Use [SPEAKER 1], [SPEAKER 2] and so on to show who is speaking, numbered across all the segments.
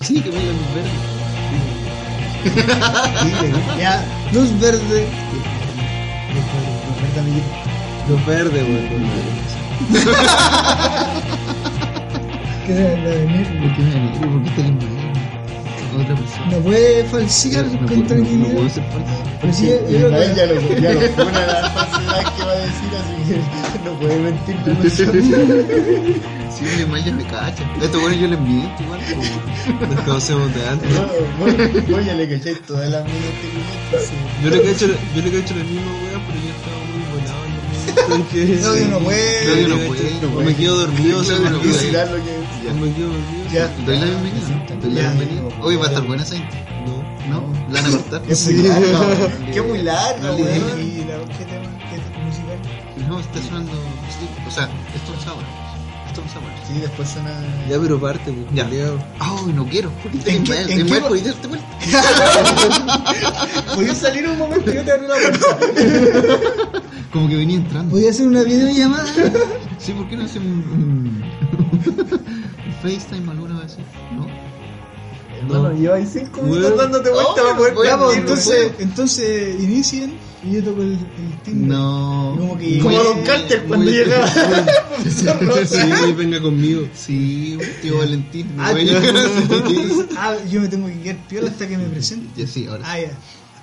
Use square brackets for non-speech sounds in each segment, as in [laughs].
[SPEAKER 1] Sí, que venga luz verde. ya, luz verde. Luz verde, güey. Luz verde.
[SPEAKER 2] ¿Qué se va a venir? ¿Por qué me alegro? ¿Por qué te alegro? Otra persona.
[SPEAKER 1] No puede falsear
[SPEAKER 2] No
[SPEAKER 1] el
[SPEAKER 2] puedo-
[SPEAKER 1] contra
[SPEAKER 2] no-
[SPEAKER 1] el
[SPEAKER 2] no puedo ser falso.
[SPEAKER 1] Pero sí,
[SPEAKER 3] Y
[SPEAKER 1] es lo
[SPEAKER 3] Ismael ya
[SPEAKER 1] que.
[SPEAKER 3] lo, ya lo pone a la falsedad que va a decir, así que no puede mentir con nosotros.
[SPEAKER 2] Sí, mi hermano ya me cacha. Esto bueno yo le envié, igual, como nos conocemos de antes.
[SPEAKER 3] Vos- vos- Vos ya le cacháis todas las medias que sí.
[SPEAKER 4] Yo le cacho, yo le cacho la misma wea, pero yo estaba muy volado en el momento en que...
[SPEAKER 3] Claudio no puede.
[SPEAKER 4] Claudio no
[SPEAKER 2] Claudio
[SPEAKER 4] puede.
[SPEAKER 2] no
[SPEAKER 4] O
[SPEAKER 3] puede.
[SPEAKER 4] me quedo dormido, o sea,
[SPEAKER 2] Claudio
[SPEAKER 4] no
[SPEAKER 2] no
[SPEAKER 4] puede.
[SPEAKER 2] puede.
[SPEAKER 3] Considerar lo que
[SPEAKER 4] O me quedo dormido.
[SPEAKER 3] Ya.
[SPEAKER 2] Doy la bienvenida. Doy la
[SPEAKER 3] Ya.
[SPEAKER 2] bienvenida. Hoy va a estar buena esa intro,
[SPEAKER 4] No.
[SPEAKER 2] ¿no? ¿La van a cortar?
[SPEAKER 3] [laughs]
[SPEAKER 2] Ah,
[SPEAKER 3] Es muy largo, qué muy largo,
[SPEAKER 2] No,
[SPEAKER 3] weón.
[SPEAKER 2] sí.
[SPEAKER 3] Y la- ¿Qué tema? ¿Qué tema musical?
[SPEAKER 2] No, está sonando. sí, O sea, Storm Sour. Storm Sour.
[SPEAKER 3] Sí, después suena.
[SPEAKER 4] Ya, pero parte, pues.
[SPEAKER 2] Ya.
[SPEAKER 4] culiao.
[SPEAKER 2] Ay, no quiero.
[SPEAKER 3] ¿En qué-
[SPEAKER 2] Ismael,
[SPEAKER 3] en qué
[SPEAKER 2] Ismael,
[SPEAKER 3] va-
[SPEAKER 2] ¿puedes darte vuelta?
[SPEAKER 3] ¿Podías salir un momento y yo te abrí la puerta?
[SPEAKER 2] Como que venía entrando.
[SPEAKER 1] Voy a hacer una videollamada.
[SPEAKER 2] Sí, ¿por qué no hacemos un, un- un [laughs] FaceTime alguna vez? No.
[SPEAKER 3] Hermano, lleváis cinco minutos
[SPEAKER 4] Weón.
[SPEAKER 3] dándote vuelta
[SPEAKER 2] Oh,
[SPEAKER 3] para poder
[SPEAKER 2] voy a-
[SPEAKER 1] Ya, pues,
[SPEAKER 3] mentir,
[SPEAKER 1] entonces, entonces inicien y yo toco el, el timbre.
[SPEAKER 2] No.
[SPEAKER 1] Y como
[SPEAKER 2] Muy-
[SPEAKER 3] weón.
[SPEAKER 1] que-
[SPEAKER 3] Como Don Carter cuando
[SPEAKER 2] muy-
[SPEAKER 3] llegaba.
[SPEAKER 1] [laughs]
[SPEAKER 4] Sí, venga conmigo.
[SPEAKER 2] Sí, tío Valentín.
[SPEAKER 1] Ah,
[SPEAKER 2] Bueno, sí.
[SPEAKER 1] [laughs] Ah, yo me tengo que quedar piola hasta que me presenten.
[SPEAKER 2] [laughs] Ya sí, ahora.
[SPEAKER 1] Ah, ya.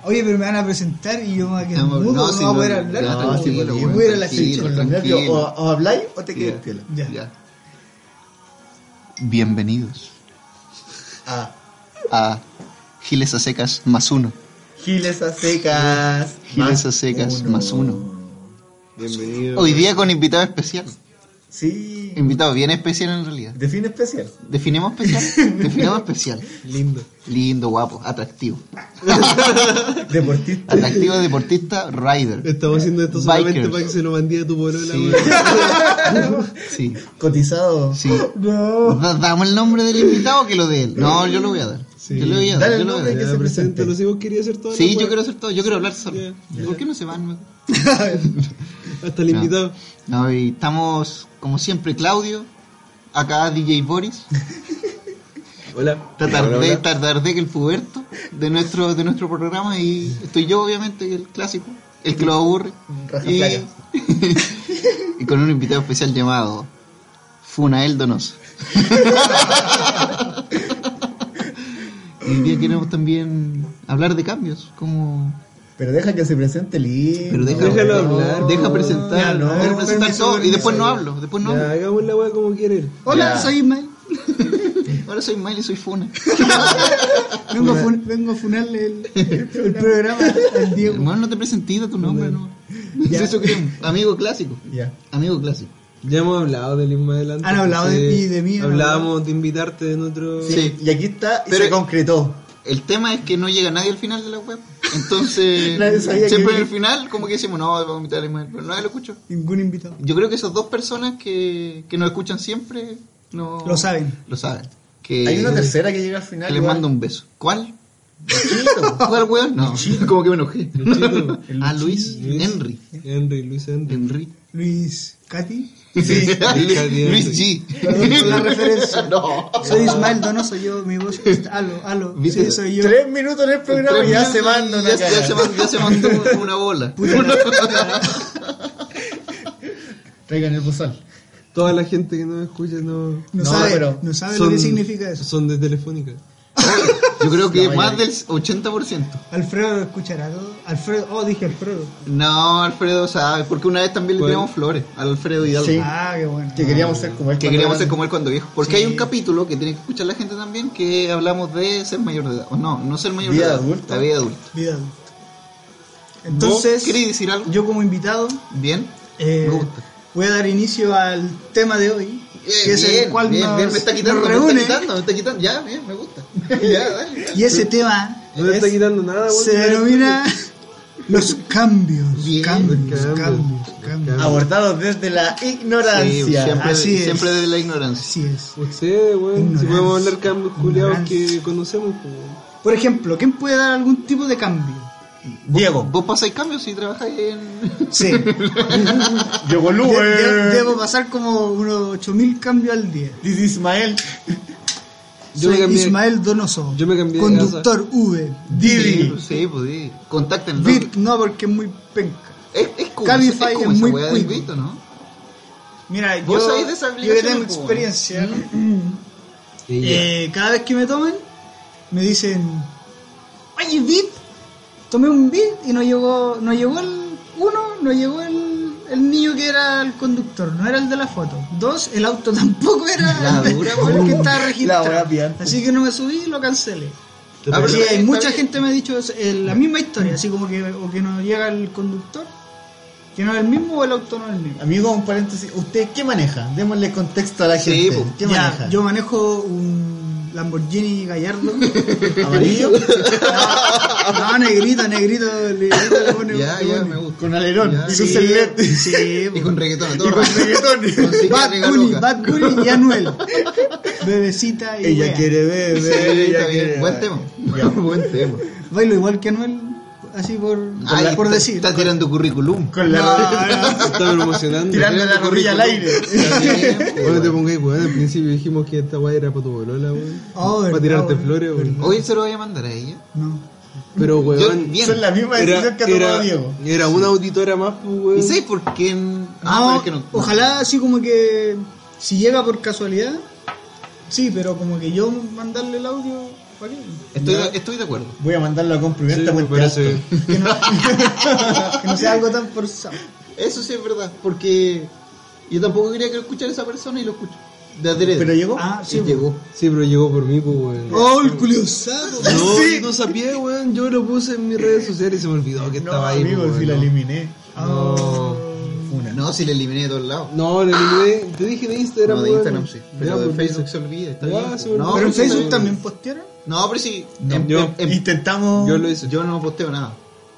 [SPEAKER 1] Oye, pero me van a presentar y yo me voy a quedar
[SPEAKER 2] Estamos-
[SPEAKER 1] mudo, no,
[SPEAKER 2] sí,
[SPEAKER 1] voy a poder hablar.
[SPEAKER 2] No,
[SPEAKER 1] como
[SPEAKER 2] Ah, sí,
[SPEAKER 1] que
[SPEAKER 2] bueno,
[SPEAKER 1] me
[SPEAKER 2] bueno,
[SPEAKER 1] voy a ir a la
[SPEAKER 2] tranquilo,
[SPEAKER 1] chucha.
[SPEAKER 3] Con los nervios,
[SPEAKER 2] tranquilo.
[SPEAKER 3] o, o habláis o te quedas
[SPEAKER 2] Ya.
[SPEAKER 3] piola.
[SPEAKER 1] Ya.
[SPEAKER 2] Ya. Bienvenidos
[SPEAKER 3] Ah,
[SPEAKER 2] a Giles a Secas más uno.
[SPEAKER 3] giles a [laughs] secas.
[SPEAKER 2] Giles a Secas más uno.
[SPEAKER 4] Bienvenido.
[SPEAKER 2] Hoy día con invitado especial.
[SPEAKER 3] Sí.
[SPEAKER 2] Invitado bien especial en realidad.
[SPEAKER 3] Define especial.
[SPEAKER 2] Definimos especial. Definamos especial.
[SPEAKER 4] Lindo.
[SPEAKER 2] Lindo, guapo, atractivo.
[SPEAKER 3] Deportista. [laughs]
[SPEAKER 2] Atractivo, deportista, rider.
[SPEAKER 4] Estamos haciendo esto
[SPEAKER 2] Bikers.
[SPEAKER 4] solamente para que se nos mandía tu polola,
[SPEAKER 2] Sí.
[SPEAKER 4] weón.
[SPEAKER 2] [laughs] Sí,
[SPEAKER 3] Cotizado.
[SPEAKER 2] sí.
[SPEAKER 1] No.
[SPEAKER 2] Da- Damos el nombre del invitado o que lo dé él. No, yo lo voy a dar.
[SPEAKER 4] Sí.
[SPEAKER 2] Yo lo voy a dar.
[SPEAKER 3] Dale
[SPEAKER 2] yo
[SPEAKER 3] el
[SPEAKER 2] lo voy a
[SPEAKER 3] nombre que
[SPEAKER 4] Ya,
[SPEAKER 3] se presente.
[SPEAKER 4] preséntalo, si vos querías hacer todo.
[SPEAKER 2] dar. Sí, yo quiero hacer todo. Yo quiero hablar solo.
[SPEAKER 4] Ya,
[SPEAKER 2] ¿Por qué no se van?
[SPEAKER 4] [laughs] Hasta el invitado.
[SPEAKER 2] No, y estamos, como siempre, Claudio. Acá DJ Boris.
[SPEAKER 4] Hola.
[SPEAKER 2] Tatardé, tardardé que el puberto de nuestro, de nuestro programa. Y estoy yo, obviamente, el clásico. El que lo aburre.
[SPEAKER 3] Raja
[SPEAKER 2] Y,
[SPEAKER 3] flaca.
[SPEAKER 2] [laughs] y con un invitado especial llamado Funael
[SPEAKER 3] [laughs]
[SPEAKER 2] Donoso. y hoy día queremos también hablar de cambios, como
[SPEAKER 3] Pero deja que se presente lindo.
[SPEAKER 2] pero deja,
[SPEAKER 4] Déjalo
[SPEAKER 2] deja-
[SPEAKER 4] hablar.
[SPEAKER 2] deja presentar,
[SPEAKER 3] Ya, no,
[SPEAKER 2] deja presentar
[SPEAKER 3] permiso,
[SPEAKER 2] todo y
[SPEAKER 3] permiso,
[SPEAKER 2] después no
[SPEAKER 3] ya.
[SPEAKER 2] hablo, después no
[SPEAKER 4] Ya,
[SPEAKER 2] hablo.
[SPEAKER 4] hagamos la wea como quiere.
[SPEAKER 1] Hola,
[SPEAKER 3] Ya.
[SPEAKER 1] soy
[SPEAKER 2] [laughs]
[SPEAKER 1] Ismael.
[SPEAKER 2] Ahora soy Miley y soy Funa.
[SPEAKER 1] Vengo, a fun- vengo a funarle el,
[SPEAKER 2] [laughs]
[SPEAKER 1] el programa al Diego.
[SPEAKER 2] Hermano, no te presenté da tu nombre, no. Es eso que amigo clásico,
[SPEAKER 3] Ya.
[SPEAKER 2] amigo clásico.
[SPEAKER 4] Ya hemos hablado del Isma adelante.
[SPEAKER 1] Han hablado de
[SPEAKER 4] entonces,
[SPEAKER 1] mí, de mí, han
[SPEAKER 4] Hablábamos de invitarte de nuestro.
[SPEAKER 2] Sí.
[SPEAKER 3] Y aquí está y
[SPEAKER 2] Pero-
[SPEAKER 3] se concretó.
[SPEAKER 2] El tema es que no llega nadie al final de la web. Entonces,
[SPEAKER 3] [laughs] Nadie sabía
[SPEAKER 2] siempre
[SPEAKER 3] que-
[SPEAKER 2] en el final, como que decimos, no, vamos a invitar a Ismael, pero nadie lo escuchó.
[SPEAKER 1] Ningún invitado.
[SPEAKER 2] Yo creo que esas dos personas que, que nos escuchan siempre no,
[SPEAKER 1] Lo saben.
[SPEAKER 2] Lo saben. Que,
[SPEAKER 3] Hay una tercera que llega al final.
[SPEAKER 2] que les
[SPEAKER 3] igual.
[SPEAKER 2] mando un beso. ¿Cuál?
[SPEAKER 3] [laughs] Luchito.
[SPEAKER 2] ¿Cuál, weón? No, como que me enojé. [laughs]
[SPEAKER 4] Luchito.
[SPEAKER 2] Ah, Luis, Henry.
[SPEAKER 4] Henry, Luis Henry.
[SPEAKER 2] Henry.
[SPEAKER 1] Luis, Katy.
[SPEAKER 2] [laughs] Luis
[SPEAKER 3] [laughs]
[SPEAKER 1] Perdón por la
[SPEAKER 2] G.
[SPEAKER 1] referencia.
[SPEAKER 2] [laughs] No.
[SPEAKER 1] Soy Ismael Donoso, yo, mi voz es halo, halo.
[SPEAKER 2] ¿Viste? [laughs]
[SPEAKER 1] Sí, soy yo.
[SPEAKER 3] Tres minutos en el programa y ya se manda una
[SPEAKER 2] ya, ya se
[SPEAKER 3] cara.
[SPEAKER 2] mandó, ya se mandó una bola.
[SPEAKER 3] Traigan el bozal.
[SPEAKER 4] Toda la gente que nos escucha no.
[SPEAKER 1] No,
[SPEAKER 3] No,
[SPEAKER 1] sabe,
[SPEAKER 3] pero
[SPEAKER 1] no sabe
[SPEAKER 4] son-
[SPEAKER 1] lo que significa eso.
[SPEAKER 4] Son de Telefónica.
[SPEAKER 2] Yo creo que
[SPEAKER 3] No,
[SPEAKER 2] más
[SPEAKER 3] ya.
[SPEAKER 2] del 80%.
[SPEAKER 1] Alfredo lo escuchará todo. Alfredo, oh, dije Alfredo.
[SPEAKER 2] No, Alfredo sabe, porque una vez también le
[SPEAKER 4] Bueno.
[SPEAKER 2] tiramos flores al Alfredo Hidalgo.
[SPEAKER 3] Sí.
[SPEAKER 1] Ah, qué bueno.
[SPEAKER 3] Que queríamos ser como él.
[SPEAKER 2] Que
[SPEAKER 3] cuando
[SPEAKER 2] queríamos ser
[SPEAKER 3] eran-
[SPEAKER 2] como él cuando viejo. Porque hay un capítulo que tiene que escuchar la gente también que hablamos de ser mayor de edad. O no, no ser mayor
[SPEAKER 3] Vida
[SPEAKER 2] de edad.
[SPEAKER 3] adulta.
[SPEAKER 2] La vida adulta.
[SPEAKER 1] Vida adulta. Entonces,
[SPEAKER 2] ¿Vos querés decir algo?
[SPEAKER 1] yo como invitado
[SPEAKER 2] Bien.
[SPEAKER 1] eh,
[SPEAKER 2] Me gusta.
[SPEAKER 1] voy a dar inicio al tema de hoy,
[SPEAKER 2] Bien,
[SPEAKER 1] que es
[SPEAKER 2] bien,
[SPEAKER 1] el cual
[SPEAKER 2] bien,
[SPEAKER 1] nos,
[SPEAKER 2] bien, me está quitando,
[SPEAKER 1] nos
[SPEAKER 2] me
[SPEAKER 1] reúne.
[SPEAKER 2] está quitando, me está quitando. Ya, bien, me
[SPEAKER 1] [laughs]
[SPEAKER 2] gusta. Ya, dale.
[SPEAKER 1] y ese tema
[SPEAKER 4] No te
[SPEAKER 1] es-
[SPEAKER 4] está quitando nada, weón.
[SPEAKER 1] se denomina los cambios,
[SPEAKER 2] Bien,
[SPEAKER 1] cambios,
[SPEAKER 4] los cambios,
[SPEAKER 1] cambios,
[SPEAKER 4] los
[SPEAKER 1] cambios.
[SPEAKER 4] cambios.
[SPEAKER 3] Abordados desde la
[SPEAKER 2] Sí,
[SPEAKER 3] ignorancia.
[SPEAKER 2] siempre,
[SPEAKER 1] Así es.
[SPEAKER 2] siempre de la ignorancia.
[SPEAKER 1] Así es.
[SPEAKER 4] Usted, weón. Si
[SPEAKER 1] Ignorancia.
[SPEAKER 4] podemos hablar cambios culiados
[SPEAKER 1] Ignorancia.
[SPEAKER 4] que conocemos, pues, weón.
[SPEAKER 1] Por ejemplo, ¿quién puede dar algún tipo de cambio?
[SPEAKER 3] Diego.
[SPEAKER 2] Vos pasáis cambios si trabajáis en.
[SPEAKER 1] Sí. [laughs]
[SPEAKER 3] Diego
[SPEAKER 1] De-
[SPEAKER 3] Lube.
[SPEAKER 1] de- debo pasar como unos 8000 cambios al día.
[SPEAKER 3] This is Ismael.
[SPEAKER 4] Yo me
[SPEAKER 1] Soy
[SPEAKER 4] cambié-
[SPEAKER 1] Ismael Donoso.
[SPEAKER 4] yo me cambié de
[SPEAKER 1] Conductor V.
[SPEAKER 2] Sí,
[SPEAKER 3] Didi.
[SPEAKER 2] pues, [laughs] sí, pues sí. Contáctenlo.
[SPEAKER 1] Bit, no, porque es muy penca.
[SPEAKER 2] Es, es como,
[SPEAKER 1] Cabify
[SPEAKER 2] es como
[SPEAKER 1] es
[SPEAKER 2] esa
[SPEAKER 1] muy
[SPEAKER 2] weá del
[SPEAKER 1] cuico.
[SPEAKER 2] Vito, ¿no?
[SPEAKER 1] Mira, yo,
[SPEAKER 2] ¿Vos sabés de esa
[SPEAKER 1] yo que
[SPEAKER 2] aplicación,
[SPEAKER 1] tengo
[SPEAKER 2] po?
[SPEAKER 1] experiencia,
[SPEAKER 4] ¿Mm? Ella.
[SPEAKER 1] eh, cada vez que me toman, me dicen, oye, bit, tomé un bit y no llegó, no llegó el uno, no llegó el, el niño que era el conductor, no era el de la foto. Dos, el auto [laughs] tampoco
[SPEAKER 2] La
[SPEAKER 1] era el,
[SPEAKER 2] dura,
[SPEAKER 1] el que
[SPEAKER 2] weón.
[SPEAKER 1] estaba
[SPEAKER 3] La wea
[SPEAKER 1] registrado.
[SPEAKER 3] piante.
[SPEAKER 1] Así que no me subí y lo cancelé.
[SPEAKER 2] Ah, pero
[SPEAKER 1] Sí,
[SPEAKER 2] está bien,
[SPEAKER 1] mucha
[SPEAKER 2] está bien.
[SPEAKER 1] gente me ha dicho eso, eh, la misma historia, así como que o que no llega el conductor, que no es el mismo o el auto no es el mismo.
[SPEAKER 3] Amigo, un paréntesis. ¿Usted qué maneja? Démosle contexto a la
[SPEAKER 2] Sí, pues.
[SPEAKER 3] gente.
[SPEAKER 2] po.
[SPEAKER 3] ¿Qué
[SPEAKER 1] Ya,
[SPEAKER 3] maneja?
[SPEAKER 1] yo manejo un Lamborghini Gallardo.
[SPEAKER 3] ¿Amarillo?
[SPEAKER 1] no, negrito, negrito, negrito le pone-
[SPEAKER 2] Ya,
[SPEAKER 1] le
[SPEAKER 2] ya,
[SPEAKER 1] pone-
[SPEAKER 2] me gusta.
[SPEAKER 3] [laughs] Con alerón.
[SPEAKER 2] Ya.
[SPEAKER 3] y
[SPEAKER 1] Sí,
[SPEAKER 3] Sus LED.
[SPEAKER 1] sí,
[SPEAKER 2] Y
[SPEAKER 3] [laughs]
[SPEAKER 1] po.
[SPEAKER 2] con reggaetón, a todo rato. [laughs] Con
[SPEAKER 3] reggaetón.
[SPEAKER 2] cigarra
[SPEAKER 1] Bad
[SPEAKER 2] regaloca.
[SPEAKER 1] Bunny, Bad Bunny
[SPEAKER 2] [laughs]
[SPEAKER 1] y Anuel. Bebecita y
[SPEAKER 3] Ella
[SPEAKER 1] wea.
[SPEAKER 3] quiere beber.
[SPEAKER 2] Sí,
[SPEAKER 3] ella
[SPEAKER 2] está bien.
[SPEAKER 3] quiere
[SPEAKER 2] Buen
[SPEAKER 3] beber.
[SPEAKER 2] tema. [laughs] Buen tema.
[SPEAKER 1] Bailo igual que Anuel, así por,
[SPEAKER 2] Ay,
[SPEAKER 1] por
[SPEAKER 2] está-
[SPEAKER 1] decir.
[SPEAKER 2] Está tirando currículum.
[SPEAKER 3] Con la.
[SPEAKER 4] Está promocionando.
[SPEAKER 3] Tirando la rodilla al aire.
[SPEAKER 2] Está bien, pues,
[SPEAKER 4] Ahora te
[SPEAKER 2] weón.
[SPEAKER 4] pongáis, weón. Al principio dijimos que esta weá era para tu bolola, weón.
[SPEAKER 1] Oh,
[SPEAKER 4] para
[SPEAKER 1] verdad,
[SPEAKER 4] tirarte
[SPEAKER 1] weón.
[SPEAKER 4] flores, weón.
[SPEAKER 2] Hoy se lo voy a mandar a ella.
[SPEAKER 1] No.
[SPEAKER 4] Pero,
[SPEAKER 2] Yo,
[SPEAKER 4] weón.
[SPEAKER 2] bien.
[SPEAKER 3] Son la misma decisión que ha tomado Diego.
[SPEAKER 4] era una auditora más, pues, weón.
[SPEAKER 2] ¿Y sabes por qué? en- Ah,
[SPEAKER 1] No,
[SPEAKER 2] pero es que no.
[SPEAKER 1] Ojalá así como que si llega por casualidad, sí, pero como que yo mandarle el audio ¿para qué?
[SPEAKER 2] Estoy,
[SPEAKER 4] Ya.
[SPEAKER 2] estoy de acuerdo.
[SPEAKER 3] Voy a mandarlo a
[SPEAKER 4] Sí,
[SPEAKER 3] comprimenta
[SPEAKER 4] me
[SPEAKER 3] Puente
[SPEAKER 4] parece.
[SPEAKER 3] Alto.
[SPEAKER 1] Que no, que no sea algo tan
[SPEAKER 2] [laughs]
[SPEAKER 1] forzado.
[SPEAKER 2] Eso sí es verdad, porque yo tampoco quería que lo escuchara esa persona y lo escucho. De adrede.
[SPEAKER 3] Pero llegó.
[SPEAKER 1] Ah, sí,
[SPEAKER 2] Y llegó.
[SPEAKER 4] [laughs] Sí, pero llegó por mí, pues, weón.
[SPEAKER 1] ¡Oh, el culiosado!
[SPEAKER 4] No, no sabía, weón. Yo lo puse en mis redes sociales y se me olvidó que
[SPEAKER 3] No,
[SPEAKER 4] estaba ahí.
[SPEAKER 3] amigo,
[SPEAKER 4] pues,
[SPEAKER 3] si la
[SPEAKER 4] weón.
[SPEAKER 3] eliminé. Ah.
[SPEAKER 1] Oh.
[SPEAKER 3] Una.
[SPEAKER 2] No, si le eliminé de todos lados.
[SPEAKER 4] No, la eliminé. Te dije de Instagram,
[SPEAKER 2] no, de
[SPEAKER 4] weón.
[SPEAKER 2] Instagram sí. Pero
[SPEAKER 4] Ya,
[SPEAKER 2] de
[SPEAKER 4] pues,
[SPEAKER 2] Facebook se olvida, está
[SPEAKER 4] Ya,
[SPEAKER 2] bien. pues.
[SPEAKER 4] se olvida.
[SPEAKER 2] no,
[SPEAKER 1] pero en
[SPEAKER 2] sí,
[SPEAKER 1] Facebook
[SPEAKER 2] sí.
[SPEAKER 1] también postearon.
[SPEAKER 2] No, pero sí.
[SPEAKER 4] No,
[SPEAKER 2] em-
[SPEAKER 4] yo-
[SPEAKER 2] em-
[SPEAKER 3] Intentamos.
[SPEAKER 4] Yo lo hice.
[SPEAKER 2] yo no posteo nada.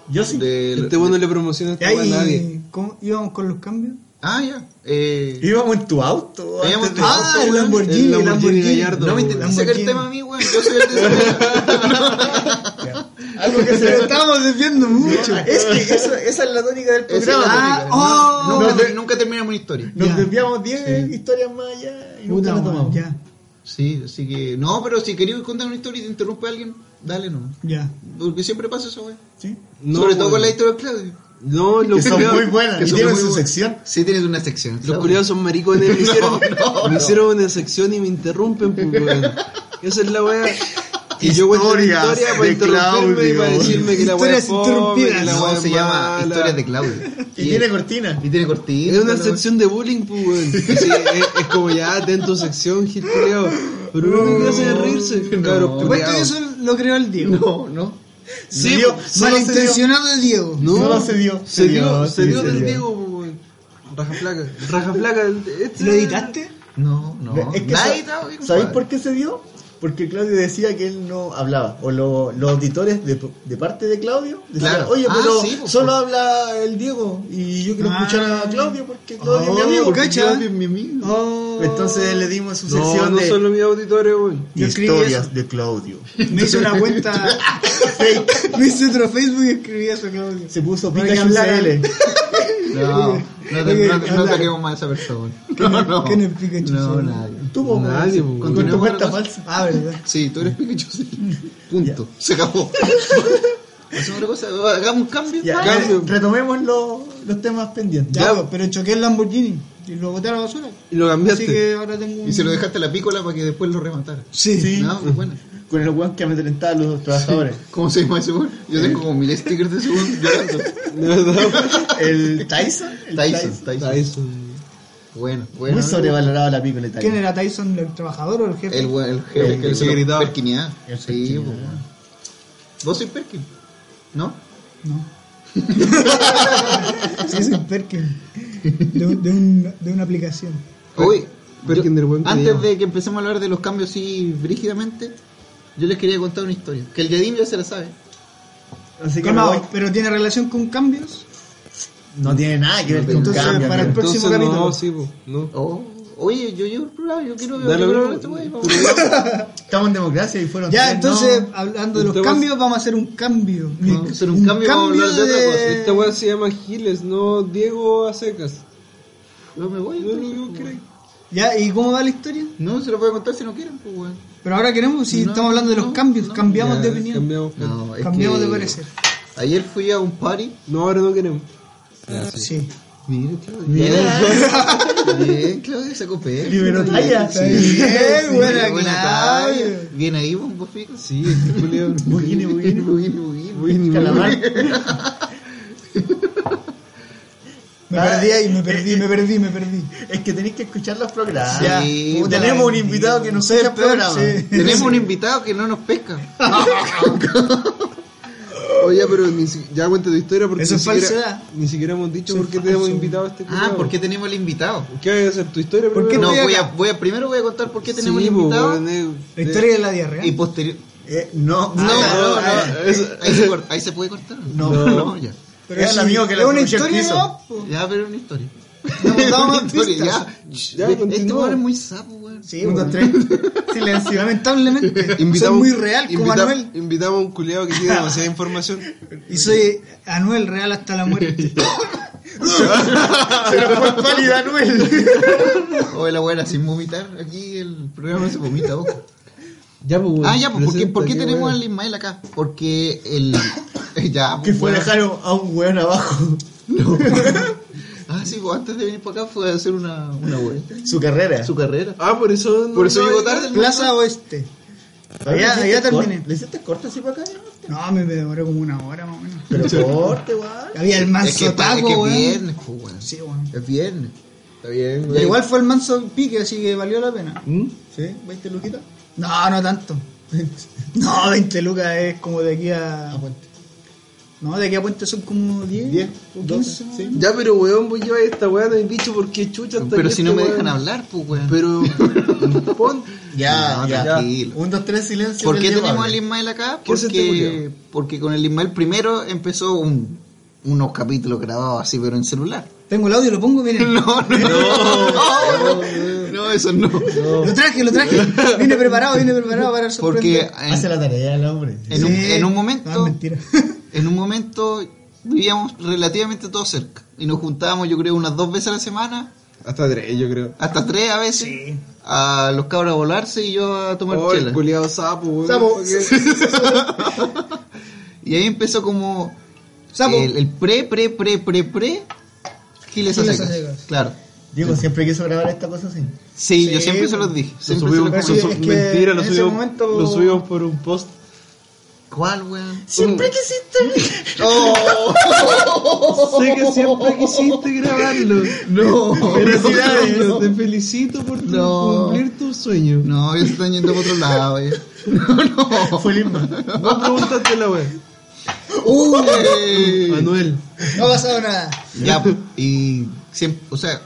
[SPEAKER 3] Yo sí.
[SPEAKER 2] Del-
[SPEAKER 4] Este weón no le promociona
[SPEAKER 1] Y
[SPEAKER 4] esta weá a
[SPEAKER 1] ahí
[SPEAKER 4] nadie.
[SPEAKER 1] ¿cómo íbamos con los cambios.
[SPEAKER 2] Ah, ya. Eh,
[SPEAKER 3] Íbamos en tu auto.
[SPEAKER 2] Íbamos
[SPEAKER 3] antes
[SPEAKER 2] en tu auto. Ah, el
[SPEAKER 4] Lamborghini, el Lamborghini Gallardo,
[SPEAKER 2] no me
[SPEAKER 4] weón.
[SPEAKER 2] interesa el tema a mí, weón. Yo soy el de
[SPEAKER 3] de- Algo que
[SPEAKER 1] [laughs]
[SPEAKER 3] se
[SPEAKER 1] Pero estábamos desviando mucho.
[SPEAKER 3] ah, Es que eso- esa es la tónica del
[SPEAKER 2] Esa es
[SPEAKER 3] programa.
[SPEAKER 2] la
[SPEAKER 1] Ah,
[SPEAKER 2] tónica.
[SPEAKER 1] oh.
[SPEAKER 2] No, nunca,
[SPEAKER 3] No, de-
[SPEAKER 2] nunca terminamos una historia.
[SPEAKER 3] Nos
[SPEAKER 1] Ya.
[SPEAKER 3] desviamos 10
[SPEAKER 4] Sí.
[SPEAKER 3] historias más allá y
[SPEAKER 1] Puta,
[SPEAKER 3] nunca la
[SPEAKER 1] weón,
[SPEAKER 3] tomamos.
[SPEAKER 1] ya,
[SPEAKER 2] Sí, así que. No, pero si queréis contar una historia y te interrumpe alguien, dale no.
[SPEAKER 1] ya.
[SPEAKER 2] Porque siempre pasa eso, güey.
[SPEAKER 1] ¿Sí?
[SPEAKER 4] No,
[SPEAKER 2] Sobre todo
[SPEAKER 4] weón.
[SPEAKER 2] con la historia de Claudio.
[SPEAKER 4] No,
[SPEAKER 3] Que
[SPEAKER 4] los
[SPEAKER 3] son muy buenas.
[SPEAKER 2] que
[SPEAKER 3] Y
[SPEAKER 2] son
[SPEAKER 3] tienen
[SPEAKER 2] muy
[SPEAKER 3] su
[SPEAKER 2] buenas.
[SPEAKER 3] sección.
[SPEAKER 2] Sí, tienes una sección.
[SPEAKER 4] Los
[SPEAKER 2] Claudio.
[SPEAKER 4] curiosos son maricones. Me hicieron,
[SPEAKER 2] no,
[SPEAKER 4] me hicieron una sección y me interrumpen, pues, weón. Esa es la weá. Y yo cuento una
[SPEAKER 3] Historias
[SPEAKER 4] historia para
[SPEAKER 3] de
[SPEAKER 4] interrumpirme y
[SPEAKER 3] Claudio,
[SPEAKER 4] para decirme que la weá es
[SPEAKER 1] Historias
[SPEAKER 4] fome, que
[SPEAKER 1] interrumpidas.
[SPEAKER 4] la
[SPEAKER 2] No,
[SPEAKER 4] weá
[SPEAKER 2] se llama Historias
[SPEAKER 4] de
[SPEAKER 2] de Claudio.
[SPEAKER 3] Y tiene cortina.
[SPEAKER 2] Y tiene cortina.
[SPEAKER 4] Es una
[SPEAKER 2] la-
[SPEAKER 4] sección de bullying, pues, weón. [laughs] Sí, es, es como ya, ten tu sección, Gil culiao. Pero lo único que hacen es reírse, cabrón.
[SPEAKER 1] Te cuento que eso lo creó el
[SPEAKER 2] No,
[SPEAKER 1] Diego.
[SPEAKER 2] no.
[SPEAKER 4] Sí,
[SPEAKER 3] Diego,
[SPEAKER 4] pues,
[SPEAKER 3] solo se dio-
[SPEAKER 1] Malintencionado de Diego.
[SPEAKER 4] no,
[SPEAKER 3] solo se dio.
[SPEAKER 4] Se dio,
[SPEAKER 3] sí,
[SPEAKER 4] se dio
[SPEAKER 3] se
[SPEAKER 4] del
[SPEAKER 3] dio.
[SPEAKER 4] Diego, pues, weón. Raja flaca, raja flaca. este-
[SPEAKER 1] ¿Lo editaste?
[SPEAKER 2] No, no.
[SPEAKER 3] Es que
[SPEAKER 2] Nadie
[SPEAKER 3] sa-
[SPEAKER 2] está, güey,
[SPEAKER 3] ¿Sabéis
[SPEAKER 2] compadre.
[SPEAKER 3] por qué se dio? Porque Claudio decía que él no hablaba. O lo- los auditores de, de parte de Claudio decían,
[SPEAKER 2] Claro.
[SPEAKER 3] oye,
[SPEAKER 2] Ah,
[SPEAKER 3] pero
[SPEAKER 2] sí, pues,
[SPEAKER 3] solo
[SPEAKER 2] por-
[SPEAKER 3] habla el Diego. Y yo quiero
[SPEAKER 1] Ah.
[SPEAKER 3] escuchar a Claudio porque Claudio
[SPEAKER 1] Oh,
[SPEAKER 3] es mi amigo.
[SPEAKER 1] porque
[SPEAKER 3] Yo-
[SPEAKER 1] Claudio es
[SPEAKER 2] mi amigo.
[SPEAKER 1] Oh.
[SPEAKER 3] Entonces le dimos su
[SPEAKER 4] No,
[SPEAKER 3] sección
[SPEAKER 4] no
[SPEAKER 3] de
[SPEAKER 4] son los mis auditores, weón.
[SPEAKER 1] Yo escribí
[SPEAKER 3] historias
[SPEAKER 1] eso.
[SPEAKER 3] de Claudio.
[SPEAKER 1] Me hice una cuenta. me hice otro Facebook y escribí eso,
[SPEAKER 3] [laughs]
[SPEAKER 1] Claudio.
[SPEAKER 3] Se puso
[SPEAKER 1] Para
[SPEAKER 3] Pikachu
[SPEAKER 1] que hablara.
[SPEAKER 3] CL.
[SPEAKER 2] [laughs] No, no, te-
[SPEAKER 1] Oye,
[SPEAKER 2] no, te- no
[SPEAKER 1] hablar.
[SPEAKER 2] toquemos más a esa persona. [laughs]
[SPEAKER 1] ¿Quién
[SPEAKER 2] No,
[SPEAKER 1] es-
[SPEAKER 2] no.
[SPEAKER 1] quién es Pikachu?
[SPEAKER 2] No,
[SPEAKER 1] Sí.
[SPEAKER 2] nadie.
[SPEAKER 3] [laughs] Tú, po,
[SPEAKER 4] Nadie,
[SPEAKER 3] weón.
[SPEAKER 4] po,
[SPEAKER 3] con tu
[SPEAKER 2] weón.
[SPEAKER 3] cuenta
[SPEAKER 2] Continuemos con
[SPEAKER 3] falsa.
[SPEAKER 1] Ah, verdad.
[SPEAKER 2] Sí, tú eres Pikachu. [laughs] sí. Punto. Se [laughs] acabó. Hacemos otra cosa. Hagamos un cambio.
[SPEAKER 3] Ya, eh,
[SPEAKER 2] Ah,
[SPEAKER 4] Cambio.
[SPEAKER 3] retomemos lo- los temas pendientes.
[SPEAKER 1] Ya,
[SPEAKER 4] Ya.
[SPEAKER 1] pues, pero choqué el Lamborghini y lo boté a la basura.
[SPEAKER 4] Y lo
[SPEAKER 1] Así
[SPEAKER 4] cambiaste.
[SPEAKER 1] que ahora tengo un...
[SPEAKER 2] Y se lo dejaste a la pícola para que después lo rematara.
[SPEAKER 1] Sí.
[SPEAKER 3] Sí.
[SPEAKER 2] No, pues bueno.
[SPEAKER 3] Con el weón que amedrentaba a los trabajadores.
[SPEAKER 2] ¿Cómo se llama ese weón? Yo tengo como mil stickers de ese weón llorando. [laughs]
[SPEAKER 4] De verdad,
[SPEAKER 3] El Tyson.
[SPEAKER 2] Tyson,
[SPEAKER 3] el
[SPEAKER 4] weón.
[SPEAKER 2] Tyson.
[SPEAKER 4] Tyson.
[SPEAKER 2] Bueno, bueno.
[SPEAKER 3] Muy sobrevalorado la pícola de Tyson.
[SPEAKER 1] ¿Quién era Tyson, el trabajador o el jefe?
[SPEAKER 2] El weón, el jefe,
[SPEAKER 4] El
[SPEAKER 2] que
[SPEAKER 4] que
[SPEAKER 2] se lo-
[SPEAKER 4] gritaba.
[SPEAKER 2] Perkiniá.
[SPEAKER 3] El
[SPEAKER 2] Sí,
[SPEAKER 3] Perkiniá.
[SPEAKER 2] pues, weón. Vos sois Perkin, ¿no?
[SPEAKER 1] No. [laughs] sí, es el Perkin. De, un- de, un, de una aplicación.
[SPEAKER 2] Hoy,
[SPEAKER 4] Perkin
[SPEAKER 2] yo-
[SPEAKER 4] del buen
[SPEAKER 2] antes
[SPEAKER 4] cuidado.
[SPEAKER 2] de que empecemos a hablar de los cambios así brígidamente, yo les quería contar una historia. Que el Yadim ya se la sabe.
[SPEAKER 3] Así que
[SPEAKER 1] Calmado,
[SPEAKER 3] me voy.
[SPEAKER 1] pero tiene relación con cambios.
[SPEAKER 3] no tiene nada que ver con
[SPEAKER 1] Entonces,
[SPEAKER 3] cambio.
[SPEAKER 1] para el
[SPEAKER 3] amigo.
[SPEAKER 1] próximo
[SPEAKER 4] Entonces,
[SPEAKER 1] capítulo.
[SPEAKER 4] no, sí, po, no.
[SPEAKER 2] Oh, oye, yo llevo el programa, yo quiero yo
[SPEAKER 4] Da lo
[SPEAKER 2] quiero hablar
[SPEAKER 4] mismo.
[SPEAKER 2] de este
[SPEAKER 4] [laughs]
[SPEAKER 2] wey. vamos.
[SPEAKER 3] Estamos en democracia
[SPEAKER 2] [laughs]
[SPEAKER 3] y fueron.
[SPEAKER 1] Ya,
[SPEAKER 3] tres,
[SPEAKER 1] entonces,
[SPEAKER 3] no.
[SPEAKER 1] hablando de los
[SPEAKER 4] Entonces-
[SPEAKER 1] cambios, vamos a hacer un cambio.
[SPEAKER 2] Vamos a hacer un cambio, vamos a hablar de otra cosa.
[SPEAKER 4] Esta weá se llama Giles, no Diego a secas.
[SPEAKER 2] Yo me voy.
[SPEAKER 4] No lo
[SPEAKER 2] entonces,
[SPEAKER 4] digo,
[SPEAKER 2] pues,
[SPEAKER 4] creo.
[SPEAKER 2] weón.
[SPEAKER 1] ¿Ya? ¿Y cómo va la historia?
[SPEAKER 2] No, se lo puede contar si no quieren, pues, weón.
[SPEAKER 1] Pero ahora queremos, si
[SPEAKER 2] No,
[SPEAKER 1] estamos hablando de los
[SPEAKER 2] no,
[SPEAKER 1] cambios,
[SPEAKER 2] no.
[SPEAKER 1] cambiamos
[SPEAKER 4] Ya,
[SPEAKER 1] de opinión.
[SPEAKER 4] Cambiamos.
[SPEAKER 2] No, es
[SPEAKER 1] Cambiamos
[SPEAKER 2] que
[SPEAKER 1] de parecer.
[SPEAKER 2] Ayer fui a un party.
[SPEAKER 4] No, ahora no queremos.
[SPEAKER 2] Ah,
[SPEAKER 1] Sí.
[SPEAKER 2] Mira,
[SPEAKER 4] [laughs]
[SPEAKER 2] Claudio. Bien, Claudio, sacó pelo.
[SPEAKER 3] Liberó talla.
[SPEAKER 1] Sí, buena,
[SPEAKER 2] talla.
[SPEAKER 1] Claudio.
[SPEAKER 2] Bien ahí, bombo fico. Sí.
[SPEAKER 4] Sí, el Julio.
[SPEAKER 3] Bugini,
[SPEAKER 2] [laughs]
[SPEAKER 3] bugini.
[SPEAKER 2] Bugini, bugini.
[SPEAKER 4] Bugini,
[SPEAKER 3] Calamar.
[SPEAKER 1] Me
[SPEAKER 3] Ah,
[SPEAKER 1] perdí ahí, me perdí, me perdí, me perdí.
[SPEAKER 3] Es que tenéis que escuchar los programas.
[SPEAKER 2] Ya.
[SPEAKER 1] puta,
[SPEAKER 3] tenemos un invitado que no
[SPEAKER 1] sé el
[SPEAKER 3] programa.
[SPEAKER 2] Tenemos un invitado que no nos pesca. Ah,
[SPEAKER 4] Oye, pero ni si- ya cuenta tu historia porque
[SPEAKER 1] Eso
[SPEAKER 4] ni
[SPEAKER 1] es
[SPEAKER 4] siquiera,
[SPEAKER 1] falsedad.
[SPEAKER 4] ni siquiera hemos dicho
[SPEAKER 1] Eso es
[SPEAKER 4] por qué te hemos
[SPEAKER 1] falso.
[SPEAKER 4] invitado a este
[SPEAKER 2] Ah,
[SPEAKER 4] culiao.
[SPEAKER 2] ¿por qué tenemos el invitado?
[SPEAKER 4] ¿Qué vas a hacer tu historia?
[SPEAKER 1] ¿Por qué
[SPEAKER 4] primero?
[SPEAKER 2] No,
[SPEAKER 1] estoy
[SPEAKER 2] voy a,
[SPEAKER 1] acá?
[SPEAKER 2] voy a, primero voy a contar por qué tenemos
[SPEAKER 4] Sí,
[SPEAKER 2] el
[SPEAKER 4] po,
[SPEAKER 2] invitado.
[SPEAKER 4] weón, eh,
[SPEAKER 1] La
[SPEAKER 4] eh,
[SPEAKER 1] historia de la diarrea.
[SPEAKER 2] Y posterior.
[SPEAKER 3] Eh, no,
[SPEAKER 2] No,
[SPEAKER 3] ah,
[SPEAKER 2] no,
[SPEAKER 3] ah,
[SPEAKER 2] no, eso- ahí, se corta- ahí se puede cortar.
[SPEAKER 3] No.
[SPEAKER 2] no, ya.
[SPEAKER 1] Pero
[SPEAKER 3] es el amigo que la
[SPEAKER 1] es una
[SPEAKER 3] conoció al
[SPEAKER 1] historia,
[SPEAKER 3] piso.
[SPEAKER 1] ¿no? po.
[SPEAKER 2] Ya, pero es una historia. [laughs]
[SPEAKER 1] Nos damos
[SPEAKER 2] Una historia,
[SPEAKER 1] pistas.
[SPEAKER 2] ya.
[SPEAKER 4] Ya,
[SPEAKER 2] este
[SPEAKER 4] continúa.
[SPEAKER 2] weón es muy sapo, weón.
[SPEAKER 1] Sí, un, dos, tres. [laughs] Silencio.
[SPEAKER 2] [laughs]
[SPEAKER 1] Lamentablemente.
[SPEAKER 4] Invitamos,
[SPEAKER 1] soy muy real como
[SPEAKER 4] invita-
[SPEAKER 1] Anuel.
[SPEAKER 4] Invitamos a un culiado que tiene demasiada información.
[SPEAKER 1] Y soy Anuel real hasta la muerte.
[SPEAKER 2] [laughs]
[SPEAKER 3] Se nos fue el pálido Anuel.
[SPEAKER 2] O la weá sin vomitar. Aquí el programa no se vomita, vos.
[SPEAKER 4] Ya, pues,
[SPEAKER 2] Ah, ya, pues, ¿por qué, por qué tenemos al Ismael acá? Porque [laughs] el. ya,
[SPEAKER 3] Que
[SPEAKER 2] pues,
[SPEAKER 3] fue a
[SPEAKER 2] weón.
[SPEAKER 3] dejar a un weón abajo.
[SPEAKER 2] [laughs] Ah, sí, pues antes de venir para acá fue a hacer una, una vuelta.
[SPEAKER 3] Su carrera.
[SPEAKER 2] Su carrera.
[SPEAKER 4] Ah, por eso. no-
[SPEAKER 2] Por eso
[SPEAKER 4] no-
[SPEAKER 2] llegó tarde.
[SPEAKER 1] Plaza Oeste.
[SPEAKER 3] Ahora,
[SPEAKER 1] Ya,
[SPEAKER 3] ¿le hiciste
[SPEAKER 1] ya
[SPEAKER 3] cor-
[SPEAKER 1] terminé.
[SPEAKER 3] ¿Le hiciste corte así para acá? [laughs] no?
[SPEAKER 1] No, me demoré como una hora más o menos.
[SPEAKER 3] Pero corte, weón.
[SPEAKER 1] Había el
[SPEAKER 2] Es que,
[SPEAKER 1] manso
[SPEAKER 2] está- es que
[SPEAKER 1] taco,
[SPEAKER 2] es
[SPEAKER 1] weón.
[SPEAKER 2] viernes, pues, Ah, weón.
[SPEAKER 1] Sí, weón.
[SPEAKER 2] Es viernes.
[SPEAKER 4] Está bien,
[SPEAKER 1] Pero
[SPEAKER 4] güey.
[SPEAKER 1] igual fue el manso pique, así que valió la pena.
[SPEAKER 4] ¿Mm?
[SPEAKER 3] ¿Sí? ¿20 luquitas?
[SPEAKER 1] No, no tanto. [laughs] No, 20 lucas es como de aquí a.
[SPEAKER 3] Aguante.
[SPEAKER 1] No, de aquí a Puente son como 10.
[SPEAKER 3] 10,
[SPEAKER 1] o
[SPEAKER 3] 12,
[SPEAKER 1] 15.
[SPEAKER 3] sí.
[SPEAKER 1] ¿no?
[SPEAKER 4] Ya, pero weón, vos lleváis esta weá del bicho porque chucha hasta
[SPEAKER 2] Pero
[SPEAKER 4] aquí
[SPEAKER 2] si no
[SPEAKER 4] este
[SPEAKER 2] me
[SPEAKER 4] weón-
[SPEAKER 2] dejan hablar, pues, weón. [laughs]
[SPEAKER 4] Pero. [laughs] pon.
[SPEAKER 3] Ya,
[SPEAKER 2] No,
[SPEAKER 3] ya.
[SPEAKER 2] tranquilo.
[SPEAKER 3] Un, dos, tres, silencio.
[SPEAKER 2] ¿Por qué
[SPEAKER 3] del
[SPEAKER 2] tenemos al
[SPEAKER 3] llevable.
[SPEAKER 2] Ismael acá?
[SPEAKER 4] ¿Qué es este
[SPEAKER 2] Porque,
[SPEAKER 4] culiao?
[SPEAKER 2] porque con el Ismael primero empezó un- unos capítulos grabados así, pero en celular. [laughs]
[SPEAKER 1] Tengo el audio, lo pongo, miren.
[SPEAKER 2] No, no, no. No, eso no.
[SPEAKER 1] Lo traje, lo traje. Vine preparado, vine preparado para
[SPEAKER 2] Porque
[SPEAKER 1] sorprender.
[SPEAKER 2] en,
[SPEAKER 3] Hace la tarea el hombre. Ah,
[SPEAKER 2] en un,
[SPEAKER 1] Sí.
[SPEAKER 2] en un
[SPEAKER 1] No,
[SPEAKER 2] momento,
[SPEAKER 1] es
[SPEAKER 3] [laughs]
[SPEAKER 1] mentira.
[SPEAKER 2] en un momento vivíamos relativamente todos cerca y nos juntábamos, yo creo, unas dos veces a la semana,
[SPEAKER 4] Hasta tres, yo creo.
[SPEAKER 2] hasta tres a veces, a los cabros a volarse y yo a tomar
[SPEAKER 4] Oh,
[SPEAKER 2] chela.
[SPEAKER 4] el culiado sapo, weón.
[SPEAKER 1] Sapo.
[SPEAKER 4] ¿Por qué?
[SPEAKER 2] Y ahí empezó como
[SPEAKER 1] Sapo.
[SPEAKER 2] El, el pre, pre, pre, pre, pre, Giles
[SPEAKER 1] Giles
[SPEAKER 2] a
[SPEAKER 1] a
[SPEAKER 2] secas.
[SPEAKER 1] secas.
[SPEAKER 2] Claro.
[SPEAKER 3] Diego siempre quiso grabar esta cosa así.
[SPEAKER 2] Sí, yo
[SPEAKER 1] Sí,
[SPEAKER 2] siempre
[SPEAKER 1] pues.
[SPEAKER 2] se los dije.
[SPEAKER 4] Lo
[SPEAKER 2] Siempre se
[SPEAKER 4] subimos,
[SPEAKER 2] los
[SPEAKER 1] Pero
[SPEAKER 4] lo
[SPEAKER 1] sí,
[SPEAKER 4] sub-
[SPEAKER 1] es que
[SPEAKER 4] mentira, lo
[SPEAKER 1] en ese
[SPEAKER 4] subimos,
[SPEAKER 1] momento-
[SPEAKER 4] lo subimos por un post.
[SPEAKER 2] ¿Cuál, weón?
[SPEAKER 3] Siempre [laughs] quisiste.
[SPEAKER 4] Sé que siempre quisiste grabarlo.
[SPEAKER 2] [laughs] No,
[SPEAKER 4] Felicidades,
[SPEAKER 3] [laughs]
[SPEAKER 4] te felicito por tu-
[SPEAKER 2] No.
[SPEAKER 4] cumplir tu sueño. No,
[SPEAKER 2] No, ellos están yendo por otro lado,
[SPEAKER 1] [laughs]
[SPEAKER 2] weón. No, no.
[SPEAKER 3] Fue Lima.
[SPEAKER 4] preguntaste la wea.
[SPEAKER 1] Uh,
[SPEAKER 2] Uy.
[SPEAKER 4] Manuel.
[SPEAKER 1] No ha pasado nada.
[SPEAKER 2] Ya, pues, y siempre, o sea,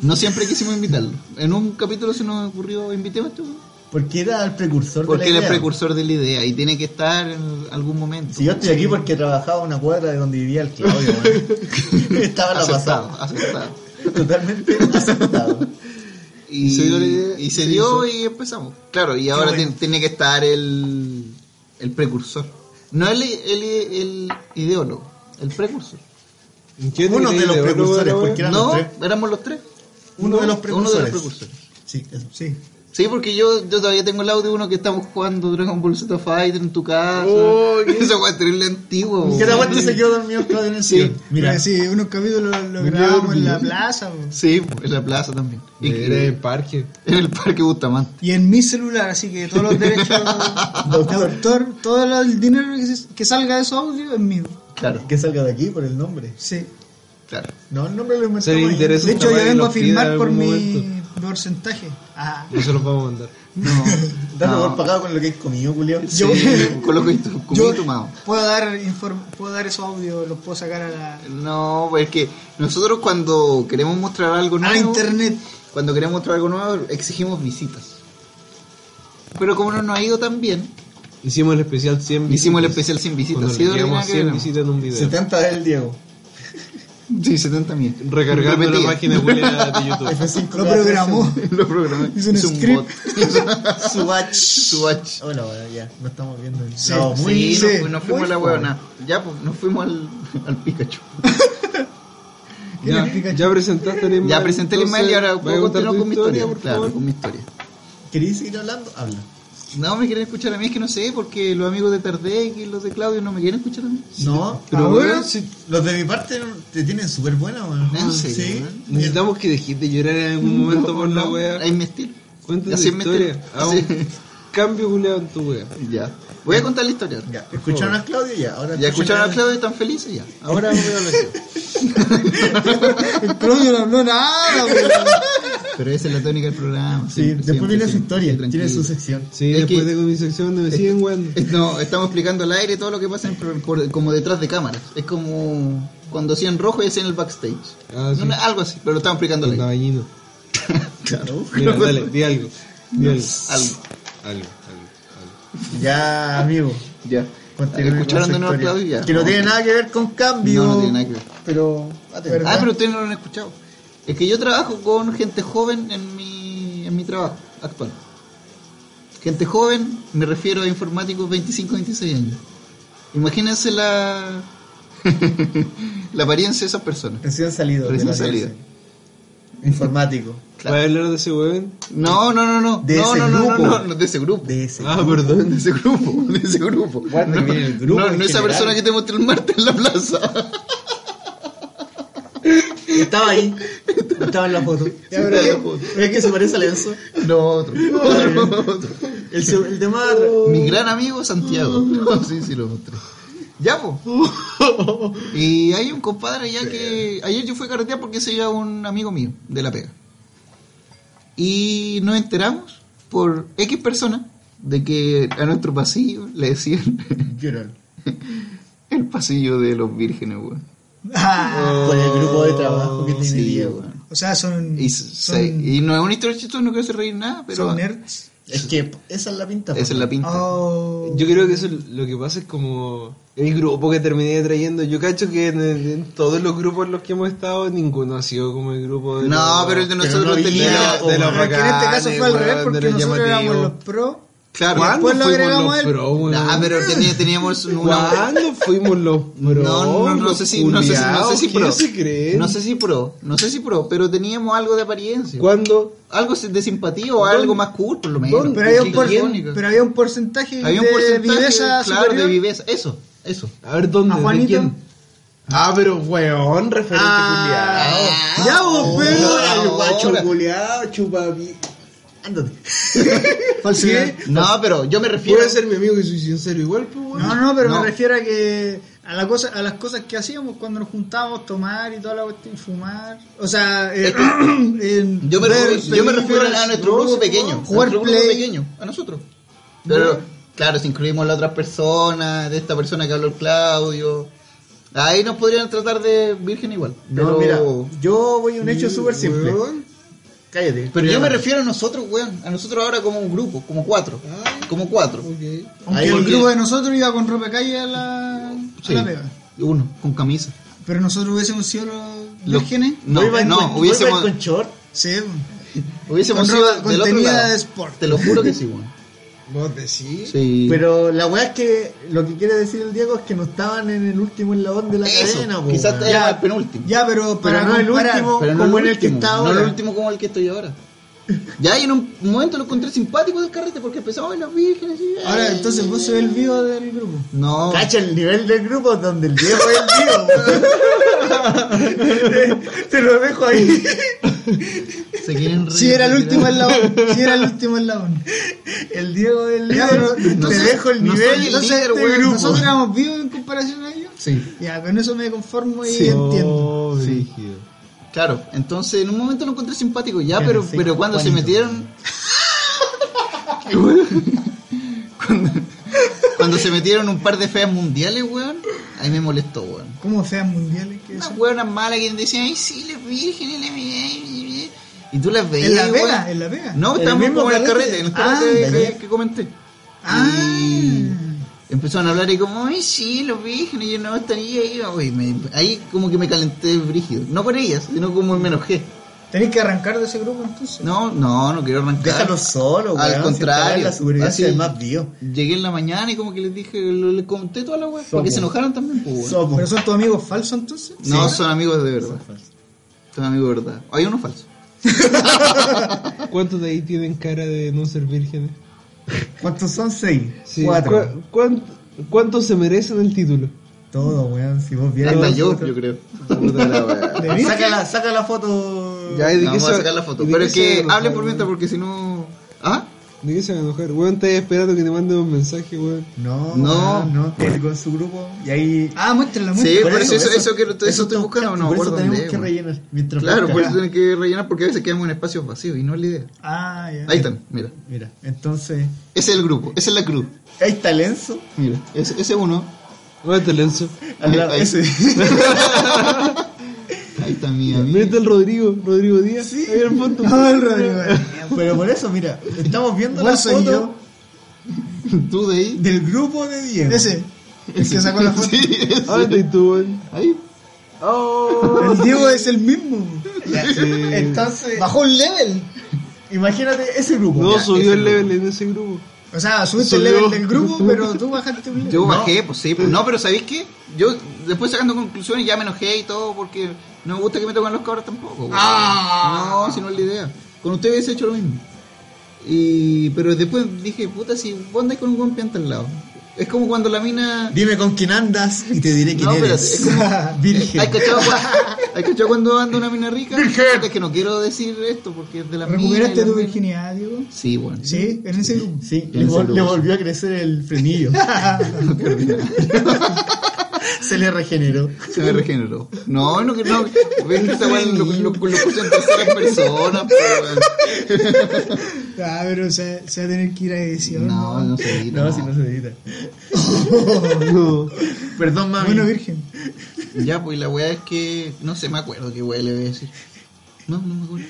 [SPEAKER 2] no siempre quisimos invitarlo. En un capítulo se nos ocurrió invitemos a este weón.
[SPEAKER 3] Porque era el precursor
[SPEAKER 2] Porque
[SPEAKER 3] de
[SPEAKER 2] él
[SPEAKER 3] la
[SPEAKER 2] es
[SPEAKER 3] idea.
[SPEAKER 2] precursor de la idea y tiene que estar en algún momento.
[SPEAKER 3] Si yo estoy aquí porque trabajaba a una cuadra de donde vivía el [laughs] Claudio, weón. [laughs] Estaba la
[SPEAKER 2] aceptado,
[SPEAKER 3] pasada.
[SPEAKER 2] aceptado.
[SPEAKER 3] Totalmente aceptado.
[SPEAKER 2] Y
[SPEAKER 4] Se
[SPEAKER 2] se dio,
[SPEAKER 4] dio la idea,
[SPEAKER 2] y, se
[SPEAKER 4] se
[SPEAKER 2] dio
[SPEAKER 4] hizo.
[SPEAKER 2] y empezamos. Claro, y ahora
[SPEAKER 1] bueno.
[SPEAKER 2] tien- tiene que estar el, el precursor. No el, el, el ideólogo, el precursor.
[SPEAKER 4] ¿Quién
[SPEAKER 3] Uno de
[SPEAKER 4] creí
[SPEAKER 3] los
[SPEAKER 4] otro,
[SPEAKER 3] precursores,
[SPEAKER 4] weón?
[SPEAKER 3] porque- Eran
[SPEAKER 2] no,
[SPEAKER 3] los tres.
[SPEAKER 2] éramos los tres.
[SPEAKER 3] [laughs] Uno
[SPEAKER 2] Uno de
[SPEAKER 3] de los
[SPEAKER 2] los
[SPEAKER 3] precursores.
[SPEAKER 2] precursores.
[SPEAKER 3] Sí, eso.
[SPEAKER 1] Sí.
[SPEAKER 2] Sí, porque yo, yo todavía tengo el audio de uno que estamos jugando Dragon Ball Z Fighter en tu casa.
[SPEAKER 4] Oh,
[SPEAKER 2] [laughs]
[SPEAKER 4] qué-
[SPEAKER 2] Esa weá es terrible antiguo.
[SPEAKER 3] Que te aguante se quedó dormido Claudio en el
[SPEAKER 2] Sí.
[SPEAKER 3] sillón. Mira,
[SPEAKER 1] Pero sí, unos capítulos lo, lo grabamos en la plaza. po.
[SPEAKER 2] Sí, en la plaza también. Y-
[SPEAKER 4] Era en el parque.
[SPEAKER 2] En el parque Bustamante.
[SPEAKER 1] Y en mi celular, así que todos los derechos de autor, todo lo- el dinero que, se- que salga de esos audios es mío.
[SPEAKER 2] Claro,
[SPEAKER 3] que salga de aquí por el nombre.
[SPEAKER 1] Sí.
[SPEAKER 2] claro.
[SPEAKER 3] No, el nombre lo inventamos.
[SPEAKER 4] Sería
[SPEAKER 3] ahí.
[SPEAKER 4] interesante.
[SPEAKER 1] De hecho, yo
[SPEAKER 4] Ojalá
[SPEAKER 1] vengo a
[SPEAKER 4] los pida
[SPEAKER 1] firmar
[SPEAKER 4] en
[SPEAKER 1] por
[SPEAKER 4] algún
[SPEAKER 1] mi
[SPEAKER 4] momento.
[SPEAKER 1] porcentaje. Ah,
[SPEAKER 4] No se los vamos a mandar.
[SPEAKER 2] [laughs] No.
[SPEAKER 3] Dale
[SPEAKER 2] no.
[SPEAKER 3] por pagado con lo que has comido, Julio.
[SPEAKER 1] Yo-
[SPEAKER 2] Sí, coloco y tu- comí
[SPEAKER 1] yo
[SPEAKER 2] y tu mao.
[SPEAKER 1] puedo dar, inform- puedo dar esos audios, los puedo sacar a la,
[SPEAKER 2] No, pues es que nosotros cuando queremos mostrar algo
[SPEAKER 1] a la
[SPEAKER 2] nuevo,
[SPEAKER 1] Ah, internet.
[SPEAKER 2] cuando queremos mostrar algo nuevo, exigimos visitas. Pero como no nos ha ido tan bien,
[SPEAKER 4] Hicimos el especial 100 visitas.
[SPEAKER 2] hicimos el especial sin
[SPEAKER 4] Cuando
[SPEAKER 2] visitas.
[SPEAKER 4] le
[SPEAKER 2] ¿sí, Dorina,
[SPEAKER 4] llegamos
[SPEAKER 2] que
[SPEAKER 4] 100
[SPEAKER 2] éramos?
[SPEAKER 4] visitas en un video.
[SPEAKER 3] 70 del Diego.
[SPEAKER 2] Sí, 70 mil.
[SPEAKER 4] Recargando la
[SPEAKER 2] Repetía.
[SPEAKER 4] página [laughs] culera de
[SPEAKER 2] [laughs]
[SPEAKER 4] YouTube.
[SPEAKER 3] F5.
[SPEAKER 1] Lo programó.
[SPEAKER 2] Lo programé.
[SPEAKER 1] Hizo un
[SPEAKER 2] Hizo un
[SPEAKER 1] script.
[SPEAKER 2] bot. Su watch. Su watch.
[SPEAKER 3] Hola, bueno, ya. No estamos viendo el
[SPEAKER 1] Sí,
[SPEAKER 3] No, muy
[SPEAKER 2] Sí,
[SPEAKER 1] sí,
[SPEAKER 2] nos, nos fuimos
[SPEAKER 1] muy
[SPEAKER 2] a la
[SPEAKER 3] joven.
[SPEAKER 2] huevona. Ya, pues nos fuimos al, al Pikachu.
[SPEAKER 4] Ya, ya presentaste el Ismael.
[SPEAKER 2] Ya presenté el email y
[SPEAKER 4] entonces,
[SPEAKER 2] ahora
[SPEAKER 4] ¿vas a
[SPEAKER 2] puedo
[SPEAKER 4] contar
[SPEAKER 2] continuar
[SPEAKER 4] tu
[SPEAKER 2] con mi historia.
[SPEAKER 4] por
[SPEAKER 2] Claro,
[SPEAKER 4] favor?
[SPEAKER 2] con mi historia.
[SPEAKER 3] ¿Querís seguir hablando? Habla.
[SPEAKER 2] No me quieren escuchar a mí, es que no sé, porque los amigos de Tardec y los de Claudio no me quieren escuchar a mí.
[SPEAKER 3] No,
[SPEAKER 4] Pero,
[SPEAKER 3] ah,
[SPEAKER 4] weón,
[SPEAKER 3] weón,
[SPEAKER 4] si-
[SPEAKER 3] los de mi parte te tienen súper buena, weón.
[SPEAKER 2] Ah, ¿En
[SPEAKER 3] Sí.
[SPEAKER 2] serio,
[SPEAKER 4] Necesitamos que dejes de llorar en algún momento por la wea.
[SPEAKER 2] Ahí me estilo.
[SPEAKER 4] Cuéntanos
[SPEAKER 2] Así
[SPEAKER 4] tu
[SPEAKER 2] es mentira.
[SPEAKER 4] historia. Haz un cambio, culiado, en tu wea.
[SPEAKER 2] Ya. Voy a contar la historia.
[SPEAKER 3] Ya, escucharon a Claudio ya. Ahora
[SPEAKER 2] Ya escucharon a
[SPEAKER 3] escuchen
[SPEAKER 2] Claudio y están felices ya.
[SPEAKER 4] Ahora voy a hablar yo.
[SPEAKER 1] El Claudio no habló nada, weón.
[SPEAKER 2] Pero esa es la tónica del programa.
[SPEAKER 3] Sí,
[SPEAKER 2] siempre,
[SPEAKER 3] después
[SPEAKER 2] siempre,
[SPEAKER 3] viene su
[SPEAKER 2] siempre,
[SPEAKER 3] historia,
[SPEAKER 2] tranquilo.
[SPEAKER 3] tiene su sección.
[SPEAKER 4] Sí,
[SPEAKER 2] Es
[SPEAKER 4] después
[SPEAKER 2] que-
[SPEAKER 4] de mi sección donde me siguen weando.
[SPEAKER 2] Eh, No, estamos explicando al aire todo lo que pasa en pro- por- como detrás de cámaras. Es como cuando hacían rojo y hacían el backstage.
[SPEAKER 4] Ah, sí.
[SPEAKER 2] No, no, algo así, pero lo estamos explicando al
[SPEAKER 4] Con
[SPEAKER 2] aire.
[SPEAKER 4] Tabañino.
[SPEAKER 3] Claro.
[SPEAKER 4] Mira, dale, di algo. Di algo.
[SPEAKER 2] Algo.
[SPEAKER 4] Algo, algo, algo.
[SPEAKER 3] Ya, amigo.
[SPEAKER 2] Ya.
[SPEAKER 3] continúe con
[SPEAKER 2] ¿Escucharon
[SPEAKER 3] su
[SPEAKER 2] de nuevo a
[SPEAKER 3] historia.
[SPEAKER 2] Claudio? Ya.
[SPEAKER 3] Que no tiene nada que ver con cambio.
[SPEAKER 2] No, no tiene nada que ver.
[SPEAKER 3] Pero. ¿verdad?
[SPEAKER 2] Ah, pero ustedes no lo han escuchado. Es que yo trabajo con gente joven en mi, en mi trabajo actual. Gente joven, me refiero a informáticos 25-26 años. Imagínense la, [laughs] la apariencia de esas personas.
[SPEAKER 3] Recién salido. de
[SPEAKER 2] Recién
[SPEAKER 3] la
[SPEAKER 2] salido.
[SPEAKER 3] universidad. Informático.
[SPEAKER 2] Claro.
[SPEAKER 4] ¿Vas a hablar de ese weón?
[SPEAKER 2] No, no, no, no.
[SPEAKER 3] De
[SPEAKER 2] no,
[SPEAKER 3] ese
[SPEAKER 2] no, no,
[SPEAKER 3] grupo.
[SPEAKER 2] no, no, no, de ese grupo.
[SPEAKER 3] De ese.
[SPEAKER 4] Ah, perdón.
[SPEAKER 2] De ese grupo, de ese grupo.
[SPEAKER 3] Bueno,
[SPEAKER 2] no,
[SPEAKER 3] mira, el grupo
[SPEAKER 2] no,
[SPEAKER 3] en
[SPEAKER 2] no esa
[SPEAKER 3] general.
[SPEAKER 2] persona que te mostré el martes en la plaza.
[SPEAKER 3] Estaba ahí. Estaba en la
[SPEAKER 1] [laughs]
[SPEAKER 3] foto. Ya, pero
[SPEAKER 2] Estaba en la foto.
[SPEAKER 3] ¿Ves que se parece a Lenzo?
[SPEAKER 2] No, otro. Otro, otro.
[SPEAKER 3] El, se- el de Marra.
[SPEAKER 1] Oh.
[SPEAKER 2] Mi gran amigo Santiago. [laughs] No, sí, sí lo mostré. Ya, po. Y hay un compadre ya que. Ayer yo fui a carretear porque se iba un amigo mío de la pega. Y nos enteramos por X persona de que a nuestro pasillo le decían [laughs]
[SPEAKER 3] Llorón.
[SPEAKER 2] el pasillo de los vírgenes, weón.
[SPEAKER 1] Ah,
[SPEAKER 3] Por el grupo de trabajo que tiene
[SPEAKER 2] Sí,
[SPEAKER 3] Diego.
[SPEAKER 2] weón.
[SPEAKER 1] o sea, son.
[SPEAKER 2] Y,
[SPEAKER 1] son,
[SPEAKER 2] se- y no es una historia chistosa, no quiero hacer reír nada, pero
[SPEAKER 1] son
[SPEAKER 2] esa
[SPEAKER 1] nerds.
[SPEAKER 3] Es que esa es la pinta.
[SPEAKER 2] es la pinta.
[SPEAKER 1] Oh.
[SPEAKER 4] Yo creo que eso lo que pasa es como el grupo que terminé trayendo. Yo cacho que en, en todos los grupos en los que hemos estado, ninguno ha sido como el grupo de.
[SPEAKER 2] no, pero el de
[SPEAKER 3] pero
[SPEAKER 2] nosotros
[SPEAKER 3] no había-
[SPEAKER 2] tenía.
[SPEAKER 3] Mira,
[SPEAKER 4] de los
[SPEAKER 1] Pero es que en este caso
[SPEAKER 2] eh,
[SPEAKER 4] bacanes,
[SPEAKER 1] fue al
[SPEAKER 4] weón,
[SPEAKER 1] revés
[SPEAKER 4] de
[SPEAKER 1] porque
[SPEAKER 4] los
[SPEAKER 1] nosotros éramos
[SPEAKER 4] llamativos.
[SPEAKER 1] los pro.
[SPEAKER 2] Claro,
[SPEAKER 4] ¿Cuándo
[SPEAKER 1] Después lo
[SPEAKER 4] fuimos
[SPEAKER 1] agregamos
[SPEAKER 4] los
[SPEAKER 1] a él.
[SPEAKER 4] pro, weón?
[SPEAKER 2] Ah, pero tenía- teníamos una.
[SPEAKER 4] ¿Cuándo fuimos los
[SPEAKER 2] [laughs] No,
[SPEAKER 4] pro?
[SPEAKER 2] no, no sé si, no sé si, no sé si pro.
[SPEAKER 4] ¿Qué se cree?
[SPEAKER 2] No sé si pro, no sé si pro, pero teníamos algo de apariencia.
[SPEAKER 4] ¿Cuándo?
[SPEAKER 2] Algo de simpatía o
[SPEAKER 4] ¿Dónde?
[SPEAKER 2] algo más cool, por lo menos.
[SPEAKER 4] ¿Dónde?
[SPEAKER 1] Pero había, un
[SPEAKER 2] Qué
[SPEAKER 1] por-
[SPEAKER 2] icónica.
[SPEAKER 1] pero había un porcentaje
[SPEAKER 2] Había un
[SPEAKER 1] de
[SPEAKER 2] porcentaje,
[SPEAKER 1] viveza
[SPEAKER 2] claro,
[SPEAKER 1] superior.
[SPEAKER 2] de viveza. Eso, eso.
[SPEAKER 4] A ver, ¿dónde?
[SPEAKER 1] ¿A
[SPEAKER 4] ¿De
[SPEAKER 1] Juanito?
[SPEAKER 4] quién? Ah, pero weón, referente culiao.
[SPEAKER 1] Ya vos,
[SPEAKER 2] Ah.
[SPEAKER 1] pero.
[SPEAKER 2] Oh, Ahora,
[SPEAKER 3] el guacho
[SPEAKER 2] ahora.
[SPEAKER 3] culeado, chupa bien. Ándate.
[SPEAKER 2] Falsidad. No, pero yo me refiero.
[SPEAKER 4] Puede ser mi amigo que soy sincero igual, pues weón.
[SPEAKER 1] No, no, pero
[SPEAKER 2] No.
[SPEAKER 1] me refiero a que a, la cosa, a las cosas que hacíamos cuando nos juntábamos, tomar y toda la cuestión, fumar. O sea, eh, [coughs] eh,
[SPEAKER 2] Yo me,
[SPEAKER 1] ver
[SPEAKER 2] yo me refiero
[SPEAKER 1] películas,
[SPEAKER 2] a nuestro
[SPEAKER 1] no,
[SPEAKER 2] grupo
[SPEAKER 1] sí,
[SPEAKER 2] pequeño.
[SPEAKER 1] Jugar
[SPEAKER 2] a nuestro
[SPEAKER 1] play.
[SPEAKER 2] grupo pequeño, a nosotros. Pero, claro, si incluimos a la otra persona, de esta persona que habló el Claudio, ahí nos podrían tratar de virgen igual. pero,
[SPEAKER 3] No, mira, yo voy a un hecho súper simple. Cállate.
[SPEAKER 2] pero yo me refiero a nosotros, weón. A nosotros ahora como un grupo, como cuatro. Como cuatro.
[SPEAKER 1] Aunque
[SPEAKER 3] Ahí
[SPEAKER 1] el
[SPEAKER 3] porque-
[SPEAKER 1] grupo de nosotros iba con ropa calle a la,
[SPEAKER 2] Sí.
[SPEAKER 1] a la pega.
[SPEAKER 2] Uno, con camisa.
[SPEAKER 1] Pero nosotros hubiésemos sido los
[SPEAKER 2] Lo-
[SPEAKER 1] vírgenes.
[SPEAKER 2] No,
[SPEAKER 3] Voy a ir
[SPEAKER 2] no,
[SPEAKER 3] con- voy a ir
[SPEAKER 2] hubiésemos,
[SPEAKER 3] con short.
[SPEAKER 1] Sí.
[SPEAKER 2] hubiésemos
[SPEAKER 1] con
[SPEAKER 2] sido
[SPEAKER 1] ropa-
[SPEAKER 2] pues, del otro
[SPEAKER 1] contenida
[SPEAKER 2] lado.
[SPEAKER 1] de sport.
[SPEAKER 2] Te lo juro que sí, weón.
[SPEAKER 4] ¿Vos decís?
[SPEAKER 2] Sí.
[SPEAKER 3] Pero la weá es que lo que quiere decir el Diego es que no estaban en el último enlabón de la
[SPEAKER 2] Eso,
[SPEAKER 3] cadena, po,
[SPEAKER 2] quizás
[SPEAKER 3] weón.
[SPEAKER 2] te- Era el penúltimo.
[SPEAKER 1] Ya, pero para
[SPEAKER 3] no el
[SPEAKER 1] comparar-
[SPEAKER 3] último.
[SPEAKER 2] Pero no
[SPEAKER 3] como
[SPEAKER 2] el
[SPEAKER 3] en el que
[SPEAKER 2] último,
[SPEAKER 3] está
[SPEAKER 2] No
[SPEAKER 3] ahora.
[SPEAKER 2] el último como el que estoy ahora. Ya, y en un momento lo encontré simpático del carrete porque empezó, ay, las vírgenes. y-
[SPEAKER 1] Ahora, entonces vos sos el vivo del grupo.
[SPEAKER 2] No.
[SPEAKER 3] Cacha el nivel del grupo donde el Diego es el Diego. weón. te, [laughs] te lo dejo ahí.
[SPEAKER 2] Se quieren
[SPEAKER 1] Si era el último eslabón.
[SPEAKER 2] [laughs]
[SPEAKER 1] Si era el último eslabón.
[SPEAKER 3] El Diego es el
[SPEAKER 1] Ya,
[SPEAKER 3] Diego.
[SPEAKER 1] pero-
[SPEAKER 3] te
[SPEAKER 2] entonces-
[SPEAKER 3] dejo el
[SPEAKER 2] no
[SPEAKER 3] nivel
[SPEAKER 2] soy el
[SPEAKER 3] entonces,
[SPEAKER 2] líder,
[SPEAKER 3] este
[SPEAKER 2] weón,
[SPEAKER 3] grupo.
[SPEAKER 1] Nosotros éramos vivos en comparación a ellos.
[SPEAKER 2] Sí.
[SPEAKER 1] Ya, con eso me conformo y
[SPEAKER 4] Sí.
[SPEAKER 1] entiendo.
[SPEAKER 4] Oh,
[SPEAKER 2] Sí.
[SPEAKER 4] brígido.
[SPEAKER 2] Claro, entonces en un momento lo encontré simpático ya,
[SPEAKER 3] Claro,
[SPEAKER 2] pero,
[SPEAKER 3] sí,
[SPEAKER 2] pero cuando se
[SPEAKER 3] Juanito.
[SPEAKER 2] metieron. cuando, cuando se metieron un par de feas mundiales, weón, ahí me molestó, weón.
[SPEAKER 1] ¿Cómo feas mundiales que
[SPEAKER 2] Unas
[SPEAKER 1] son?
[SPEAKER 2] hueonas malas que decían, ay, sí, las vírgenes, las vírgenes. Y tú las veías.
[SPEAKER 1] En la
[SPEAKER 2] weón.
[SPEAKER 1] Vega, en la Vega.
[SPEAKER 2] No,
[SPEAKER 3] ¿El
[SPEAKER 2] estábamos
[SPEAKER 3] mismo
[SPEAKER 2] como en el
[SPEAKER 3] carrete?
[SPEAKER 2] carrete, en el
[SPEAKER 1] Ah,
[SPEAKER 2] carrete que-
[SPEAKER 3] ¿verdad?
[SPEAKER 2] que, comenté.
[SPEAKER 1] Ah.
[SPEAKER 2] Y empezaron a hablar y como, ay, sí, los vírgenes, yo no estaría ahí. Uy, me- ahí como que me calenté brígido. No por ellas, sino como me enojé.
[SPEAKER 1] Tenéis que arrancar de ese grupo entonces.
[SPEAKER 2] No, no, no quiero arrancar.
[SPEAKER 3] [laughs] Déjalo solo, weón.
[SPEAKER 2] Al
[SPEAKER 3] si
[SPEAKER 2] contrario,
[SPEAKER 3] esta es la seguridad
[SPEAKER 2] así-
[SPEAKER 3] es más vivo.
[SPEAKER 2] Llegué en la mañana y como que les dije, lo- les conté toda la weá. Porque
[SPEAKER 3] Somos.
[SPEAKER 2] se enojaron también, pues, weón.
[SPEAKER 3] Somos.
[SPEAKER 1] Pero son tus amigos falsos entonces.
[SPEAKER 2] No, son amigos de verdad. Tus amigos, ¿verdad? Hay uno falso.
[SPEAKER 4] ¿Cuántos de ahí tienen cara de no ser vírgenes?
[SPEAKER 3] ¿Cuántos son? Seis.
[SPEAKER 4] Sí,
[SPEAKER 3] Cuatro.
[SPEAKER 4] ¿cu- cuán- ¿Cuántos se merecen el título?
[SPEAKER 3] Todo, weón. Si vos vieras.
[SPEAKER 2] Hasta yo, yo creo.
[SPEAKER 4] Puta la wea.
[SPEAKER 2] [laughs]
[SPEAKER 3] ¿De virgen? Saca la, saca la foto.
[SPEAKER 4] Ya, ¿y de qué
[SPEAKER 2] Vamos
[SPEAKER 4] se-
[SPEAKER 2] a sacar la foto.
[SPEAKER 4] y de
[SPEAKER 2] Pero
[SPEAKER 4] qué
[SPEAKER 2] es
[SPEAKER 4] se
[SPEAKER 2] que
[SPEAKER 4] van a
[SPEAKER 2] hable
[SPEAKER 4] enojar,
[SPEAKER 2] por
[SPEAKER 4] weón?
[SPEAKER 2] mientras porque si no. ¿Ah?
[SPEAKER 4] ¿De qué se van a enojar? Weón, estás esperando que te manden un mensaje, weón.
[SPEAKER 3] No,
[SPEAKER 2] No.
[SPEAKER 3] no, no. Él con su grupo. Y ahí.
[SPEAKER 1] Ah, muéstrala,
[SPEAKER 2] Sí,
[SPEAKER 1] muéstrala.
[SPEAKER 2] por eso, eso, eso, que, eso estoy
[SPEAKER 3] tengo-
[SPEAKER 2] buscando, no me
[SPEAKER 3] por
[SPEAKER 2] acuerdo
[SPEAKER 3] eso tenemos
[SPEAKER 2] dónde,
[SPEAKER 3] que
[SPEAKER 2] weón.
[SPEAKER 3] rellenar. Mientras
[SPEAKER 2] Claro, pues, eh, por
[SPEAKER 3] busca.
[SPEAKER 2] eso tienen que rellenar porque a veces quedamos en espacios vacíos y no es la idea.
[SPEAKER 1] Ah, ya.
[SPEAKER 2] Ahí están, mira.
[SPEAKER 3] Mira, entonces.
[SPEAKER 2] Ese es el grupo, esa es la cruz.
[SPEAKER 3] Ahí está Lenzo.
[SPEAKER 2] Mira, ese, ese uno. [laughs]
[SPEAKER 4] Mete el Enzo.
[SPEAKER 3] Al lado,
[SPEAKER 2] Ahí.
[SPEAKER 3] ese.
[SPEAKER 2] [laughs] Ahí está mi amigo.
[SPEAKER 4] Mete el Rodrigo, Rodrigo Díaz.
[SPEAKER 3] Sí.
[SPEAKER 4] Ahí al
[SPEAKER 1] [laughs]
[SPEAKER 4] fondo.
[SPEAKER 1] No, el Rodrigo.
[SPEAKER 3] Pero por eso, mira, estamos viendo
[SPEAKER 1] ¿Cuál
[SPEAKER 3] la
[SPEAKER 1] soy
[SPEAKER 3] foto
[SPEAKER 1] yo?
[SPEAKER 2] Tú de ahí.
[SPEAKER 3] del grupo de Diego.
[SPEAKER 1] Ese. El que sacó la foto.
[SPEAKER 2] [laughs] Sí, ese.
[SPEAKER 4] Ahora estás tú, weón.
[SPEAKER 2] Ahí.
[SPEAKER 3] [laughs]
[SPEAKER 1] El Diego es el mismo.
[SPEAKER 3] Ya, Entonces,
[SPEAKER 1] Bajó un level.
[SPEAKER 3] imagínate ese grupo.
[SPEAKER 4] No,
[SPEAKER 3] Ya,
[SPEAKER 4] subió
[SPEAKER 3] ese
[SPEAKER 4] el
[SPEAKER 3] grupo.
[SPEAKER 4] level en ese grupo.
[SPEAKER 1] O sea, subiste el
[SPEAKER 4] Subió.
[SPEAKER 1] level del grupo, pero
[SPEAKER 2] [laughs]
[SPEAKER 1] tú bajaste un level.
[SPEAKER 2] Yo bajé, pues sí. pues. No, pero ¿sabéis qué? Yo después sacando conclusiones ya me enojé y todo porque no me gusta que me toquen los cabros tampoco. güey.
[SPEAKER 1] Ah.
[SPEAKER 2] No, si no es la idea. Con usted hubiese hecho lo mismo. Y, pero después dije, puta, si vos andás con un buen piante al lado. Es como cuando la mina...
[SPEAKER 3] Dime con quién andas y te diré quién
[SPEAKER 2] No, pero es
[SPEAKER 3] eres.
[SPEAKER 2] como-
[SPEAKER 3] [laughs] Virgen.
[SPEAKER 2] Hay cachado
[SPEAKER 1] [laughs]
[SPEAKER 2] cu- hay cachado cuando anda una mina rica. Es que no quiero decir esto porque es de la
[SPEAKER 1] ¿Recuperaste tu virginidad, Diego?
[SPEAKER 2] Sí, bueno.
[SPEAKER 1] Sí, en ese grupo.
[SPEAKER 3] Sí,
[SPEAKER 2] En
[SPEAKER 3] le,
[SPEAKER 2] ese
[SPEAKER 3] vol-
[SPEAKER 2] grupo.
[SPEAKER 3] le volvió a crecer el frenillo. Se le regeneró.
[SPEAKER 2] Se me regeneró. No, no, que
[SPEAKER 1] [laughs]
[SPEAKER 2] no. Ven que esa weá lo, lo, lo puse en tercera persona. pues, Pero,
[SPEAKER 1] Ah, pero se, se va a tener que ir a edición.
[SPEAKER 2] no, no sé.
[SPEAKER 3] No, si no se edita. Perdón, mami.
[SPEAKER 1] Bueno, virgen.
[SPEAKER 2] Ya, pues la weá es que. No sé, me acuerdo qué weá le voy a decir. No, no me acuerdo.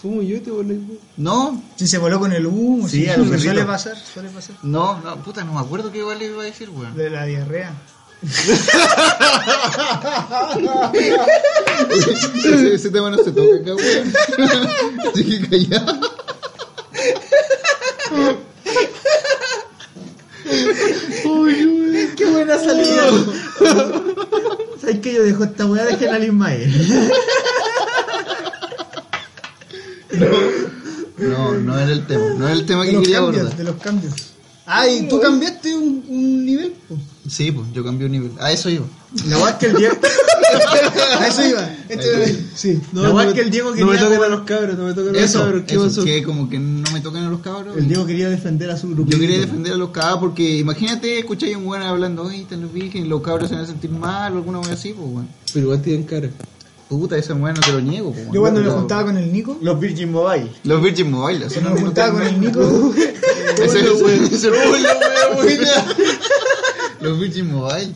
[SPEAKER 4] Fumo yo te volé, weón.
[SPEAKER 2] No,
[SPEAKER 1] Si se voló con el humo,
[SPEAKER 3] Sí,
[SPEAKER 1] sí,
[SPEAKER 3] a los
[SPEAKER 1] suele
[SPEAKER 3] perritos.
[SPEAKER 1] pasar, suele pasar.
[SPEAKER 2] no, no, puta, no me acuerdo qué weá le iba a decir, weón.
[SPEAKER 1] De la diarrea.
[SPEAKER 2] [laughs] Ese, ese tema no se toca acá, weón. [laughs] Así que callado.
[SPEAKER 3] Qué buena salida. ¿Sabes que yo dejo esta weá de General Ismael?
[SPEAKER 2] No, no era el tema. No era el tema
[SPEAKER 1] De
[SPEAKER 2] que
[SPEAKER 1] los
[SPEAKER 2] quería
[SPEAKER 1] cambios, de
[SPEAKER 2] abordar.
[SPEAKER 1] los cambios. Ah, y tú cambiaste un, un nivel, po.
[SPEAKER 2] Sí, pues yo cambié un nivel. A eso iba.
[SPEAKER 3] La weá es que el Diego.
[SPEAKER 1] A eso iba. Este, sí.
[SPEAKER 3] La weá
[SPEAKER 4] me-
[SPEAKER 3] Ah, es que el Diego
[SPEAKER 4] No me
[SPEAKER 3] quería-
[SPEAKER 4] toquen a los cabros, no me toquen a los
[SPEAKER 2] Eso,
[SPEAKER 4] cabros. ¿Qué
[SPEAKER 2] eso
[SPEAKER 4] pasó?
[SPEAKER 2] que como que no me tocan a los cabros.
[SPEAKER 3] El Diego quería defender a su grupo.
[SPEAKER 2] Yo quería defender a los cabros porque imagínate escuchar a un weón hablando, oye, están los virgen, los cabros se van a sentir mal o alguna weá así, pues weón.
[SPEAKER 4] Pero igual tienen cara.
[SPEAKER 2] Puta, esa weá no te lo niego, pues, weón.
[SPEAKER 1] Yo cuando me
[SPEAKER 2] Pero-
[SPEAKER 1] juntaba con el Nico,
[SPEAKER 3] Los Virgin Mobile.
[SPEAKER 2] Los Virgin Mobile, eso
[SPEAKER 1] cuando me
[SPEAKER 2] no-
[SPEAKER 1] juntaba con el Nico,
[SPEAKER 2] Ese es ese es- buena. [laughs] Los Virgin Mobile.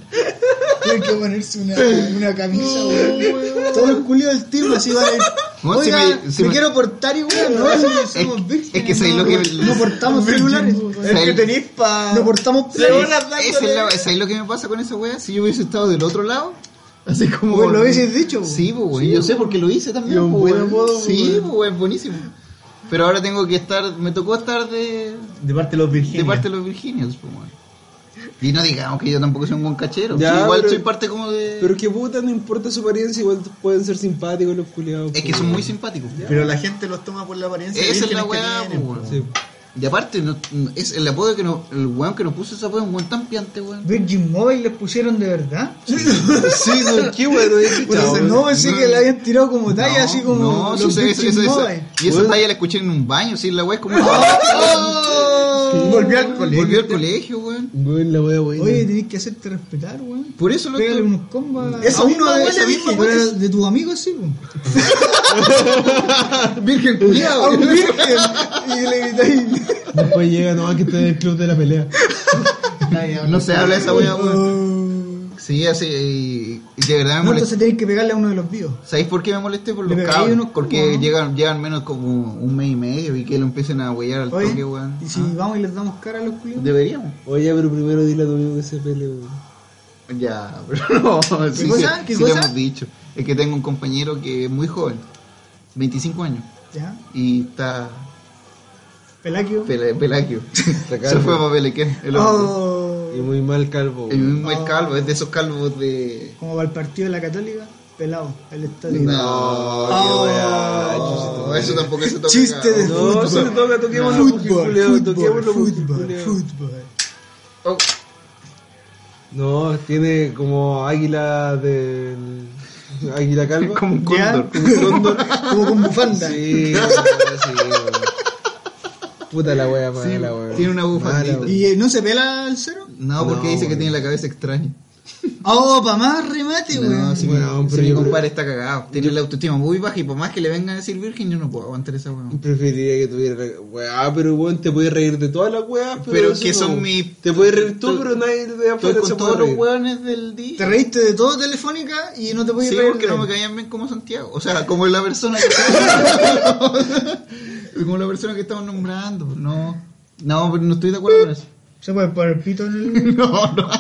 [SPEAKER 1] tienen que ponerse una, una camisa, weón. Todo el culio del tiro así va a ir.
[SPEAKER 2] Bueno, si
[SPEAKER 1] Oiga,
[SPEAKER 2] me- si
[SPEAKER 1] me,
[SPEAKER 2] me-
[SPEAKER 1] quiero portar igual, no, si somos
[SPEAKER 2] es
[SPEAKER 1] vírgenes,
[SPEAKER 2] que sabéis
[SPEAKER 1] no,
[SPEAKER 2] lo que-
[SPEAKER 1] no portamos
[SPEAKER 3] Virgin
[SPEAKER 1] celulares,
[SPEAKER 3] Mobile.
[SPEAKER 1] weón.
[SPEAKER 3] Es que
[SPEAKER 2] El-
[SPEAKER 3] tenéis pa.
[SPEAKER 1] no portamos
[SPEAKER 3] Se
[SPEAKER 1] celulares.
[SPEAKER 3] borra
[SPEAKER 2] Esa es la- ¿Sabes lo que me pasa con esa weá? Si yo hubiese estado del otro lado, así como.
[SPEAKER 1] Pues lo hubieses dicho, pues.
[SPEAKER 2] Sí, pues, weón. yo sé porque lo hice también.
[SPEAKER 4] Y un
[SPEAKER 2] pues,
[SPEAKER 4] buen
[SPEAKER 2] weón.
[SPEAKER 4] apodo, pues,
[SPEAKER 2] Sí,
[SPEAKER 4] weón.
[SPEAKER 2] pues, weón, buenísimo. Pero ahora tengo que estar. Me tocó estar de,
[SPEAKER 3] De parte de los Virgin.
[SPEAKER 2] de parte de los Virginios, pues, weón. Y no digamos que yo tampoco soy un buen cachero.
[SPEAKER 4] Ya,
[SPEAKER 2] Sí, igual
[SPEAKER 4] pero-
[SPEAKER 2] soy parte como de.
[SPEAKER 4] Pero que puta, no importa su apariencia, igual pueden ser simpáticos los culiados. pues.
[SPEAKER 2] es que son muy simpáticos.
[SPEAKER 3] Pero la gente los toma por la apariencia. de
[SPEAKER 2] Esa es
[SPEAKER 3] vírgenes
[SPEAKER 2] la
[SPEAKER 3] que
[SPEAKER 2] weá,
[SPEAKER 3] tienen,
[SPEAKER 2] pues,
[SPEAKER 3] po.
[SPEAKER 2] weón. Y aparte, no- es el apodo que nos, el weón que nos puso ese apodo es un weón tan piante, weón.
[SPEAKER 1] Virgin Mobile les pusieron de verdad.
[SPEAKER 4] Sí, son qué bueno. es
[SPEAKER 1] Puta,
[SPEAKER 4] chao,
[SPEAKER 1] no pensé
[SPEAKER 2] no.
[SPEAKER 1] que la habían tirado como talla,
[SPEAKER 2] No,
[SPEAKER 1] así como
[SPEAKER 2] no, sí,
[SPEAKER 1] los
[SPEAKER 2] esa- esa-
[SPEAKER 1] Virgin
[SPEAKER 2] esa- esa-
[SPEAKER 1] Mobile.
[SPEAKER 2] y esa talla la escuché en un baño, sí, la weá
[SPEAKER 1] [laughs]
[SPEAKER 2] es como. ¡Oh!
[SPEAKER 3] Volvió al colegio.
[SPEAKER 2] Volvió al colegio, weón.
[SPEAKER 4] Bueno, la wea buena.
[SPEAKER 1] Oye, tenés que hacerte respetar, weón.
[SPEAKER 2] Por eso lo
[SPEAKER 1] Pégale
[SPEAKER 2] estoy.
[SPEAKER 1] unos combos.
[SPEAKER 3] Esa
[SPEAKER 1] a
[SPEAKER 3] misma
[SPEAKER 1] uno de,
[SPEAKER 3] huele
[SPEAKER 1] esa misma
[SPEAKER 3] virgen.
[SPEAKER 1] huele de tus amigos, sí, weón.
[SPEAKER 2] Virgen [laughs] culiao.
[SPEAKER 1] [laughs] A un virgen. Y le gritáis.
[SPEAKER 4] después llega nomás que está en el club de la pelea.
[SPEAKER 2] No se habla de esa weá, weón.
[SPEAKER 1] [laughs] No,
[SPEAKER 2] Sí, así. Y, y de verdad me molesté.
[SPEAKER 1] entonces tenés que pegarle a uno de los vivos.
[SPEAKER 2] ¿Sabéis por qué me molesté? Por los
[SPEAKER 1] Le pegáis
[SPEAKER 2] cabros.
[SPEAKER 1] unos
[SPEAKER 2] porque
[SPEAKER 1] combos, ¿no?
[SPEAKER 2] llegan, llegan menos como un mes y medio y que lo empiecen a huellar al
[SPEAKER 1] Oye,
[SPEAKER 2] toque, weón.
[SPEAKER 1] y si
[SPEAKER 2] Ah,
[SPEAKER 1] vamos y les damos cara a los culiados.
[SPEAKER 2] Deberíamos.
[SPEAKER 4] Oye, pero primero dile a tu amigo que se pelee, weón.
[SPEAKER 2] Ya, pero no. sí,
[SPEAKER 1] cosa?
[SPEAKER 2] sí,
[SPEAKER 1] ¿Qué
[SPEAKER 2] sí
[SPEAKER 1] cosa?
[SPEAKER 2] lo hemos dicho. Es que tengo un compañero que es muy joven, 25 años,
[SPEAKER 1] Ya,
[SPEAKER 2] y está
[SPEAKER 1] Pelagio.
[SPEAKER 2] pela-
[SPEAKER 1] [laughs]
[SPEAKER 2] Pelagio. Se fue para Pelequén. El hombre.
[SPEAKER 1] Oh,
[SPEAKER 4] Y muy mal calvo,
[SPEAKER 2] Es
[SPEAKER 4] weón.
[SPEAKER 2] un mal calvo, es de esos calvos de.
[SPEAKER 1] como para el partido de la Católica. pelado el estadio.
[SPEAKER 2] No,
[SPEAKER 1] Oh.
[SPEAKER 2] qué weá. No, eso tampoco se toca.
[SPEAKER 1] Chiste de
[SPEAKER 4] No,
[SPEAKER 1] fútbol.
[SPEAKER 4] se toca, toquemos
[SPEAKER 1] No.
[SPEAKER 4] lo
[SPEAKER 1] fútbol,
[SPEAKER 4] culiao,
[SPEAKER 1] fútbol,
[SPEAKER 4] toquemos lo
[SPEAKER 1] fútbol,
[SPEAKER 4] culiao.
[SPEAKER 1] fútbol.
[SPEAKER 2] Oh,
[SPEAKER 4] No, tiene como águila del. Águila calva.
[SPEAKER 2] como un
[SPEAKER 1] ¿Ya?
[SPEAKER 2] cóndor.
[SPEAKER 1] Como con bufanda.
[SPEAKER 2] [laughs]
[SPEAKER 4] Sí, weón, sí, weón. Puta la wea mala,
[SPEAKER 2] Sí,
[SPEAKER 4] weón.
[SPEAKER 2] tiene una bufandita.
[SPEAKER 4] Mala, weón.
[SPEAKER 1] ¿Y eh, no se pela el cero?
[SPEAKER 2] No, porque
[SPEAKER 4] No,
[SPEAKER 2] dice que
[SPEAKER 4] bueno.
[SPEAKER 2] tiene la cabeza extraña.
[SPEAKER 1] Oh, para más remate,
[SPEAKER 2] No,
[SPEAKER 1] weón.
[SPEAKER 2] si,
[SPEAKER 4] Bueno,
[SPEAKER 2] mi, si
[SPEAKER 4] pero
[SPEAKER 2] mi
[SPEAKER 4] yo creo-
[SPEAKER 2] compadre está cagado. Tiene la autoestima muy baja y por más que le vengan a decir virgen, yo no puedo aguantar esa weá.
[SPEAKER 4] Preferiría que tuviera. Weá, pero weón, te puedes reír de todas las weas. Pero,
[SPEAKER 2] Pero
[SPEAKER 4] eso
[SPEAKER 2] que
[SPEAKER 4] no.
[SPEAKER 2] son mis-
[SPEAKER 4] Te puedes reír tú,
[SPEAKER 2] Estoy-
[SPEAKER 4] pero nadie de
[SPEAKER 2] Estoy
[SPEAKER 4] afuera se
[SPEAKER 2] con
[SPEAKER 4] puede
[SPEAKER 2] todos los
[SPEAKER 4] reír.
[SPEAKER 2] weones del día.
[SPEAKER 1] Te reíste de todo Telefónica y no te podías
[SPEAKER 2] Sí,
[SPEAKER 1] reír
[SPEAKER 2] porque
[SPEAKER 1] de
[SPEAKER 2] no me
[SPEAKER 1] él.
[SPEAKER 2] caían bien como Santiago. O sea, como la persona que [laughs] Como la persona que estamos nombrando. No, no, pero no estoy de acuerdo con eso.
[SPEAKER 1] Se puede poner el pito en el...
[SPEAKER 2] No, no.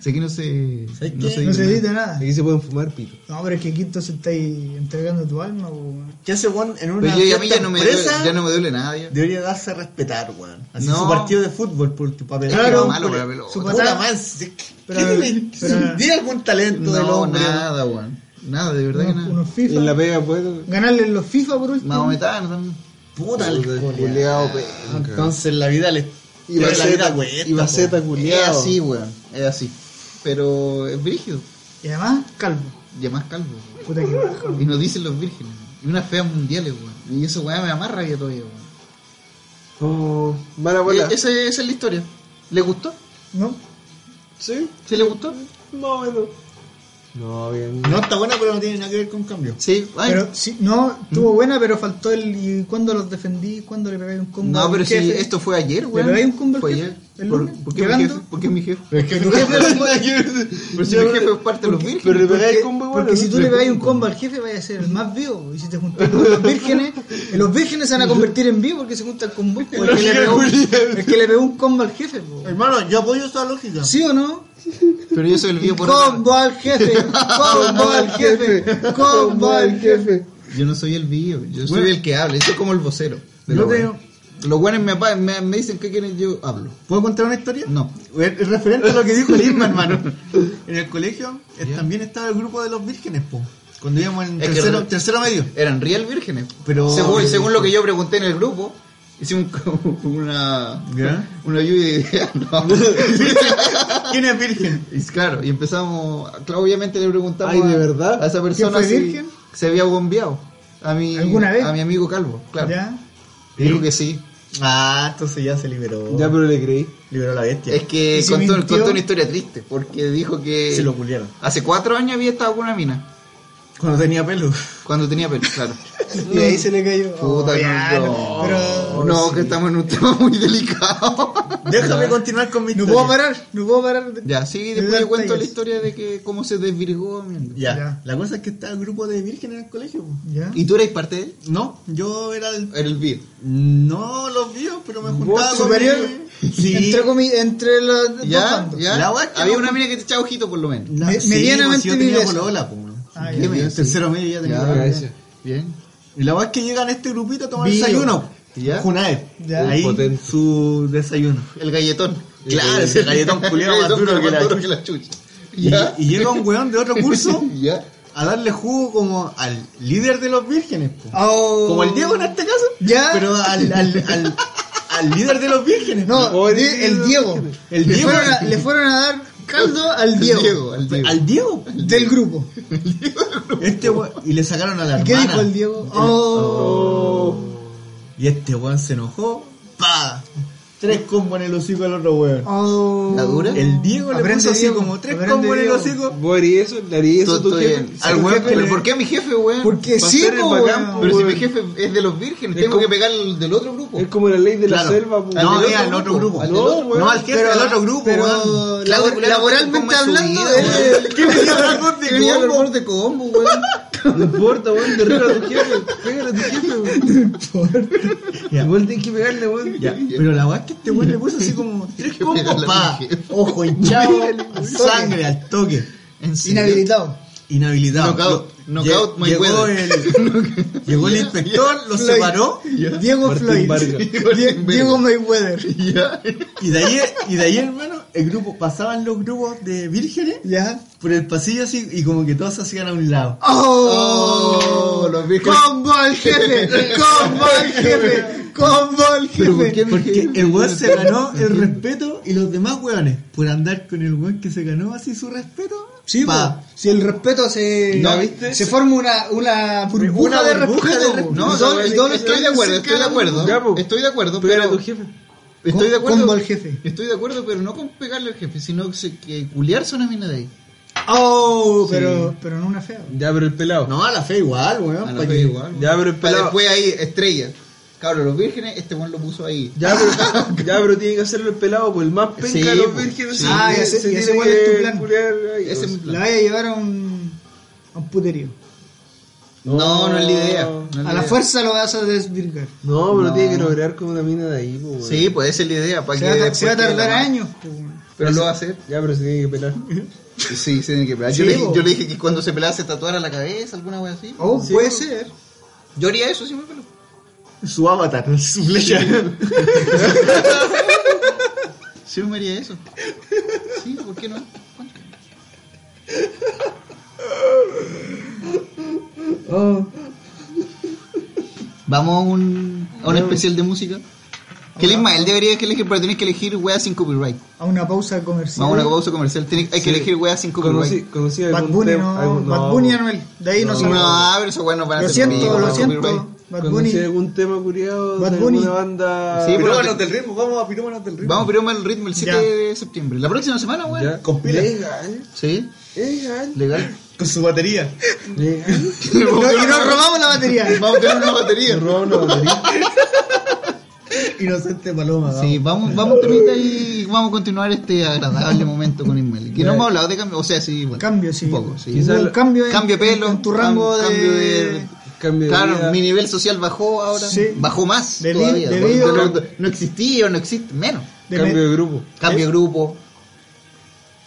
[SPEAKER 2] Sé que no se. [laughs]
[SPEAKER 1] ¿Sabes
[SPEAKER 2] No
[SPEAKER 1] qué?
[SPEAKER 2] se
[SPEAKER 1] No
[SPEAKER 2] dice
[SPEAKER 1] se
[SPEAKER 2] nada.
[SPEAKER 1] edita nada.
[SPEAKER 4] Aquí se pueden fumar, pito.
[SPEAKER 1] No, pero es que aquí entonces estáis entregando tu alma, weón.
[SPEAKER 3] ¿Qué hace Juan en una
[SPEAKER 2] Pero yo, y a mí
[SPEAKER 3] fiesta
[SPEAKER 2] ya no me duele,
[SPEAKER 3] empresa?
[SPEAKER 2] ya no me duele nada. ya.
[SPEAKER 3] Debería darse a respetar, weón. Así
[SPEAKER 2] No.
[SPEAKER 3] su partido de fútbol por tu papel.
[SPEAKER 1] Claro,
[SPEAKER 2] Qué malo,
[SPEAKER 1] por-
[SPEAKER 2] la pelota.
[SPEAKER 1] su
[SPEAKER 3] Puta
[SPEAKER 1] patada.
[SPEAKER 3] más. ¿Qué
[SPEAKER 1] Pero-
[SPEAKER 3] le-
[SPEAKER 1] pero-
[SPEAKER 3] di algún talento del
[SPEAKER 2] No,
[SPEAKER 3] hombre?
[SPEAKER 2] nada, weón. Nada, de verdad que
[SPEAKER 1] Unos,
[SPEAKER 2] nada.
[SPEAKER 1] unos FIFA.
[SPEAKER 4] En la pega, pues, puedo.
[SPEAKER 1] Ganarle los FIFA por último.
[SPEAKER 2] Mahometano también.
[SPEAKER 3] Puta el culiao.
[SPEAKER 4] Culeado, pe.
[SPEAKER 3] Entonces la vida le.
[SPEAKER 4] Y
[SPEAKER 3] la vida
[SPEAKER 4] Baceta,
[SPEAKER 3] cuesta,
[SPEAKER 4] y Baceta,
[SPEAKER 2] pues. Es
[SPEAKER 3] po.
[SPEAKER 4] culeado.
[SPEAKER 2] así, weón. Es así. Pero es brígido.
[SPEAKER 1] Y además, calvo.
[SPEAKER 2] Y más calvo. weón.
[SPEAKER 1] Puta que baja, weón.
[SPEAKER 2] Y nos dicen los vírgenes. Y unas feas mundiales, weón. Y eso, weón, me da más rabia todavía, weón.
[SPEAKER 4] Oh, mala bola.
[SPEAKER 2] Eh, Esa, esa es la historia. ¿Le gustó?
[SPEAKER 1] ¿No?
[SPEAKER 4] Sí,
[SPEAKER 2] ¿Sí le gustó?
[SPEAKER 4] más o menos. No, bien.
[SPEAKER 3] No está buena, pero no tiene nada que ver con cambio.
[SPEAKER 2] Sí. Ay, ¿Mm?
[SPEAKER 1] Pero sí, no, estuvo buena, pero faltó el. ¿Y cuándo los defendí? ¿Cuándo le pegáis un combo?
[SPEAKER 2] no,
[SPEAKER 1] al
[SPEAKER 2] pero este si
[SPEAKER 1] jefe?
[SPEAKER 2] esto fue ayer, weón.
[SPEAKER 1] pegáis un combo al
[SPEAKER 2] Fue
[SPEAKER 1] jefe?
[SPEAKER 2] ayer.
[SPEAKER 1] ¿El
[SPEAKER 2] ¿Por,
[SPEAKER 1] lunes?
[SPEAKER 2] por qué mi
[SPEAKER 1] ¿Llegando?
[SPEAKER 2] jefe? ¿Por qué mi jefe?
[SPEAKER 3] [laughs] Pero es que tu jefe no tiene nada que ver.
[SPEAKER 2] Pero si mi jefe es parte de los vírgenes.
[SPEAKER 4] Pero le pegáis
[SPEAKER 1] Porque-
[SPEAKER 4] el combo igual.
[SPEAKER 1] Porque si tú le
[SPEAKER 4] pegas [laughs]
[SPEAKER 1] pegáis un combo al jefe, vaya a ser el más vivo. Y si te juntas con los vírgenes, eh, los vírgenes se van a convertir en vivo porque se juntan con vos. po. El que le pegó, el que le pegó un combo al jefe, po.
[SPEAKER 3] Hermano, yo apoyo esa lógica.
[SPEAKER 1] ¿Sí o no?
[SPEAKER 2] Pero yo soy el vivo por
[SPEAKER 1] Combo al jefe, combo al jefe, combo al jefe.
[SPEAKER 2] Yo no soy el vivo, yo soy el que habla. Eso es como el vocero. de
[SPEAKER 3] Yo
[SPEAKER 2] la
[SPEAKER 3] creo-
[SPEAKER 2] weá. Los weones me, pa- me, me dicen qué quieren, yo hablo.
[SPEAKER 3] ¿Puedo contar una historia?
[SPEAKER 2] No.
[SPEAKER 3] Es es referente a lo que dijo Lima, [laughs] hermano. En el colegio eh, también estaba el grupo de los vírgenes, po. Cuando íbamos en
[SPEAKER 2] Es que
[SPEAKER 3] tercero,
[SPEAKER 2] re-
[SPEAKER 3] tercero medio.
[SPEAKER 2] Eran real vírgenes.
[SPEAKER 3] Pero-
[SPEAKER 2] Según, según lo que yo pregunté en el grupo, hicimos [laughs] como una.
[SPEAKER 3] ¿Ya?
[SPEAKER 2] Una lluvia de ideas.
[SPEAKER 1] [laughs]
[SPEAKER 2] No.
[SPEAKER 3] ¿Quién es virgen?
[SPEAKER 2] Y claro, y empezamos, claro, obviamente le preguntamos
[SPEAKER 4] Ay, ¿de
[SPEAKER 2] a-
[SPEAKER 4] verdad?
[SPEAKER 2] a esa persona
[SPEAKER 1] fue
[SPEAKER 2] si
[SPEAKER 1] virgen?
[SPEAKER 2] se había bombeado. A mi,
[SPEAKER 1] ¿Alguna vez?
[SPEAKER 2] A mi amigo Calvo, claro.
[SPEAKER 1] ¿Ya?
[SPEAKER 2] Dijo que sí.
[SPEAKER 3] Ah, entonces ya se liberó.
[SPEAKER 4] Ya, pero le creí.
[SPEAKER 3] Liberó la bestia.
[SPEAKER 2] Es que
[SPEAKER 1] ¿Y si
[SPEAKER 2] contó,
[SPEAKER 1] mintió?
[SPEAKER 2] contó una historia triste, porque dijo que
[SPEAKER 3] Se lo culiaron.
[SPEAKER 2] hace cuatro años había estado con una mina,
[SPEAKER 3] Cuando tenía pelo.
[SPEAKER 2] cuando tenía pelo, claro.
[SPEAKER 1] Y ahí se le cayó.
[SPEAKER 2] Puta,
[SPEAKER 1] [laughs] Oh,
[SPEAKER 2] no,
[SPEAKER 1] ya,
[SPEAKER 2] no.
[SPEAKER 1] Pero
[SPEAKER 2] no, que estamos en un [laughs] tema muy delicado.
[SPEAKER 3] [laughs] Déjame continuar con mi
[SPEAKER 1] no
[SPEAKER 3] historia.
[SPEAKER 1] puedo parar, no puedo parar.
[SPEAKER 2] ya, sí, después
[SPEAKER 1] Dar
[SPEAKER 2] le cuento
[SPEAKER 1] tallas.
[SPEAKER 2] la historia de que cómo se desvirgó. mierda.
[SPEAKER 3] Ya.
[SPEAKER 1] Ya.
[SPEAKER 3] La cosa es que estaba el grupo de vírgenes en el colegio, po.
[SPEAKER 1] ¿Ya?
[SPEAKER 2] ¿Y tú eres parte de él?
[SPEAKER 3] No, yo era el...
[SPEAKER 2] Era el vivo.
[SPEAKER 3] No los vio, pero me juntaba con
[SPEAKER 1] superior?
[SPEAKER 3] mi- Sí.
[SPEAKER 1] Entre, comi- entre los dos
[SPEAKER 2] Ya,
[SPEAKER 1] bandos.
[SPEAKER 2] ya.
[SPEAKER 3] La weá es que
[SPEAKER 2] Había
[SPEAKER 3] no-
[SPEAKER 2] una mina que te echaba ojito por lo menos.
[SPEAKER 3] La-
[SPEAKER 1] Me-
[SPEAKER 3] sí,
[SPEAKER 1] medianamente
[SPEAKER 3] pues, si yo tenía
[SPEAKER 1] vive eso.
[SPEAKER 3] polola, po.
[SPEAKER 1] Ah,
[SPEAKER 3] ¿Qué
[SPEAKER 1] ya,
[SPEAKER 3] me
[SPEAKER 1] ya,
[SPEAKER 3] dices? Tercero medio ya tenía
[SPEAKER 2] Ya,
[SPEAKER 3] polola.
[SPEAKER 4] gracias.
[SPEAKER 2] Bien.
[SPEAKER 3] Y la verdad es que llegan a este grupito a tomar
[SPEAKER 1] Bio.
[SPEAKER 3] desayuno.
[SPEAKER 2] Ya.
[SPEAKER 3] Junae.
[SPEAKER 1] Ya.
[SPEAKER 3] Ahí
[SPEAKER 4] Potente.
[SPEAKER 3] su desayuno.
[SPEAKER 2] El galletón.
[SPEAKER 3] Claro, ese
[SPEAKER 2] [laughs]
[SPEAKER 3] galletón culiao más
[SPEAKER 2] galletón
[SPEAKER 3] duro que la
[SPEAKER 2] duro
[SPEAKER 3] chucha.
[SPEAKER 2] chucha.
[SPEAKER 3] Y,
[SPEAKER 2] Ya.
[SPEAKER 3] y llega un weón de otro curso
[SPEAKER 2] [laughs] Ya.
[SPEAKER 3] a darle jugo como al líder de los vírgenes. po.
[SPEAKER 1] Oh.
[SPEAKER 3] Como el Diego en este caso.
[SPEAKER 1] Ya.
[SPEAKER 3] Pero al, al, al, al líder de los vírgenes.
[SPEAKER 1] No,
[SPEAKER 4] Oh, el
[SPEAKER 1] di- el Diego.
[SPEAKER 3] El
[SPEAKER 1] le,
[SPEAKER 3] Diego.
[SPEAKER 1] Fueron a, le fueron a dar caldo al
[SPEAKER 2] El
[SPEAKER 1] Diego,
[SPEAKER 2] Diego, el Diego.
[SPEAKER 3] Al Diego.
[SPEAKER 1] del grupo.
[SPEAKER 3] [laughs] Este weón- y le sacaron a la
[SPEAKER 1] ¿Y qué
[SPEAKER 3] hermana.
[SPEAKER 1] dijo el Diego? Oh.
[SPEAKER 3] Y este weón se enojó. pa Tres combos en el hocico al otro weón.
[SPEAKER 1] Oh.
[SPEAKER 2] ¿La dura?
[SPEAKER 3] El Diego le
[SPEAKER 1] Aprende,
[SPEAKER 3] puso así
[SPEAKER 1] Diego.
[SPEAKER 3] como tres
[SPEAKER 1] Aprende,
[SPEAKER 3] combos en el
[SPEAKER 1] Diego.
[SPEAKER 3] hocico.
[SPEAKER 4] Vos harías eso, le harías eso a tu
[SPEAKER 2] Todo
[SPEAKER 4] jefe.
[SPEAKER 2] bien.
[SPEAKER 4] Al
[SPEAKER 2] Al weón,
[SPEAKER 4] jefe
[SPEAKER 2] pero
[SPEAKER 4] le-
[SPEAKER 2] ¿por qué a mi jefe, weón?
[SPEAKER 1] Porque
[SPEAKER 4] Va a
[SPEAKER 1] sí,
[SPEAKER 4] ser el
[SPEAKER 1] po,
[SPEAKER 4] bacán,
[SPEAKER 1] weón.
[SPEAKER 4] po,
[SPEAKER 2] Pero si mi
[SPEAKER 4] weón.
[SPEAKER 2] jefe es de los vírgenes,
[SPEAKER 4] Es
[SPEAKER 2] tengo que
[SPEAKER 4] como-
[SPEAKER 2] pegar el del otro grupo.
[SPEAKER 4] Es como la ley de la
[SPEAKER 3] Claro.
[SPEAKER 4] selva. po.
[SPEAKER 3] No,
[SPEAKER 2] Al del
[SPEAKER 3] es al otro grupo.
[SPEAKER 2] Al del
[SPEAKER 4] No,
[SPEAKER 2] otro-
[SPEAKER 4] weón.
[SPEAKER 3] No, al jefe
[SPEAKER 1] Pero-
[SPEAKER 3] del otro grupo,
[SPEAKER 1] pero
[SPEAKER 3] weón.
[SPEAKER 1] labor-
[SPEAKER 2] Calculando cómo
[SPEAKER 1] laboralmente
[SPEAKER 2] es su
[SPEAKER 1] hablando,
[SPEAKER 2] vida,
[SPEAKER 1] él-
[SPEAKER 2] weón.
[SPEAKER 3] ¿Qué me dio la
[SPEAKER 2] [laughs]
[SPEAKER 3] voz de
[SPEAKER 2] Que venía
[SPEAKER 3] combo?
[SPEAKER 2] por de combo, weón.
[SPEAKER 4] No importa, weón, derriba a tu jefe. Pégale a tu jefe, weón.
[SPEAKER 3] Ya.
[SPEAKER 4] Igual tienes que pegarle,
[SPEAKER 2] [laughs]
[SPEAKER 4] weón.
[SPEAKER 3] Ya, Pero la weá es que este weón le puso así como tres combos,
[SPEAKER 2] pegarle a
[SPEAKER 3] pa.
[SPEAKER 2] mi jefe.
[SPEAKER 3] [laughs] Ojo hinchado, sangre al toque.
[SPEAKER 2] En serio.
[SPEAKER 1] Inhabilitado.
[SPEAKER 3] Inhabilitado.
[SPEAKER 2] Knockout,
[SPEAKER 3] Lo-
[SPEAKER 2] knockout,
[SPEAKER 3] lle- llegó
[SPEAKER 2] Mayweather. [laughs]
[SPEAKER 3] el, llegó el inspector, lo
[SPEAKER 1] Floyd.
[SPEAKER 3] separó
[SPEAKER 1] Diego
[SPEAKER 4] Martín
[SPEAKER 1] [laughs] Floyd.
[SPEAKER 4] Vargas.
[SPEAKER 1] Die- Diego Mayweather.
[SPEAKER 2] [laughs] Ya.
[SPEAKER 3] y de ahí, y de ahí hermano, el grupo, pasaban los grupos de vírgenes
[SPEAKER 1] ¿Ya?
[SPEAKER 3] por el pasillo así y como que todos se hacían a un lado.
[SPEAKER 1] ¡Oh!
[SPEAKER 2] Oh, los viejos.
[SPEAKER 1] ¡Combo al jefe!
[SPEAKER 2] [laughs]
[SPEAKER 1] ¡Combo al jefe! ¡Combo al
[SPEAKER 2] Pero ¿por
[SPEAKER 1] jefe!
[SPEAKER 2] qué?
[SPEAKER 3] Porque el weón se ganó el respeto y los demás weones, por andar con el weón que se ganó así su respeto,
[SPEAKER 1] Sí,
[SPEAKER 3] pa.
[SPEAKER 1] po. si el respeto se.
[SPEAKER 2] ¿No viste?
[SPEAKER 1] Se forma una, una burbuja
[SPEAKER 3] Una
[SPEAKER 1] de
[SPEAKER 3] burbuja
[SPEAKER 1] respeto.
[SPEAKER 3] de
[SPEAKER 1] po.
[SPEAKER 3] respeto.
[SPEAKER 2] No,
[SPEAKER 1] Son-
[SPEAKER 2] no,
[SPEAKER 1] y
[SPEAKER 2] no,
[SPEAKER 1] todos los
[SPEAKER 2] estoy
[SPEAKER 1] que
[SPEAKER 2] de acuerdo, estoy de
[SPEAKER 4] Ya,
[SPEAKER 2] acuerdo.
[SPEAKER 4] pues.
[SPEAKER 2] Estoy de acuerdo,
[SPEAKER 4] Tú eras
[SPEAKER 2] pero
[SPEAKER 4] tu jefe.
[SPEAKER 2] estoy de
[SPEAKER 1] Combo
[SPEAKER 2] acuerdo.
[SPEAKER 1] al jefe.
[SPEAKER 2] Estoy de acuerdo, pero no con pegarle al jefe, sino que se- que culiarse a una mina de ahí.
[SPEAKER 1] ¡Oh!
[SPEAKER 2] Sí.
[SPEAKER 1] Pero, pero no una fea. po.
[SPEAKER 4] Ya, pero el pelado.
[SPEAKER 3] No, a la fe igual, weón.
[SPEAKER 2] A la
[SPEAKER 3] pa'
[SPEAKER 2] fe
[SPEAKER 3] que-
[SPEAKER 2] igual.
[SPEAKER 4] Ya, pero el
[SPEAKER 2] Para
[SPEAKER 4] pelado.
[SPEAKER 2] después ahí, estrella. Cabrón, los vírgenes, este buen lo puso ahí.
[SPEAKER 4] Ya, pero, ya, pero tiene que hacerlo el pelado, pues el más penca
[SPEAKER 2] Sí,
[SPEAKER 4] de los
[SPEAKER 2] pues,
[SPEAKER 4] vírgenes.
[SPEAKER 2] sí.
[SPEAKER 4] se-
[SPEAKER 1] Ah, ya sé-
[SPEAKER 4] se
[SPEAKER 1] ya
[SPEAKER 4] tiene
[SPEAKER 1] sé cuál es tu
[SPEAKER 4] que
[SPEAKER 1] plan.
[SPEAKER 4] culiar ahí,
[SPEAKER 2] Ese
[SPEAKER 4] o
[SPEAKER 2] es mi
[SPEAKER 4] sea.
[SPEAKER 2] plan.
[SPEAKER 1] La vaya a llevar a un. a un puterío.
[SPEAKER 2] No, no es la idea. no es
[SPEAKER 1] a la
[SPEAKER 2] idea.
[SPEAKER 1] fuerza lo vas a desvirgar.
[SPEAKER 4] No, pero
[SPEAKER 2] No.
[SPEAKER 4] tiene que lograr con una mina de ahí, pues. weón.
[SPEAKER 2] Sí, pues esa es la idea. Para
[SPEAKER 1] Se
[SPEAKER 2] que
[SPEAKER 1] va, a-
[SPEAKER 2] después
[SPEAKER 1] se va a
[SPEAKER 2] quede la
[SPEAKER 1] tardar
[SPEAKER 2] mano.
[SPEAKER 1] años. po, weón.
[SPEAKER 2] Pero lo va a hacer.
[SPEAKER 4] Ya, pero se tiene que pelar.
[SPEAKER 2] Sí, se tiene que pelar. yo,
[SPEAKER 1] Sí,
[SPEAKER 2] le,
[SPEAKER 1] po.
[SPEAKER 2] yo le dije que cuando se pelaba se tatuara la cabeza, alguna wea así.
[SPEAKER 1] Oh,
[SPEAKER 4] Sí,
[SPEAKER 1] puede
[SPEAKER 4] po.
[SPEAKER 1] ser.
[SPEAKER 2] Yo haría eso, sí, me pelo.
[SPEAKER 3] Su avatar, [laughs] su flecha.
[SPEAKER 2] Sí, me haría eso. Sí, ¿por qué no? Vamos a un, a un especial de música. Que el Ismael debería que elegir, pero tienes que elegir weas sin copyright.
[SPEAKER 1] A una pausa comercial.
[SPEAKER 2] Vamos a una pausa comercial. Tienes- hay que
[SPEAKER 4] Sí.
[SPEAKER 2] elegir weas sin
[SPEAKER 4] Conocí,
[SPEAKER 2] copyright.
[SPEAKER 4] conocí
[SPEAKER 1] Bad
[SPEAKER 4] algún
[SPEAKER 1] Bunny
[SPEAKER 4] tema-
[SPEAKER 1] no,
[SPEAKER 4] algún-
[SPEAKER 1] Bad Bunny Anuel, de ahí no,
[SPEAKER 4] No.
[SPEAKER 1] se
[SPEAKER 2] No, pero esos weas no van a
[SPEAKER 1] Lo
[SPEAKER 2] ser
[SPEAKER 1] siento,
[SPEAKER 2] míos,
[SPEAKER 1] lo
[SPEAKER 2] no,
[SPEAKER 1] siento,
[SPEAKER 2] copyright.
[SPEAKER 1] Bad Bunny.
[SPEAKER 4] Conocí algún tema curiado
[SPEAKER 1] Bad
[SPEAKER 4] de
[SPEAKER 1] Bunny.
[SPEAKER 4] alguna banda.
[SPEAKER 2] Sí, pero-
[SPEAKER 3] Pirómanos del ritmo, vamos a pirómanos del ritmo.
[SPEAKER 2] Vamos primero el ritmo el 7
[SPEAKER 1] Ya.
[SPEAKER 2] de septiembre. La próxima semana, weón.
[SPEAKER 4] Ya.
[SPEAKER 3] Compila.
[SPEAKER 2] eh.
[SPEAKER 4] Legal,
[SPEAKER 2] Sí,
[SPEAKER 4] legal,
[SPEAKER 2] legal. [laughs]
[SPEAKER 3] Con su batería.
[SPEAKER 4] legal.
[SPEAKER 1] No, y nos robamos la batería.
[SPEAKER 2] Vamos a tener una batería.
[SPEAKER 4] Robo una batería.
[SPEAKER 3] [laughs] Inocente paloma. vamos.
[SPEAKER 2] Sí, vamos, vamos temita y vamos a continuar este agradable momento con Ismael. Que no hemos hablado de cambio, o sea, sí, bueno.
[SPEAKER 1] Cambio, sí.
[SPEAKER 2] Un poco, sí.
[SPEAKER 1] Hubo un cambio, en-
[SPEAKER 2] Cambio de pelo,
[SPEAKER 1] en tu rango
[SPEAKER 2] cam-
[SPEAKER 1] de,
[SPEAKER 2] cambio de-
[SPEAKER 4] Cambio de vida.
[SPEAKER 2] Claro, mi nivel social bajó ahora,
[SPEAKER 1] Sí.
[SPEAKER 2] bajó más
[SPEAKER 1] Debi-
[SPEAKER 2] todavía.
[SPEAKER 1] debido-
[SPEAKER 2] porque no, no existía o no existe, menos.
[SPEAKER 1] de me-
[SPEAKER 4] Cambio de grupo.
[SPEAKER 2] Cambio
[SPEAKER 1] ¿Eh?
[SPEAKER 2] de grupo.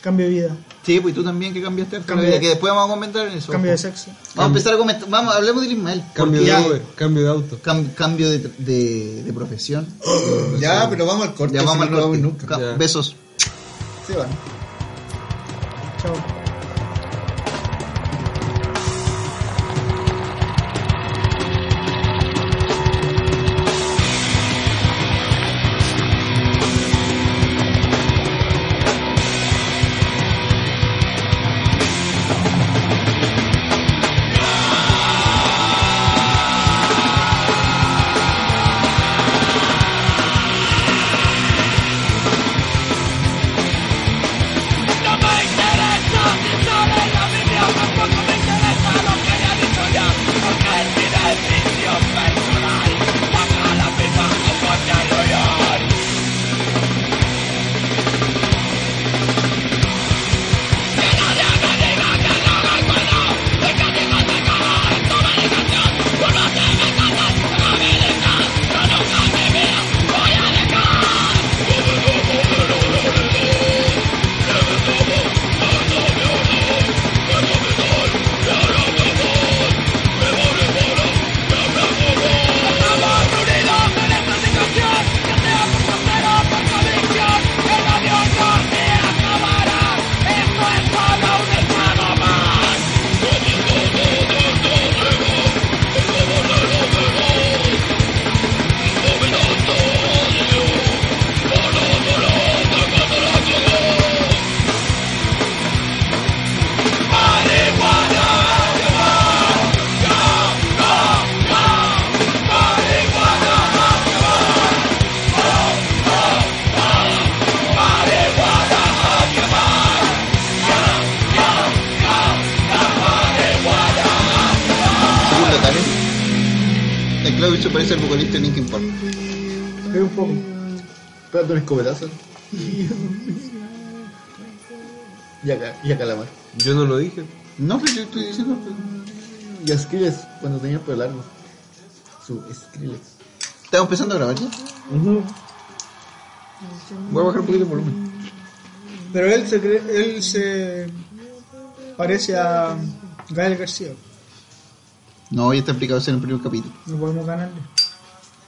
[SPEAKER 1] cambio de vida,
[SPEAKER 2] Sí, pues y tú también que cambiaste harto la
[SPEAKER 1] Cambio
[SPEAKER 2] vida,
[SPEAKER 1] de-
[SPEAKER 2] que después vamos a comentar en eso.
[SPEAKER 1] cambio de sexo.
[SPEAKER 2] Vamos a empezar a comentar, vamos, hablemos del Ismael. porque
[SPEAKER 4] Cambio de
[SPEAKER 2] ya-
[SPEAKER 4] Uber, cambio de auto.
[SPEAKER 2] cam- cambio de, de- de
[SPEAKER 1] [gasps]
[SPEAKER 2] profesión.
[SPEAKER 3] Ya, Ah, pero vamos al corte.
[SPEAKER 2] Ya vamos
[SPEAKER 3] si
[SPEAKER 2] al
[SPEAKER 3] no lo
[SPEAKER 2] corte.
[SPEAKER 3] vamos nunca.
[SPEAKER 2] Ca-
[SPEAKER 4] Ya.
[SPEAKER 2] Besos.
[SPEAKER 3] Se van.
[SPEAKER 1] Chao.
[SPEAKER 5] No me interesa, no le la Biblia, tampoco me interesa lo que haya dicho ya, porque es mi decisión personal, baja la firma o posterior. Que nadie me diga que no me acuerdo, y que diga que cada vez tu medicación, por lo que me tratas, no me dejas, no nunca en mi vida voy a dejar. Estamos reunidos en esta situación que te hace sincero por convicción que el odio no se acabará. Esto es solo un estado más.
[SPEAKER 2] Segunda tarde. El Claudio parece el vocalista de Linkin Park.
[SPEAKER 3] Ve un poco. Espérate un escopetazo. y acá, y acá la mano.
[SPEAKER 4] Yo no lo dije.
[SPEAKER 2] No, pero yo estoy diciendo. pues.
[SPEAKER 3] Y escribes cuando tenía pelo largo. Su Skrillex.
[SPEAKER 2] Estamos empezando a grabar ya. Voy a bajar un poquito el volumen.
[SPEAKER 1] Pero él se, cre- él se parece a Gael García.
[SPEAKER 2] No, ya está explicado eso en el primer capítulo.
[SPEAKER 1] No podemos ganarle.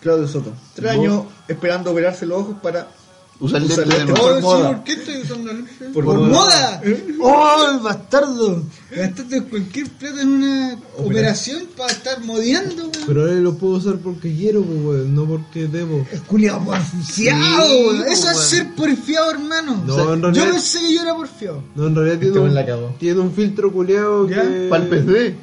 [SPEAKER 3] Claudio Soto. Tres años esperando operarse los ojos para
[SPEAKER 2] Usar lentes
[SPEAKER 3] Usar
[SPEAKER 2] de
[SPEAKER 3] lentes.
[SPEAKER 2] mejor
[SPEAKER 3] Oh, sí,
[SPEAKER 2] moda. ¿Eh?
[SPEAKER 6] ¿Por qué estoy usando lentes?
[SPEAKER 3] Por
[SPEAKER 1] ¡Por
[SPEAKER 3] moda.
[SPEAKER 1] moda! ¡Oh, el bastardo! Gastaste cualquier plata en una operación para estar modeando, weón.
[SPEAKER 4] Pero ahora lo puedo usar porque quiero, pues, weón, no porque debo.
[SPEAKER 1] El culiao porfiado,
[SPEAKER 2] Sí,
[SPEAKER 1] weón. Eso es
[SPEAKER 2] weón.
[SPEAKER 1] ser porfiado, hermano.
[SPEAKER 4] No,
[SPEAKER 1] O sea,
[SPEAKER 4] en realidad-
[SPEAKER 1] Yo pensé que yo era porfiado.
[SPEAKER 4] No, en realidad tiene
[SPEAKER 3] Este
[SPEAKER 4] un,
[SPEAKER 3] weón la cagó.
[SPEAKER 4] tiene un filtro culeado
[SPEAKER 1] Ya.
[SPEAKER 4] que...
[SPEAKER 2] Para el PC.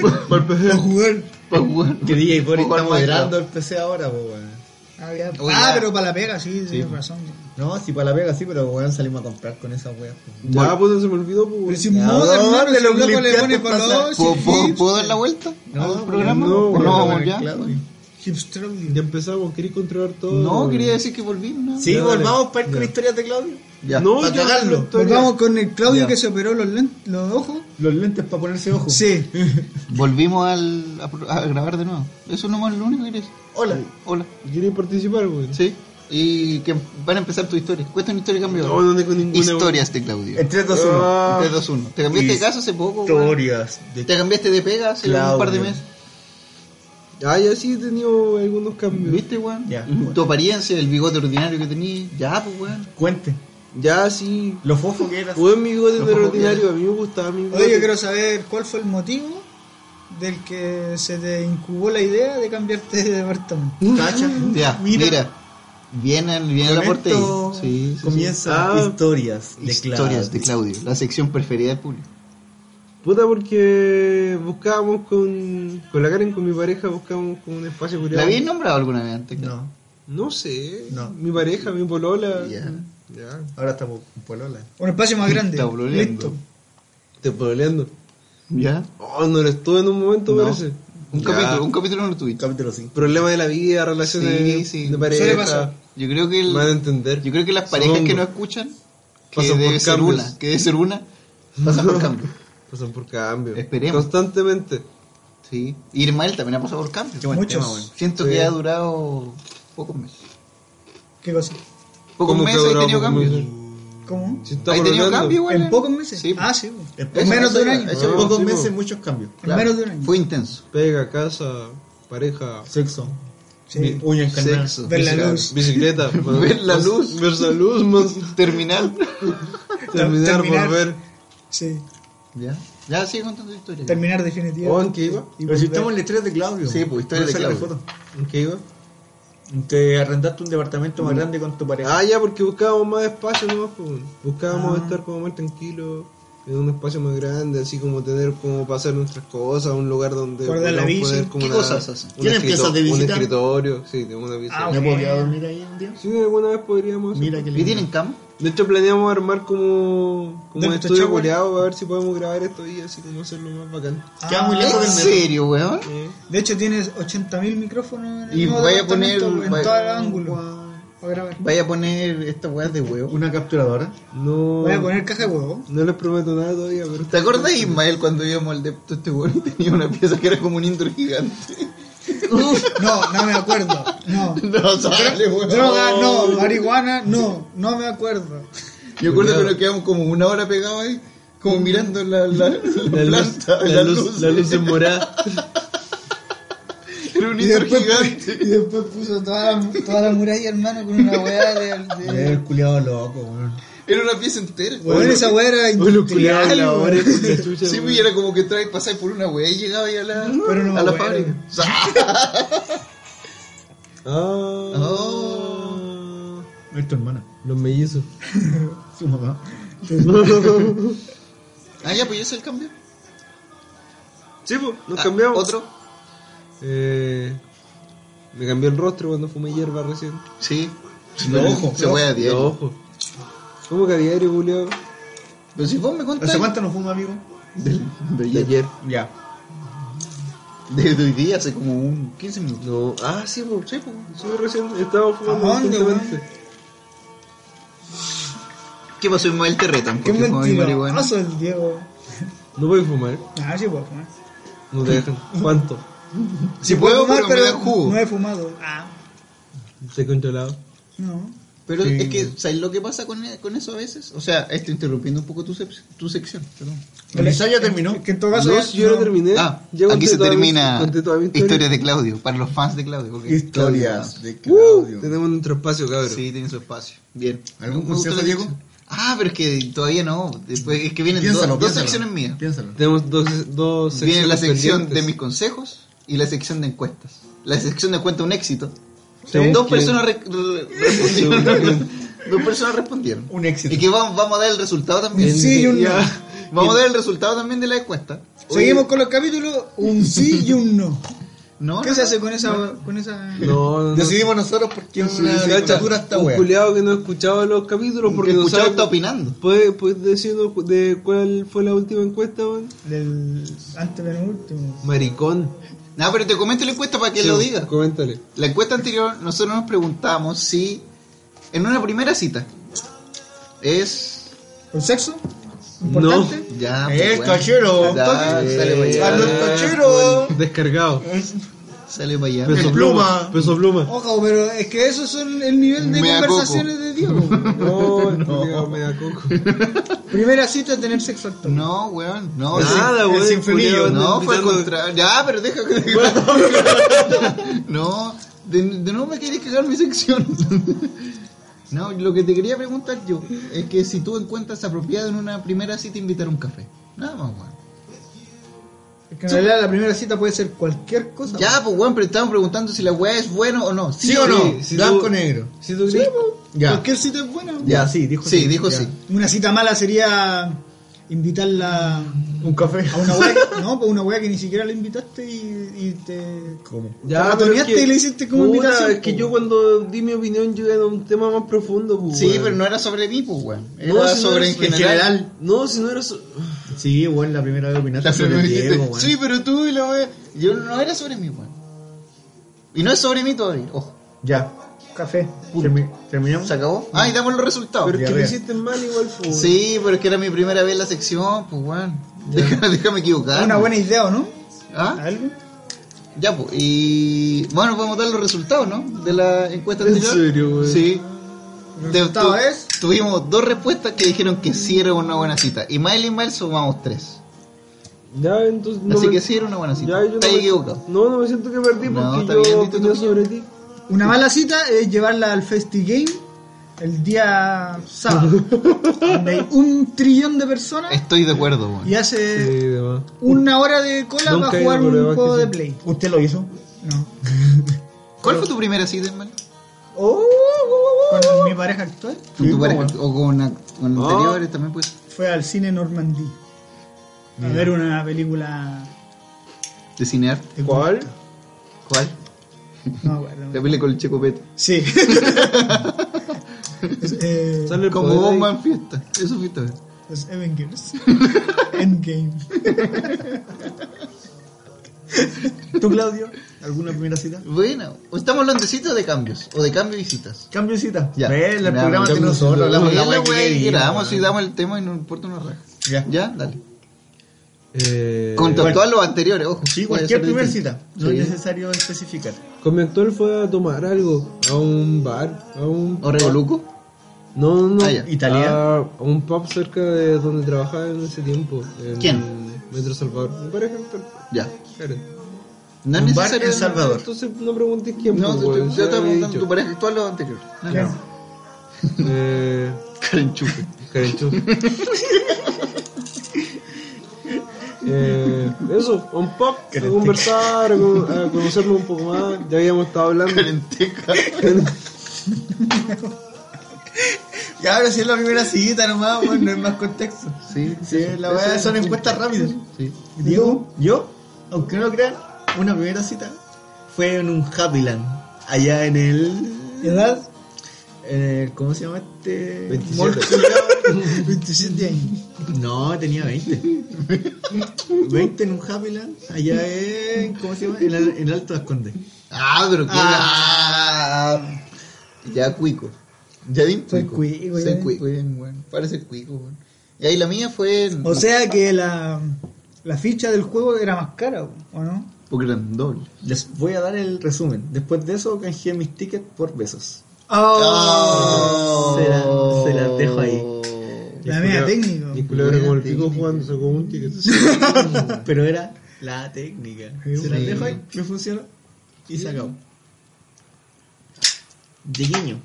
[SPEAKER 2] Para el
[SPEAKER 1] Para
[SPEAKER 2] PC.
[SPEAKER 1] jugar.
[SPEAKER 2] Para jugar.
[SPEAKER 3] Que DJ Boris
[SPEAKER 2] Jugar
[SPEAKER 3] está moderando
[SPEAKER 2] Minecraft.
[SPEAKER 3] el PC ahora, pues, weón.
[SPEAKER 1] Ah, ya.
[SPEAKER 2] Oye,
[SPEAKER 1] Ah,
[SPEAKER 2] ya.
[SPEAKER 1] pero para la pega, sí, tienes razón.
[SPEAKER 3] No, si para la pega sí, pero weón salimos a comprar con esas weas. pues.
[SPEAKER 4] [laughs] Ya, pues, se me olvidó, pues,
[SPEAKER 1] Pero
[SPEAKER 4] weón.
[SPEAKER 1] si un moda,
[SPEAKER 3] no,
[SPEAKER 1] hermano,
[SPEAKER 3] pero
[SPEAKER 1] si el loco le
[SPEAKER 3] limpiar
[SPEAKER 1] pone
[SPEAKER 3] tu
[SPEAKER 1] para
[SPEAKER 3] pasa-
[SPEAKER 1] los
[SPEAKER 2] ¿Puedo, puedo, puedo dar la vuelta?
[SPEAKER 3] No,
[SPEAKER 2] ¿Al programa?
[SPEAKER 4] no,
[SPEAKER 2] ¿O
[SPEAKER 4] no,
[SPEAKER 2] no vamos ya?
[SPEAKER 3] claro.
[SPEAKER 1] Hipster.
[SPEAKER 4] Ya empezamos, queréis controlar todo.
[SPEAKER 2] No,
[SPEAKER 4] weón.
[SPEAKER 2] quería decir que volví. No.
[SPEAKER 3] Sí,
[SPEAKER 4] Ya,
[SPEAKER 3] volvamos
[SPEAKER 4] dale.
[SPEAKER 3] vamos para ir con
[SPEAKER 4] Ya.
[SPEAKER 3] historias de Claudio.
[SPEAKER 2] Ya.
[SPEAKER 4] No,
[SPEAKER 3] Pa'
[SPEAKER 4] yo-
[SPEAKER 3] cagarlo.
[SPEAKER 4] la historia-
[SPEAKER 1] Volvamos con el Claudio
[SPEAKER 2] Ya.
[SPEAKER 1] que se operó los, lent- los ojos.
[SPEAKER 3] Los lentes para ponerse ojo.
[SPEAKER 1] Sí.
[SPEAKER 2] Volvimos al, a, pro- a grabar de nuevo. Eso nomás es lo único que quería decir.
[SPEAKER 3] Hola.
[SPEAKER 2] Hola.
[SPEAKER 4] ¿Queréis participar, weón?
[SPEAKER 2] Sí. Y que van a empezar tu historia. Cuesta una historia cambio.
[SPEAKER 4] No, no tengo ninguna, weón.
[SPEAKER 2] Historias de Claudio.
[SPEAKER 3] En 3, 2, 1.
[SPEAKER 4] Ah.
[SPEAKER 2] 3, 2, 1. Te cambiaste de casa hace poco. weón.
[SPEAKER 3] Historias de
[SPEAKER 2] Te cambiaste de pega hace
[SPEAKER 3] Claudio.
[SPEAKER 2] un par de meses.
[SPEAKER 4] Ah, ya sí he tenido algunos cambios.
[SPEAKER 2] ¿Viste, weón?
[SPEAKER 3] Ya,
[SPEAKER 2] Mm.
[SPEAKER 3] bueno.
[SPEAKER 2] Tu apariencia, el bigote ordinario que tenías. Ya, pues, weón.
[SPEAKER 3] Cuente.
[SPEAKER 4] Ya sí.
[SPEAKER 3] Lo fofo que eras.
[SPEAKER 4] Fue mi bigote
[SPEAKER 2] Lo
[SPEAKER 4] pero
[SPEAKER 2] poco
[SPEAKER 4] ordinario,
[SPEAKER 2] que
[SPEAKER 4] a mí me gustaba mi bigote.
[SPEAKER 1] Oye, yo quiero saber cuál fue el motivo del que se te incubó la idea de cambiarte de departamento.
[SPEAKER 3] Cacha.
[SPEAKER 2] Ya, mira.
[SPEAKER 3] Mira.
[SPEAKER 2] Viene el, viene el
[SPEAKER 3] Con
[SPEAKER 2] aporte. ahí.
[SPEAKER 3] esto
[SPEAKER 2] Sí, sí, sí.
[SPEAKER 3] comienza
[SPEAKER 4] Ah.
[SPEAKER 3] historias de
[SPEAKER 2] Historias
[SPEAKER 3] Claudio.
[SPEAKER 2] de Claudio. La sección preferida del público.
[SPEAKER 4] Puta porque buscábamos con, con la Karen, con mi pareja, buscábamos con un espacio
[SPEAKER 2] ¿La
[SPEAKER 4] curioso.
[SPEAKER 2] habías nombrado alguna vez antes? Claudio?
[SPEAKER 3] No,
[SPEAKER 4] No sé.
[SPEAKER 3] No.
[SPEAKER 4] Mi pareja, mi polola.
[SPEAKER 2] Ya.
[SPEAKER 4] Ya.
[SPEAKER 3] ahora estamos en Polola.
[SPEAKER 1] Un espacio más grande.
[SPEAKER 2] Está bluleando.
[SPEAKER 1] Listo.
[SPEAKER 4] Te pololeando.
[SPEAKER 2] ¿Ya?
[SPEAKER 4] Oh, no lo estuve en un momento,
[SPEAKER 2] No.
[SPEAKER 4] parece.
[SPEAKER 2] Un
[SPEAKER 4] Ya.
[SPEAKER 2] capítulo, un capítulo no lo tuviste.
[SPEAKER 3] Capítulo 5.
[SPEAKER 4] Problema de la vida, relaciones
[SPEAKER 2] Sí, sí.
[SPEAKER 4] de
[SPEAKER 1] Suele
[SPEAKER 4] pareja.
[SPEAKER 1] pasar.
[SPEAKER 2] Yo creo que el-
[SPEAKER 4] Van a entender.
[SPEAKER 2] yo creo que las parejas
[SPEAKER 4] Son-
[SPEAKER 2] que no escuchan, que
[SPEAKER 4] Pasan por
[SPEAKER 2] debe ser
[SPEAKER 4] cambios.
[SPEAKER 2] una, que debe ser una, pasan por cambio.
[SPEAKER 4] Pasan por cambio.
[SPEAKER 2] Esperemos.
[SPEAKER 4] Constantemente.
[SPEAKER 2] Sí. Y Irmael también ha pasado por cambio.
[SPEAKER 3] Qué buen
[SPEAKER 1] Muchos.
[SPEAKER 3] tema, weón.
[SPEAKER 2] Siento
[SPEAKER 4] Sí.
[SPEAKER 2] que ha durado pocos meses.
[SPEAKER 1] ¿Qué cosa?
[SPEAKER 2] Pocos
[SPEAKER 4] ¿Cómo que
[SPEAKER 2] meses he
[SPEAKER 4] durado
[SPEAKER 2] tenido
[SPEAKER 4] pocos
[SPEAKER 2] cambios.
[SPEAKER 4] meses?
[SPEAKER 1] ¿Cómo?
[SPEAKER 4] Si está
[SPEAKER 2] ¿Has tenido
[SPEAKER 4] pololeando.
[SPEAKER 2] cambio igual?
[SPEAKER 1] ¿En pocos meses?
[SPEAKER 2] Sí.
[SPEAKER 1] Ah, sí. po.
[SPEAKER 3] En
[SPEAKER 1] En
[SPEAKER 3] pocos
[SPEAKER 1] menos de un
[SPEAKER 2] meses,
[SPEAKER 1] año.
[SPEAKER 2] eh.
[SPEAKER 3] Hecho
[SPEAKER 4] Ah,
[SPEAKER 3] pocos
[SPEAKER 4] sí,
[SPEAKER 3] meses,
[SPEAKER 4] po.
[SPEAKER 3] muchos cambios.
[SPEAKER 1] En menos de un año.
[SPEAKER 2] Fue intenso.
[SPEAKER 4] Pega, casa, pareja.
[SPEAKER 3] Sexo.
[SPEAKER 1] Sí.
[SPEAKER 3] Uña encarnada.
[SPEAKER 2] Sexo.
[SPEAKER 1] Ver la
[SPEAKER 4] bicicleta,
[SPEAKER 1] luz.
[SPEAKER 4] Bicicleta.
[SPEAKER 2] [laughs] Ver la luz.
[SPEAKER 4] Ver la luz,
[SPEAKER 1] [laughs]
[SPEAKER 4] man.
[SPEAKER 2] Terminal.
[SPEAKER 4] Terminar,
[SPEAKER 1] Terminar.
[SPEAKER 4] volver.
[SPEAKER 1] Sí.
[SPEAKER 2] ya. Ya sigue contando tu historia.
[SPEAKER 1] Terminar
[SPEAKER 4] ¿O
[SPEAKER 1] definitivamente.
[SPEAKER 4] Oh,
[SPEAKER 2] Oh.
[SPEAKER 4] en qué iba?
[SPEAKER 3] Pero si estamos en la historia de Claudio.
[SPEAKER 2] Sí, pues, historia de
[SPEAKER 3] Sale la
[SPEAKER 2] Claudio.
[SPEAKER 3] foto.
[SPEAKER 4] ¿En qué iba?
[SPEAKER 3] Te arrendaste un departamento más grande con tu pareja.
[SPEAKER 4] Ah, ya, porque buscábamos más espacio nomás, pues, bueno. Buscábamos estar como más tranquilos, en un espacio más grande, así como tener como pasar nuestras cosas, un lugar donde
[SPEAKER 1] Guardar la
[SPEAKER 4] podamos
[SPEAKER 1] bici.
[SPEAKER 4] como
[SPEAKER 2] ¿Qué
[SPEAKER 4] una-
[SPEAKER 2] cosas hacen?
[SPEAKER 4] un
[SPEAKER 3] ¿Quién empieza
[SPEAKER 4] escritor-
[SPEAKER 3] de
[SPEAKER 4] Un
[SPEAKER 3] visita?
[SPEAKER 4] escritorio, sí, de una bici.
[SPEAKER 1] Ah,
[SPEAKER 3] ¿Me
[SPEAKER 1] ok.
[SPEAKER 3] podría dormir ahí un día?
[SPEAKER 4] Sí, alguna vez podríamos hacer.
[SPEAKER 3] Mira que
[SPEAKER 2] ¿Y
[SPEAKER 3] lindo.
[SPEAKER 2] tienen cama?
[SPEAKER 4] De hecho, planeamos armar como, como un
[SPEAKER 1] Doctor
[SPEAKER 4] estudio
[SPEAKER 1] Shower.
[SPEAKER 4] culeado, a ver si podemos grabar esto y así como hacerlo más bacán.
[SPEAKER 3] Queda muy lejos
[SPEAKER 2] ¿En
[SPEAKER 3] del metro.
[SPEAKER 2] serio, weón?
[SPEAKER 4] Eh,
[SPEAKER 1] De hecho, tienes 80.000 micrófonos en el
[SPEAKER 2] Y
[SPEAKER 1] mismo
[SPEAKER 2] vaya a poner-
[SPEAKER 1] departamento, en
[SPEAKER 2] vaya-
[SPEAKER 1] todo el ángulo. Para grabar.
[SPEAKER 2] Vaya a poner estas weas de huevo.
[SPEAKER 3] Una capturadora.
[SPEAKER 4] No,
[SPEAKER 1] Voy a poner caja de huevo.
[SPEAKER 4] no les prometo nada todavía, pero...
[SPEAKER 2] ¿Te acuerdas, Ismael, cuando íbamos al depto? Este weón tenía una pieza que era como un indoor gigante. [laughs]
[SPEAKER 1] [laughs] No, no me acuerdo. No.
[SPEAKER 2] No sale, weón.
[SPEAKER 1] Droga, no. Marihuana, no. No me acuerdo.
[SPEAKER 2] Yo acuerdo que nos quedamos como una hora pegados ahí, como mirando la, la, la
[SPEAKER 4] La luz,
[SPEAKER 2] planta,
[SPEAKER 4] la luz, la luz en morada.
[SPEAKER 2] Era un
[SPEAKER 1] Y
[SPEAKER 2] indoor
[SPEAKER 1] después,
[SPEAKER 2] gigante.
[SPEAKER 1] y después puso toda la, toda la muralla, hermano, con una weá de.
[SPEAKER 2] [laughs]
[SPEAKER 1] de-
[SPEAKER 3] El culiado loco, weón.
[SPEAKER 2] Era una pieza entera.
[SPEAKER 1] Bueno, esa weá era industrial,
[SPEAKER 4] Culeado, la hora,
[SPEAKER 1] weón.
[SPEAKER 4] la chucha,
[SPEAKER 2] Sí,
[SPEAKER 4] weón.
[SPEAKER 2] pues y era como que traes, pasáis por una weá y llegabas a la,
[SPEAKER 1] Pero no me
[SPEAKER 2] a la
[SPEAKER 1] acuerdo.
[SPEAKER 2] fábrica.
[SPEAKER 4] Ah.
[SPEAKER 2] Ah.
[SPEAKER 3] [laughs] Es tu hermana.
[SPEAKER 4] Los mellizos.
[SPEAKER 3] Su mamá.
[SPEAKER 2] Ah, ya, pues ese es el cambio.
[SPEAKER 4] Sí, pues, nos
[SPEAKER 2] Ah,
[SPEAKER 4] cambiamos.
[SPEAKER 2] ¿Otro?
[SPEAKER 4] Eh, me cambió el rostro cuando fumé hierba recién.
[SPEAKER 2] Sí.
[SPEAKER 3] Los ojos.
[SPEAKER 2] Se fue a
[SPEAKER 4] Los
[SPEAKER 2] diario.
[SPEAKER 4] ojos. ¿Cómo que a diario, Julio?
[SPEAKER 2] Pero si vos me contás
[SPEAKER 3] ¿Hace cuánto no fuma, amigo?
[SPEAKER 2] del- de
[SPEAKER 4] De
[SPEAKER 2] ayer,
[SPEAKER 4] ayer.
[SPEAKER 3] Ya.
[SPEAKER 2] de de hoy día, hace como un 15 minutos.
[SPEAKER 4] No. Ah, sí, pues. Sí, pues. Sí, recién estaba fumando
[SPEAKER 1] ¿A dónde,
[SPEAKER 4] constantemente.
[SPEAKER 2] ¿Qué pasó, Ismael? Te retan
[SPEAKER 1] Qué
[SPEAKER 2] porque fumabas marihuana.
[SPEAKER 1] mentiroso el Diego.
[SPEAKER 4] No voy a fumar.
[SPEAKER 1] Ah, sí puedo fumar.
[SPEAKER 4] No
[SPEAKER 2] [laughs]
[SPEAKER 4] te dejan. ¿Cuánto?
[SPEAKER 2] Si puedo, pero me dan
[SPEAKER 1] no
[SPEAKER 2] jugo.
[SPEAKER 1] he fumado. Ah,
[SPEAKER 4] Estoy controlado.
[SPEAKER 1] no.
[SPEAKER 2] Pero
[SPEAKER 4] Sí.
[SPEAKER 2] es que, ¿sabes lo que pasa con, con eso a veces? O sea, estoy interrumpiendo un poco tu, sec- tu sección, perdón.
[SPEAKER 3] El ensayo ya terminó.
[SPEAKER 1] Que en todo caso.
[SPEAKER 4] No,
[SPEAKER 1] ya-
[SPEAKER 4] si yo lo
[SPEAKER 1] no.
[SPEAKER 4] terminé.
[SPEAKER 2] Ah,
[SPEAKER 4] ¿Eh? ya
[SPEAKER 2] aquí
[SPEAKER 4] conté
[SPEAKER 2] se
[SPEAKER 4] toda mi-
[SPEAKER 2] termina
[SPEAKER 4] conté toda mi historia.
[SPEAKER 2] Historias de Claudio, para los fans de Claudio. porque
[SPEAKER 3] Historias de
[SPEAKER 4] Uh,
[SPEAKER 3] Claudio.
[SPEAKER 4] tenemos nuestro espacio, cabrón.
[SPEAKER 2] Claudio, Sí, tiene su espacio. Bien.
[SPEAKER 3] ¿Algún
[SPEAKER 2] Me gustó
[SPEAKER 3] consejo,
[SPEAKER 2] la
[SPEAKER 3] Diego?
[SPEAKER 2] sección. Ah, pero es que todavía no. Después, es que vienen dos-
[SPEAKER 3] Piénsalo,
[SPEAKER 2] dos,
[SPEAKER 3] piénsalo.
[SPEAKER 2] secciones mías.
[SPEAKER 3] Piénsalo.
[SPEAKER 4] Tenemos dos, dos secciones.
[SPEAKER 2] Viene la sección de
[SPEAKER 4] pendientes.
[SPEAKER 2] mis consejos y la sección de encuestas. La sección de encuestas un éxito.
[SPEAKER 4] Sí.
[SPEAKER 2] Dos
[SPEAKER 4] Sí.
[SPEAKER 2] personas re- re-
[SPEAKER 4] [laughs]
[SPEAKER 2] respondieron. [laughs] Dos personas respondieron.
[SPEAKER 3] Un éxito.
[SPEAKER 2] Y que vamos, vamos a dar el resultado [laughs] también.
[SPEAKER 1] Sí, y un
[SPEAKER 4] Ya.
[SPEAKER 2] Vamos a dar el resultado también de la encuesta.
[SPEAKER 1] Seguimos con los capítulos. Un sí y un no.
[SPEAKER 2] No,
[SPEAKER 1] [laughs] ¿Qué
[SPEAKER 2] no,
[SPEAKER 1] se
[SPEAKER 2] no.
[SPEAKER 1] hace con esa. Con esa...
[SPEAKER 4] No, no, no.
[SPEAKER 3] Decidimos nosotros porque es
[SPEAKER 4] Sí,
[SPEAKER 3] una
[SPEAKER 4] sí,
[SPEAKER 3] dictadura
[SPEAKER 4] cacha,
[SPEAKER 3] esta
[SPEAKER 4] un
[SPEAKER 3] wea.
[SPEAKER 4] culiado que no ha escuchado los capítulos
[SPEAKER 2] Porque
[SPEAKER 4] porque no
[SPEAKER 2] escuchado
[SPEAKER 4] sabe.
[SPEAKER 2] está opinando.
[SPEAKER 4] ¿Puedes, puedes decirnos cu- de cuál fue la última encuesta, weón?
[SPEAKER 1] Del antepenúltimo.
[SPEAKER 4] Maricón.
[SPEAKER 2] No, pero te comento la encuesta para que lo diga.
[SPEAKER 4] Coméntale.
[SPEAKER 2] La encuesta anterior, nosotros nos preguntamos si en una primera cita es.
[SPEAKER 1] ¿El sexo? ¿Importante?
[SPEAKER 2] Ya,
[SPEAKER 3] ¡El
[SPEAKER 2] pues, bueno.
[SPEAKER 3] cachero!
[SPEAKER 2] Ya, sale para allá.
[SPEAKER 3] ¡A los cocheros!
[SPEAKER 4] Descargado.
[SPEAKER 2] Sale para allá.
[SPEAKER 4] Peso
[SPEAKER 3] Es
[SPEAKER 4] pluma.
[SPEAKER 3] pluma.
[SPEAKER 4] Peso pluma.
[SPEAKER 1] Ojo, pero es que esos son el nivel de
[SPEAKER 2] Me da
[SPEAKER 1] conversaciones de Diego.
[SPEAKER 3] [laughs]
[SPEAKER 4] No,
[SPEAKER 3] No.
[SPEAKER 4] no, me da coco.
[SPEAKER 1] [laughs] Primera cita, tener sexo al toque.
[SPEAKER 2] No, weón, no.
[SPEAKER 4] Nada,
[SPEAKER 3] el
[SPEAKER 4] weón.
[SPEAKER 3] sinfonillo,
[SPEAKER 4] culiao,
[SPEAKER 2] sí. No,
[SPEAKER 4] anda
[SPEAKER 2] fue al
[SPEAKER 4] invitando-
[SPEAKER 2] contrario. Ya, pero deja que. [laughs] no, de, de nuevo me querés cagar mi sección. [laughs] no, lo que te quería preguntar yo es que si tú encuentras apropiado en una primera cita invitar a un café. Nada más, weón.
[SPEAKER 1] Es que en realidad la primera cita puede ser cualquier cosa.
[SPEAKER 2] Ya, pues weón, pero estamos preguntando si la weá es bueno o no.
[SPEAKER 3] ¿Sí o no?
[SPEAKER 4] Sí, sí,
[SPEAKER 3] Blanco
[SPEAKER 4] tú-
[SPEAKER 3] negro.
[SPEAKER 4] Si tú crees.
[SPEAKER 3] Ya.
[SPEAKER 1] Cualquier cita es buena.
[SPEAKER 3] Ya, sí, dijo
[SPEAKER 2] Sí,
[SPEAKER 3] sí.
[SPEAKER 2] dijo
[SPEAKER 3] Ya.
[SPEAKER 2] sí.
[SPEAKER 1] Una cita mala sería invitarla a
[SPEAKER 3] Un café.
[SPEAKER 1] una weá, que- no, pues una weá que ni siquiera la invitaste y, y te...
[SPEAKER 3] ¿Cómo?
[SPEAKER 1] Te
[SPEAKER 2] Ah,
[SPEAKER 4] pero
[SPEAKER 1] ratoneaste
[SPEAKER 4] es
[SPEAKER 1] y le hiciste como
[SPEAKER 4] Puta,
[SPEAKER 1] invitación,
[SPEAKER 4] Es que
[SPEAKER 1] po.
[SPEAKER 4] yo cuando di mi opinión yo era un tema más profundo, po,
[SPEAKER 2] Sí,
[SPEAKER 4] weón.
[SPEAKER 2] pero no era sobre mí, pues weón. Era
[SPEAKER 4] No, si no
[SPEAKER 2] sobre
[SPEAKER 4] era
[SPEAKER 2] en
[SPEAKER 4] sobre-
[SPEAKER 2] general.
[SPEAKER 4] No, si no era. so-
[SPEAKER 3] Sí, bueno, la primera vez opinaste
[SPEAKER 2] La
[SPEAKER 3] sobre
[SPEAKER 2] primera vez
[SPEAKER 3] Diego,
[SPEAKER 2] dijiste,
[SPEAKER 3] weón.
[SPEAKER 2] Sí, pero tú y la weá. Yo no era sobre mí, weón. Y no es sobre mí todavía. Ojo.
[SPEAKER 3] Ya.
[SPEAKER 1] Café.
[SPEAKER 3] Termi- ¿Terminamos?
[SPEAKER 2] ¿Se acabó? Ah, y damos los resultados.
[SPEAKER 4] Pero es que lo
[SPEAKER 3] Diarrea.
[SPEAKER 4] hiciste mal igual, po, weón.
[SPEAKER 2] Sí, pero es que era mi primera vez en la sección, pues weón. Déjame, déjame equivocar.
[SPEAKER 1] Una buena idea, ¿o no?
[SPEAKER 2] ¿Ah?
[SPEAKER 1] ¿Algo?
[SPEAKER 2] Ya, pues. Y bueno, vamos a dar los resultados, ¿no? De la encuesta
[SPEAKER 4] ¿En
[SPEAKER 2] anterior.
[SPEAKER 4] serio, weón?
[SPEAKER 2] Sí.
[SPEAKER 1] El resultado
[SPEAKER 2] Tu-
[SPEAKER 1] es...
[SPEAKER 2] Tuvimos dos respuestas que dijeron que sí era una buena cita. Y mal y mal sumamos tres.
[SPEAKER 4] Ya, entonces.
[SPEAKER 2] Así
[SPEAKER 4] me-
[SPEAKER 2] que sí era una buena cita.
[SPEAKER 4] Ya, yo no
[SPEAKER 2] Está
[SPEAKER 4] me-
[SPEAKER 2] equivocado.
[SPEAKER 4] No, no me siento que perdí
[SPEAKER 2] No,
[SPEAKER 4] porque
[SPEAKER 2] está bien,
[SPEAKER 4] yo
[SPEAKER 2] diste tu
[SPEAKER 4] opiné
[SPEAKER 2] opinión.
[SPEAKER 4] sobre ti.
[SPEAKER 1] Una mala cita es llevarla al Festi Game el día
[SPEAKER 4] [laughs]
[SPEAKER 1] sábado. donde hay un trillón de personas
[SPEAKER 2] Estoy de acuerdo, weón.
[SPEAKER 1] y hace
[SPEAKER 4] Sí, demás.
[SPEAKER 1] una hora de cola
[SPEAKER 4] Nunca he
[SPEAKER 1] para
[SPEAKER 4] ido,
[SPEAKER 1] jugar
[SPEAKER 4] pero
[SPEAKER 1] un
[SPEAKER 4] es
[SPEAKER 1] juego
[SPEAKER 4] que
[SPEAKER 1] de
[SPEAKER 4] sí.
[SPEAKER 1] play.
[SPEAKER 3] ¿Usted lo hizo?
[SPEAKER 1] No.
[SPEAKER 2] ¿Cuál fue tu primera cita, hermano?
[SPEAKER 3] Oh,
[SPEAKER 1] Con mi pareja actual
[SPEAKER 2] ¿Con
[SPEAKER 3] Sí,
[SPEAKER 2] tu pareja?
[SPEAKER 3] bueno.
[SPEAKER 2] ¿O con, una- con
[SPEAKER 4] Ah.
[SPEAKER 2] anteriores también, pues?
[SPEAKER 1] fue al cine Normandí a ver una película.
[SPEAKER 2] ¿De cinear?
[SPEAKER 1] de
[SPEAKER 4] ¿Cuál?
[SPEAKER 2] ¿Cuál?
[SPEAKER 1] culto. No, bueno.
[SPEAKER 2] La pelea con el Checo Pete.
[SPEAKER 1] Sí.
[SPEAKER 4] [laughs]
[SPEAKER 1] es, [laughs] eh,
[SPEAKER 4] Sale el
[SPEAKER 2] Como
[SPEAKER 4] poder ahí.
[SPEAKER 2] bomba en fiesta. Eso fuiste a ver.
[SPEAKER 1] es Avengers. [laughs] Endgame.
[SPEAKER 3] ¿Tú, Claudio? ¿Alguna primera cita?
[SPEAKER 2] Bueno, o estamos hablando de citas o de cambios. O de cambio y citas.
[SPEAKER 3] Cambio de cita.
[SPEAKER 2] Ya.
[SPEAKER 3] Ve, el
[SPEAKER 2] Ya,
[SPEAKER 3] programa
[SPEAKER 2] ya,
[SPEAKER 3] de
[SPEAKER 2] ya,
[SPEAKER 3] nosotros. Hablamos
[SPEAKER 2] Es
[SPEAKER 3] la
[SPEAKER 2] la
[SPEAKER 3] wea que
[SPEAKER 2] wea y
[SPEAKER 3] queríamos,
[SPEAKER 2] grabamos y
[SPEAKER 3] weón.
[SPEAKER 2] damos el tema y no importa una raja.
[SPEAKER 3] Ya.
[SPEAKER 2] Ya, dale.
[SPEAKER 4] Eh,
[SPEAKER 2] Contactó a los anteriores, ojo.
[SPEAKER 3] Sí,
[SPEAKER 2] Puede
[SPEAKER 3] cualquier
[SPEAKER 2] ser
[SPEAKER 3] primera
[SPEAKER 2] distinto.
[SPEAKER 3] cita. No es
[SPEAKER 2] Sí.
[SPEAKER 3] necesario especificar.
[SPEAKER 4] Con mi actual fue a tomar algo, a un bar, a un...
[SPEAKER 2] ¿O Revoluco?
[SPEAKER 4] No, no, no.
[SPEAKER 2] Ah, ya.
[SPEAKER 3] Italia.
[SPEAKER 4] A, a un pub cerca de donde trabajaba en ese tiempo. En
[SPEAKER 2] ¿Quién?
[SPEAKER 4] Metro Salvador. Mi pareja, pero-
[SPEAKER 2] Ya.
[SPEAKER 4] Karen.
[SPEAKER 2] No es
[SPEAKER 3] Un bar
[SPEAKER 2] necesario.
[SPEAKER 3] en Salvador.
[SPEAKER 4] Entonces no preguntes quién.
[SPEAKER 2] No,
[SPEAKER 4] pues,
[SPEAKER 2] yo te-
[SPEAKER 4] weón,
[SPEAKER 2] yo
[SPEAKER 4] ya
[SPEAKER 2] estaba
[SPEAKER 4] había
[SPEAKER 2] preguntando tu
[SPEAKER 4] dicho.
[SPEAKER 2] pareja actual o los anteriores. [laughs] Nada más.
[SPEAKER 4] Eh,
[SPEAKER 2] Karen Chupe.
[SPEAKER 4] Karen
[SPEAKER 2] [laughs]
[SPEAKER 4] Chu. Eh, eso, a un pub, a conversar, a, con- a conocernos un poco más. Ya habíamos estado hablando.
[SPEAKER 2] Carenteca.
[SPEAKER 3] Ya, ahora sí es la primera cita nomás, weón, no hay más contexto.
[SPEAKER 2] Sí.
[SPEAKER 3] Sí, la verdad son encuestas rápidas.
[SPEAKER 2] Sí.
[SPEAKER 3] Diego, yo, aunque no lo crean, una primera cita fue en un Happyland, allá en el...
[SPEAKER 1] Edad
[SPEAKER 3] en el- ¿Cómo se llama este?
[SPEAKER 4] 27.
[SPEAKER 3] mall culiao?
[SPEAKER 1] 27 años.
[SPEAKER 3] no, tenía [laughs] 20. 20 en un Happyland, allá en... ¿Cómo se llama? En, Al- en Alto Las Condes.
[SPEAKER 2] Ah, pero qué. Ah. Ya cuico. Ya di un
[SPEAKER 1] Soy
[SPEAKER 2] cuico.
[SPEAKER 1] cuico,
[SPEAKER 2] Soy
[SPEAKER 1] ya. pues,
[SPEAKER 2] cuico, bien, weón. Parece cuico, weón. Y ahí la mía fue. en-
[SPEAKER 1] O sea que la, la ficha del juego era más cara, ¿o no?
[SPEAKER 2] Porque eran doble.
[SPEAKER 6] [laughs]
[SPEAKER 3] Les voy a dar el resumen. Después de eso canjeé mis tickets por besos. Ah.
[SPEAKER 1] Oh.
[SPEAKER 6] Se la- se las dejo ahí.
[SPEAKER 1] La media técnico.
[SPEAKER 4] Mi culebra con el pico
[SPEAKER 2] técnico.
[SPEAKER 4] jugando sacó un ticket.
[SPEAKER 2] [laughs]
[SPEAKER 4] [laughs]
[SPEAKER 6] Pero era la técnica.
[SPEAKER 1] Sí.
[SPEAKER 6] Se las dejo ahí, me funcionó. Y se acabó. Dieguiño.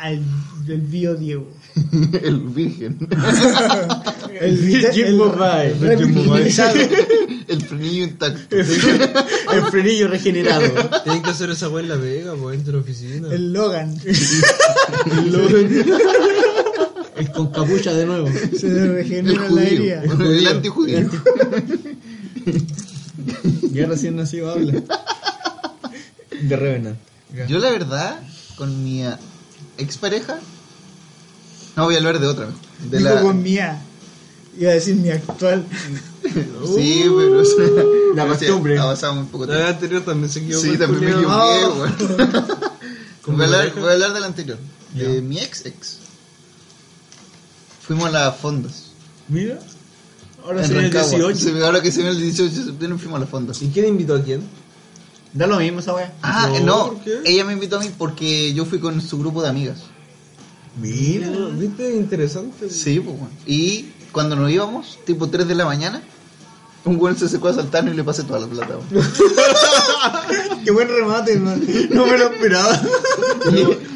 [SPEAKER 1] Ah, el, el bio Diego.
[SPEAKER 2] [laughs] El virgen.
[SPEAKER 6] [laughs]
[SPEAKER 3] El Virgin Mobile.
[SPEAKER 1] revitalizado.
[SPEAKER 2] [laughs] El frenillo
[SPEAKER 6] [laughs]
[SPEAKER 2] intacto.
[SPEAKER 6] El frenillo regenerado.
[SPEAKER 4] Tienen que hacer esa weá en la Vega, pues, dentro de la oficina.
[SPEAKER 1] El Logan.
[SPEAKER 3] [laughs]
[SPEAKER 6] [laughs] El con capucha de nuevo.
[SPEAKER 1] Se le
[SPEAKER 2] El
[SPEAKER 1] regenera la
[SPEAKER 2] judío.
[SPEAKER 1] herida.
[SPEAKER 2] El antijudío.
[SPEAKER 6] Ya recién nacido habla. De Revenant.
[SPEAKER 2] Yo la verdad, con mi ah, expareja... No, voy a hablar de otra. mejor. De
[SPEAKER 1] Digo
[SPEAKER 2] la...
[SPEAKER 1] con mía. Iba a decir mi actual.
[SPEAKER 2] Sí, pero... o sea,
[SPEAKER 3] La
[SPEAKER 2] pero [laughs] sí,
[SPEAKER 3] costumbre.
[SPEAKER 2] Avanzamos un poco.
[SPEAKER 4] La vez anterior también se equivocó.
[SPEAKER 2] Sí,
[SPEAKER 4] el
[SPEAKER 2] también me
[SPEAKER 4] culiao.
[SPEAKER 2] equivoqué,
[SPEAKER 1] No.
[SPEAKER 2] weón.
[SPEAKER 4] Como
[SPEAKER 2] voy, a hablar,
[SPEAKER 4] pareja.
[SPEAKER 2] voy a hablar del anterior. De mi ex ex. Fuimos a las fondas.
[SPEAKER 6] Mira. Ahora
[SPEAKER 2] en
[SPEAKER 6] soy el
[SPEAKER 2] Rancagua.
[SPEAKER 6] 18.
[SPEAKER 2] Se me- ahora que se ve el 18 de septiembre fuimos a las fondas.
[SPEAKER 4] ¿Y quién invitó a quién?
[SPEAKER 6] Da lo mismo esa weá.
[SPEAKER 2] Ah,
[SPEAKER 4] No,
[SPEAKER 2] eh,
[SPEAKER 4] ¿por
[SPEAKER 2] no.
[SPEAKER 4] qué?
[SPEAKER 2] Ella me invitó a mí porque yo fui con su grupo de amigas.
[SPEAKER 6] Mira.
[SPEAKER 4] ¿Viste? Interesante.
[SPEAKER 2] Sí, pues, weón. Y cuando nos íbamos, tipo 3 de la mañana, un güey se secó a saltarnos y le pasé toda la plata.
[SPEAKER 6] [laughs]
[SPEAKER 2] weón.
[SPEAKER 6] Qué buen remate, man. No me lo esperaba.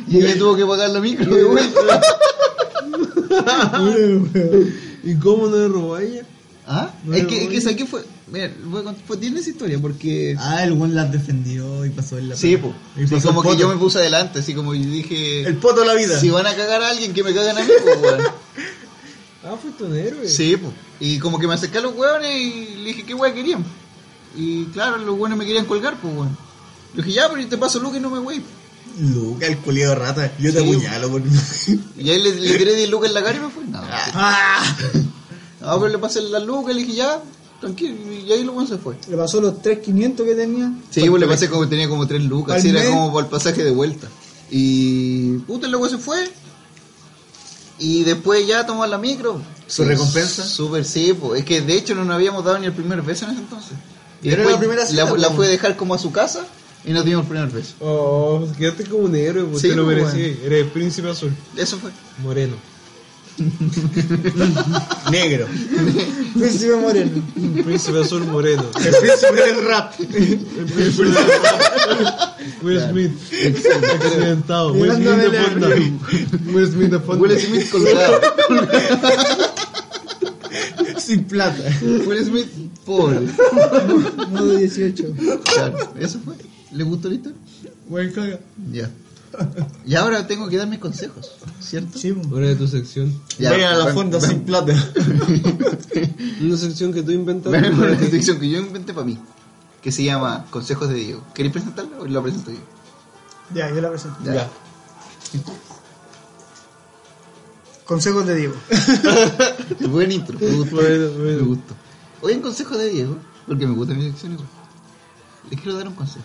[SPEAKER 2] Y ella tuvo que pagar la micro.
[SPEAKER 6] [laughs]
[SPEAKER 2] weón.
[SPEAKER 4] ¿Y cómo no le robó a ella?
[SPEAKER 2] Ah, es que, es que esa que fue. Mira, voy a cont- fue- tiene esa historia porque.
[SPEAKER 6] Ah, el buen las defendió y pasó en la.
[SPEAKER 2] Sí, pues.
[SPEAKER 6] Y pasó
[SPEAKER 2] como
[SPEAKER 6] el
[SPEAKER 2] que
[SPEAKER 6] poto.
[SPEAKER 2] yo me puse adelante, así como yo dije,
[SPEAKER 6] El poto de la vida.
[SPEAKER 2] si van a cagar a alguien, que me cagan a mí, pues,
[SPEAKER 6] [laughs]
[SPEAKER 2] weón.
[SPEAKER 4] Ah, fuiste un héroe.
[SPEAKER 2] Sí, pues. Y como que me acerqué a los hueones y le dije, ¿qué hueá querían? Y claro, los hueones me querían colgar, pues, weón. Yo dije, ya, pero yo te paso Luke y no me wey.
[SPEAKER 6] Luca, el culiado rata. Yo te
[SPEAKER 2] Sí.
[SPEAKER 6] apuñalo por. [laughs]
[SPEAKER 2] Y ahí le, le tiré 10 lucas en la cara y me fui. Nada. [laughs] Ah, pero le pasé la lucas y le dije, ya, tranquilo. Y ahí lo bueno se fue.
[SPEAKER 1] Le pasó los 3.500 que tenía.
[SPEAKER 2] Sí, pues le pasé como tenía como tres lucas,
[SPEAKER 1] Al
[SPEAKER 2] así era
[SPEAKER 1] mes.
[SPEAKER 2] como por el pasaje de vuelta. Y puta, el loco se fue. Y después ya tomó la micro.
[SPEAKER 6] ¿Su recompensa?
[SPEAKER 2] Súper, sí, pues. Es que de hecho no nos habíamos dado ni el primer beso en ese entonces. Y
[SPEAKER 6] Pero era
[SPEAKER 2] después
[SPEAKER 6] la primera cita,
[SPEAKER 2] la, la
[SPEAKER 6] pues.
[SPEAKER 2] fue a dejar como a su casa y nos dimos el primer beso.
[SPEAKER 4] Oh, quedaste como un héroe, porque
[SPEAKER 2] Sí,
[SPEAKER 4] te lo
[SPEAKER 2] pues,
[SPEAKER 4] merecí. Eres príncipe azul,
[SPEAKER 2] Eso [laughs] fue.
[SPEAKER 4] moreno.
[SPEAKER 6] Negro.
[SPEAKER 1] Príncipe Moreno.
[SPEAKER 4] príncipe azul
[SPEAKER 2] [laughs]
[SPEAKER 4] moreno.
[SPEAKER 6] El príncipe del rap.
[SPEAKER 4] Will Smith. Accidentado. Will Smith
[SPEAKER 1] Llorándome
[SPEAKER 4] de
[SPEAKER 1] la
[SPEAKER 4] fondo. Will Smith de fondo.
[SPEAKER 2] Will Smith colgado.
[SPEAKER 6] Sin plata.
[SPEAKER 2] Will Smith pobre.
[SPEAKER 1] Modo 18.
[SPEAKER 2] Claro, eso fue. ¿Le gustó la historia?
[SPEAKER 1] Buen caga.
[SPEAKER 2] Ya. Y ahora tengo que dar mis consejos, ¿cierto?
[SPEAKER 1] Sí, pues.
[SPEAKER 4] Hora de tu sección.
[SPEAKER 2] Ya,
[SPEAKER 6] Vayan a la
[SPEAKER 2] van-
[SPEAKER 6] fonda
[SPEAKER 2] van-
[SPEAKER 6] sin plata.
[SPEAKER 4] Una sección que
[SPEAKER 2] [laughs]
[SPEAKER 4] tú inventaste.
[SPEAKER 2] Bueno, una sección que yo inventé para mí, que se llama Consejos de Diego. ¿Queréis presentarla o la presento yo?
[SPEAKER 1] Ya, yo la presento.
[SPEAKER 2] Ya.
[SPEAKER 1] Consejos de Diego.
[SPEAKER 6] [laughs]
[SPEAKER 2] Buen intro, me gustó.
[SPEAKER 4] Bueno, bueno.
[SPEAKER 2] Me gustó. Hoy en Consejos de Diego, porque me gusta mi sección igual, les quiero dar un consejo.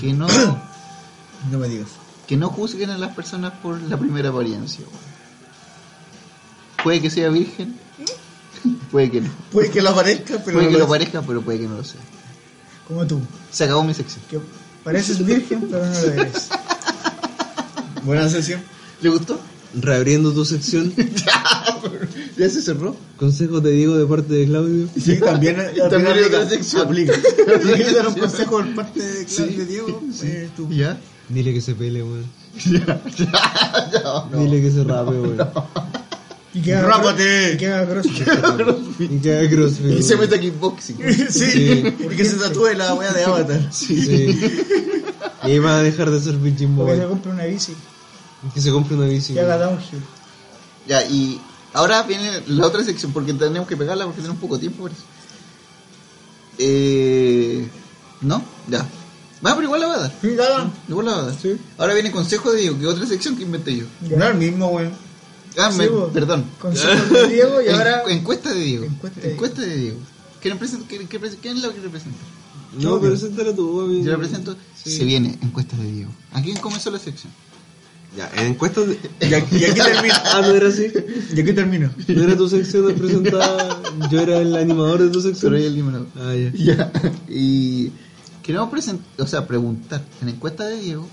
[SPEAKER 2] Que no,
[SPEAKER 6] No me digas.
[SPEAKER 2] que no juzguen a las personas por la primera apariencia. weón. Puede que sea virgen, puede que no.
[SPEAKER 6] Puede que lo aparezca, pero.
[SPEAKER 2] puede
[SPEAKER 6] no
[SPEAKER 2] que lo
[SPEAKER 6] es.
[SPEAKER 2] parezca, pero puede que no lo sea.
[SPEAKER 1] Como tú.
[SPEAKER 2] Se acabó mi sección.
[SPEAKER 1] Que pareces virgen, pero no lo eres.
[SPEAKER 6] Buena sesión.
[SPEAKER 2] ¿Le gustó?
[SPEAKER 4] Reabriendo tu sección.
[SPEAKER 2] Ya se cerró.
[SPEAKER 4] Consejos te digo de parte de Claudio.
[SPEAKER 6] Sí,
[SPEAKER 2] [laughs]
[SPEAKER 6] también,
[SPEAKER 2] También hay otra
[SPEAKER 6] aplica-
[SPEAKER 2] sección. [laughs]
[SPEAKER 6] aplica.
[SPEAKER 2] Otra
[SPEAKER 6] Si quieres dar un
[SPEAKER 2] sección.
[SPEAKER 6] consejo por parte de, Claudio de Diego, eh, tú.
[SPEAKER 2] Ya.
[SPEAKER 4] Dile que se pele, weón.
[SPEAKER 2] [laughs] Ya, ya, ya. no.
[SPEAKER 4] Dile que se rape, weón.
[SPEAKER 1] Y que haga-
[SPEAKER 6] Rápate.
[SPEAKER 1] Y que haga crossfit.
[SPEAKER 4] Y que haga crossfit.
[SPEAKER 2] Y se
[SPEAKER 4] weón.
[SPEAKER 2] mete a [laughs] kickboxing.
[SPEAKER 6] Sí, y que se tatúe la wea de Avatar.
[SPEAKER 4] Sí. Y ahí van a dejar de ser pinche
[SPEAKER 1] O que se
[SPEAKER 4] móvil.
[SPEAKER 1] compre una bici.
[SPEAKER 4] Que se compre una bici.
[SPEAKER 1] Que haga
[SPEAKER 4] weón.
[SPEAKER 1] downhill.
[SPEAKER 2] [laughs] Ya, y ahora viene la otra sección porque tenemos que pegarla porque tenemos poco tiempo. por eso. Eh, ¿No? Ya. Va, pero igual la va a dar.
[SPEAKER 1] Sí, dale.
[SPEAKER 2] Igual la va a dar.
[SPEAKER 4] Sí.
[SPEAKER 2] Ahora viene consejo de Diego, que otra sección que inventé yo.
[SPEAKER 1] Ya.
[SPEAKER 6] No es el mismo, weón.
[SPEAKER 2] Ah,
[SPEAKER 1] Sí,
[SPEAKER 2] me-
[SPEAKER 1] vos.
[SPEAKER 2] perdón.
[SPEAKER 1] Consejos de Diego y
[SPEAKER 2] En-
[SPEAKER 1] ahora.
[SPEAKER 2] encuesta de Diego.
[SPEAKER 1] Encuesta
[SPEAKER 2] Encuesta,
[SPEAKER 1] de
[SPEAKER 2] de Diego. ¿Quién, presenta- quién- quién presenta- quién es la que representa?
[SPEAKER 4] No, pero esa era tu amigo.
[SPEAKER 2] Yo la presento. Se viene encuesta de Diego. ¿A quién comenzó la
[SPEAKER 3] [laughs]
[SPEAKER 2] sección?
[SPEAKER 4] Ya, en encuestas de...
[SPEAKER 6] Y aquí, y aquí
[SPEAKER 2] [laughs]
[SPEAKER 6] termino.
[SPEAKER 4] Ah, no era así.
[SPEAKER 6] Y aquí termino.
[SPEAKER 4] No era tu sección de presentada. Yo era el animador de tu
[SPEAKER 2] Sobre
[SPEAKER 4] sección.
[SPEAKER 2] el eliminador.
[SPEAKER 4] Ah, ya.
[SPEAKER 2] Ya, y queremos present- o sea, preguntar en la encuesta de Diego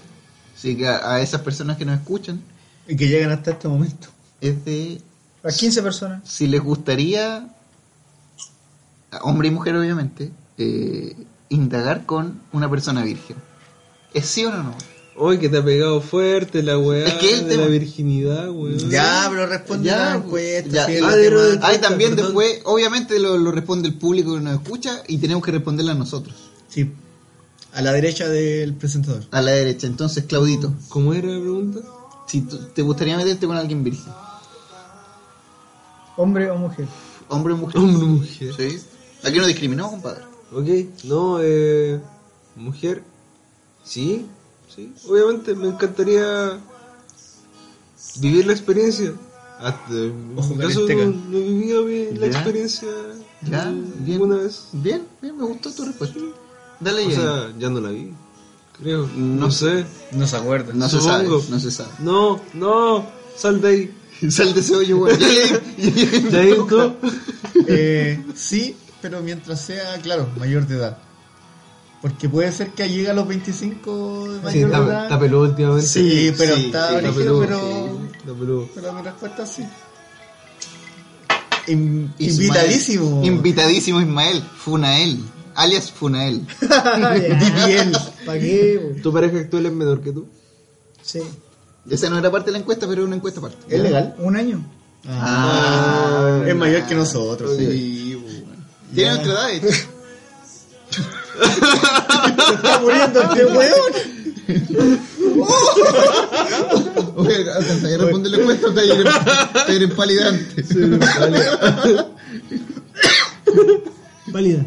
[SPEAKER 2] Así que a, a esas personas que nos escuchan,
[SPEAKER 3] Y que llegan hasta este momento.
[SPEAKER 2] es de
[SPEAKER 1] A 15 personas.
[SPEAKER 2] si les gustaría, a hombre y mujer obviamente, eh, indagar con una persona virgen. ¿Es sí o no? no?
[SPEAKER 4] Hoy que te ha pegado fuerte la weá
[SPEAKER 2] Es que el
[SPEAKER 4] de
[SPEAKER 2] tema-
[SPEAKER 4] la virginidad, weón.
[SPEAKER 3] Ya, pero responde
[SPEAKER 2] Ya,
[SPEAKER 3] la encuesta.
[SPEAKER 2] ya.
[SPEAKER 3] sí, el
[SPEAKER 2] Ah,
[SPEAKER 3] tema-
[SPEAKER 4] pero-
[SPEAKER 2] Ahí también después, obviamente lo, lo responde el público que nos escucha y tenemos que responderla nosotros,
[SPEAKER 3] Sí. A la derecha del presentador.
[SPEAKER 2] a la derecha. Entonces, Claudito,
[SPEAKER 4] ¿Cómo era la pregunta?
[SPEAKER 2] si tú- te gustaría meterte con alguien virgen,
[SPEAKER 1] Hombre o
[SPEAKER 2] [laughs]
[SPEAKER 1] mujer. [laughs]
[SPEAKER 2] hombre o mujer.
[SPEAKER 4] Hombre, mujer.
[SPEAKER 2] Sí. Aquí no discriminamos, compadre.
[SPEAKER 4] Ok, no, eh. Mujer. Sí, sí. Obviamente me encantaría vivir la experiencia. Hasta- en
[SPEAKER 3] Ojo
[SPEAKER 4] mi
[SPEAKER 3] con el
[SPEAKER 4] caso
[SPEAKER 3] teca.
[SPEAKER 4] no, no he vivido bien
[SPEAKER 2] Ya.
[SPEAKER 4] la experiencia
[SPEAKER 2] Ya, bien.
[SPEAKER 4] alguna Mm, vez.
[SPEAKER 2] Bien, bien, me gustó tu respuesta. Dale,
[SPEAKER 4] O
[SPEAKER 2] ya.
[SPEAKER 4] sea, ya no la vi. Creo. No,
[SPEAKER 2] No.
[SPEAKER 4] sé.
[SPEAKER 3] No se acuerda.
[SPEAKER 2] no se sabe,
[SPEAKER 4] supongo.
[SPEAKER 2] no se sabe.
[SPEAKER 4] No, no. [laughs] Sal de ahí.
[SPEAKER 2] Sal de ese hoyo, güey. Ya leí-
[SPEAKER 4] Ya ahí tú.
[SPEAKER 3] [laughs] Eh, sí, pero mientras sea, claro, mayor de edad. Porque puede ser que llegue a los 25 de mayor
[SPEAKER 4] [laughs] Sí,
[SPEAKER 3] de
[SPEAKER 4] está,
[SPEAKER 3] edad.
[SPEAKER 4] está peludo últimamente.
[SPEAKER 3] Sí, pero
[SPEAKER 2] sí,
[SPEAKER 3] está
[SPEAKER 2] sí,
[SPEAKER 4] está
[SPEAKER 3] brígido,
[SPEAKER 4] peludo.
[SPEAKER 3] pero,
[SPEAKER 4] Está peludo.
[SPEAKER 3] pero mi respuesta es sí. In-
[SPEAKER 2] Ismael.
[SPEAKER 3] invitadísimo.
[SPEAKER 2] Invitadísimo Ismael. Funael. Alias Funael.
[SPEAKER 3] Ah,
[SPEAKER 2] [laughs]
[SPEAKER 3] Bien.
[SPEAKER 1] ¿Para qué? bo?
[SPEAKER 4] ¿Tu pareja actual es menor que tú?
[SPEAKER 1] Sí.
[SPEAKER 2] Esa no era parte de la encuesta, pero era una encuesta aparte.
[SPEAKER 3] ¿Es legal?
[SPEAKER 1] Un año.
[SPEAKER 2] Ah,
[SPEAKER 3] es mayor que nosotros. sí.
[SPEAKER 2] Sí, güey. Tiene nuestra edad, de hecho.
[SPEAKER 3] Está
[SPEAKER 2] [laughs]
[SPEAKER 3] muriendo este weón.
[SPEAKER 2] Oye, alcanza a responder la encuesta, está ahí en- está empalidante.
[SPEAKER 1] Válida.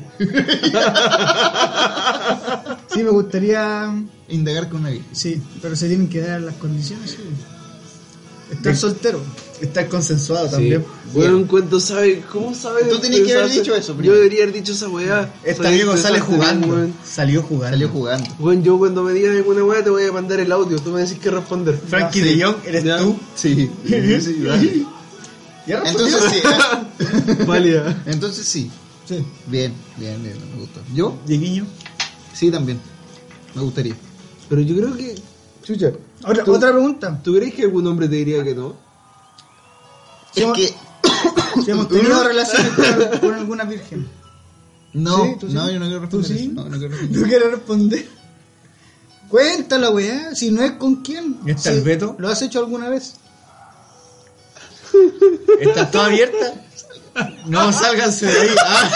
[SPEAKER 1] sí, me gustaría.
[SPEAKER 2] Indagar con una virgen.
[SPEAKER 1] Sí, pero se tienen que dar las condiciones. sí. Estar
[SPEAKER 3] Sí.
[SPEAKER 1] soltero.
[SPEAKER 3] Está consensuado también.
[SPEAKER 4] Bueno, en cuanto sabe, ¿cómo sabe?
[SPEAKER 2] Tú tenías que haber
[SPEAKER 4] expresarse?
[SPEAKER 2] dicho eso primero.
[SPEAKER 4] Yo debería haber dicho esa weá.
[SPEAKER 3] Este
[SPEAKER 4] Sabes
[SPEAKER 3] amigo sale
[SPEAKER 4] expresarte bien,
[SPEAKER 3] jugando.
[SPEAKER 4] weón.
[SPEAKER 3] Salió jugando.
[SPEAKER 2] Salió
[SPEAKER 1] [laughs]
[SPEAKER 2] jugando.
[SPEAKER 4] Weón, yo cuando me digas alguna weá te voy a mandar el audio, tú me decís que responder.
[SPEAKER 3] Frankie de Jong, eres
[SPEAKER 4] Ah, Ya.
[SPEAKER 3] tú.
[SPEAKER 2] Sí. sí, dale.
[SPEAKER 3] Ya
[SPEAKER 2] Entonces
[SPEAKER 1] [laughs]
[SPEAKER 2] sí. ah,
[SPEAKER 4] [laughs] Válida.
[SPEAKER 2] Entonces sí.
[SPEAKER 1] Sí.
[SPEAKER 2] Bien, bien, bien, me gustó. ¿Yo?
[SPEAKER 3] Dieguiño.
[SPEAKER 2] Sí, también. Me gustaría.
[SPEAKER 4] Pero yo creo que. Chucha,
[SPEAKER 1] Otra,
[SPEAKER 4] ¿Tú-
[SPEAKER 1] otra pregunta.
[SPEAKER 4] ¿tú crees que algún hombre te diría que no?
[SPEAKER 1] Sí,
[SPEAKER 2] Es
[SPEAKER 1] mo-
[SPEAKER 2] que.
[SPEAKER 1] Si hemos tenido relaciones con, con alguna virgen.
[SPEAKER 2] No,
[SPEAKER 1] Sí, tú sí.
[SPEAKER 2] no, yo no quiero
[SPEAKER 1] ¿Tú
[SPEAKER 2] responder.
[SPEAKER 1] sí?
[SPEAKER 2] eso. No, no quiero responder.
[SPEAKER 1] No quiero responder. Cuéntala, weá. Si no es con quién.
[SPEAKER 3] ¿Y está
[SPEAKER 1] Si
[SPEAKER 3] el Beto?
[SPEAKER 1] ¿Lo has hecho alguna vez?
[SPEAKER 3] ¿Está toda abierta? No, sálganse de ahí. Ah.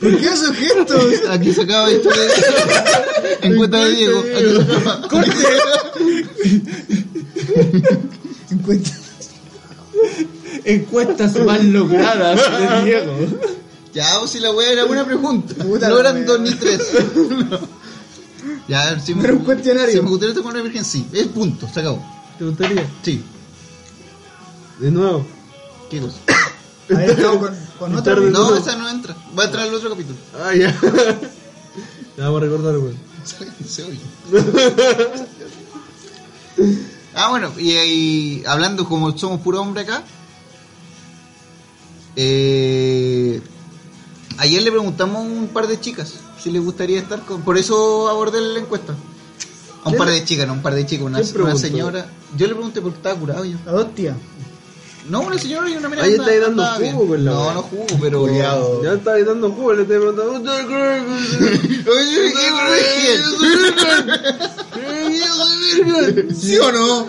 [SPEAKER 1] ¿Por qué esos gestos? [laughs]
[SPEAKER 2] Aquí se acaba esto de- Encuentra de Diego. Aquí se acaba.
[SPEAKER 1] Encuentra.
[SPEAKER 3] Encuestas más logradas de Diego.
[SPEAKER 2] [laughs] Ya, o si la wea era una pregunta.
[SPEAKER 1] Puta
[SPEAKER 2] no
[SPEAKER 1] la
[SPEAKER 2] eran
[SPEAKER 1] wea.
[SPEAKER 2] dos ni
[SPEAKER 1] [laughs]
[SPEAKER 2] tres. No. Ya, si
[SPEAKER 1] Era un cuestionario.
[SPEAKER 2] Si me gustaría estar con una virgen, sí. Es punto, se acabó.
[SPEAKER 4] ¿Te gustaría?
[SPEAKER 2] Sí.
[SPEAKER 4] De nuevo.
[SPEAKER 2] ¿Qué
[SPEAKER 1] [laughs]
[SPEAKER 2] cosa?
[SPEAKER 1] A ver, no, con, con otra.
[SPEAKER 4] Tarde.
[SPEAKER 2] No,
[SPEAKER 4] nuevo.
[SPEAKER 2] esa no entra. Va a entrar al otro capítulo.
[SPEAKER 4] Ah, ya. [laughs] Te vamos a recordar, weón.
[SPEAKER 2] Se
[SPEAKER 4] [laughs]
[SPEAKER 2] oye. Ah, bueno, y, ahí, hablando como somos puro hombre acá, eh, ayer le preguntamos a un par de chicas si les gustaría estar con... Por eso abordé la encuesta. A un par de chicas, no, un par de chicas, una,
[SPEAKER 4] ¿Quién
[SPEAKER 2] una
[SPEAKER 4] preguntó?
[SPEAKER 2] señora... Yo le pregunté porque estaba curado yo.
[SPEAKER 1] A dos tías.
[SPEAKER 2] No, una señora y una mira
[SPEAKER 4] Ahí
[SPEAKER 2] andaba-
[SPEAKER 4] estáis dando
[SPEAKER 2] andaba
[SPEAKER 4] jugo, pues, la
[SPEAKER 2] No,
[SPEAKER 4] wea.
[SPEAKER 2] no jugo, pero...
[SPEAKER 3] Culeado.
[SPEAKER 4] Ya está dando jugo, le estoy preguntando. "¿Usted cree que-"
[SPEAKER 2] Oye, qué virgen. ¿Sí o no?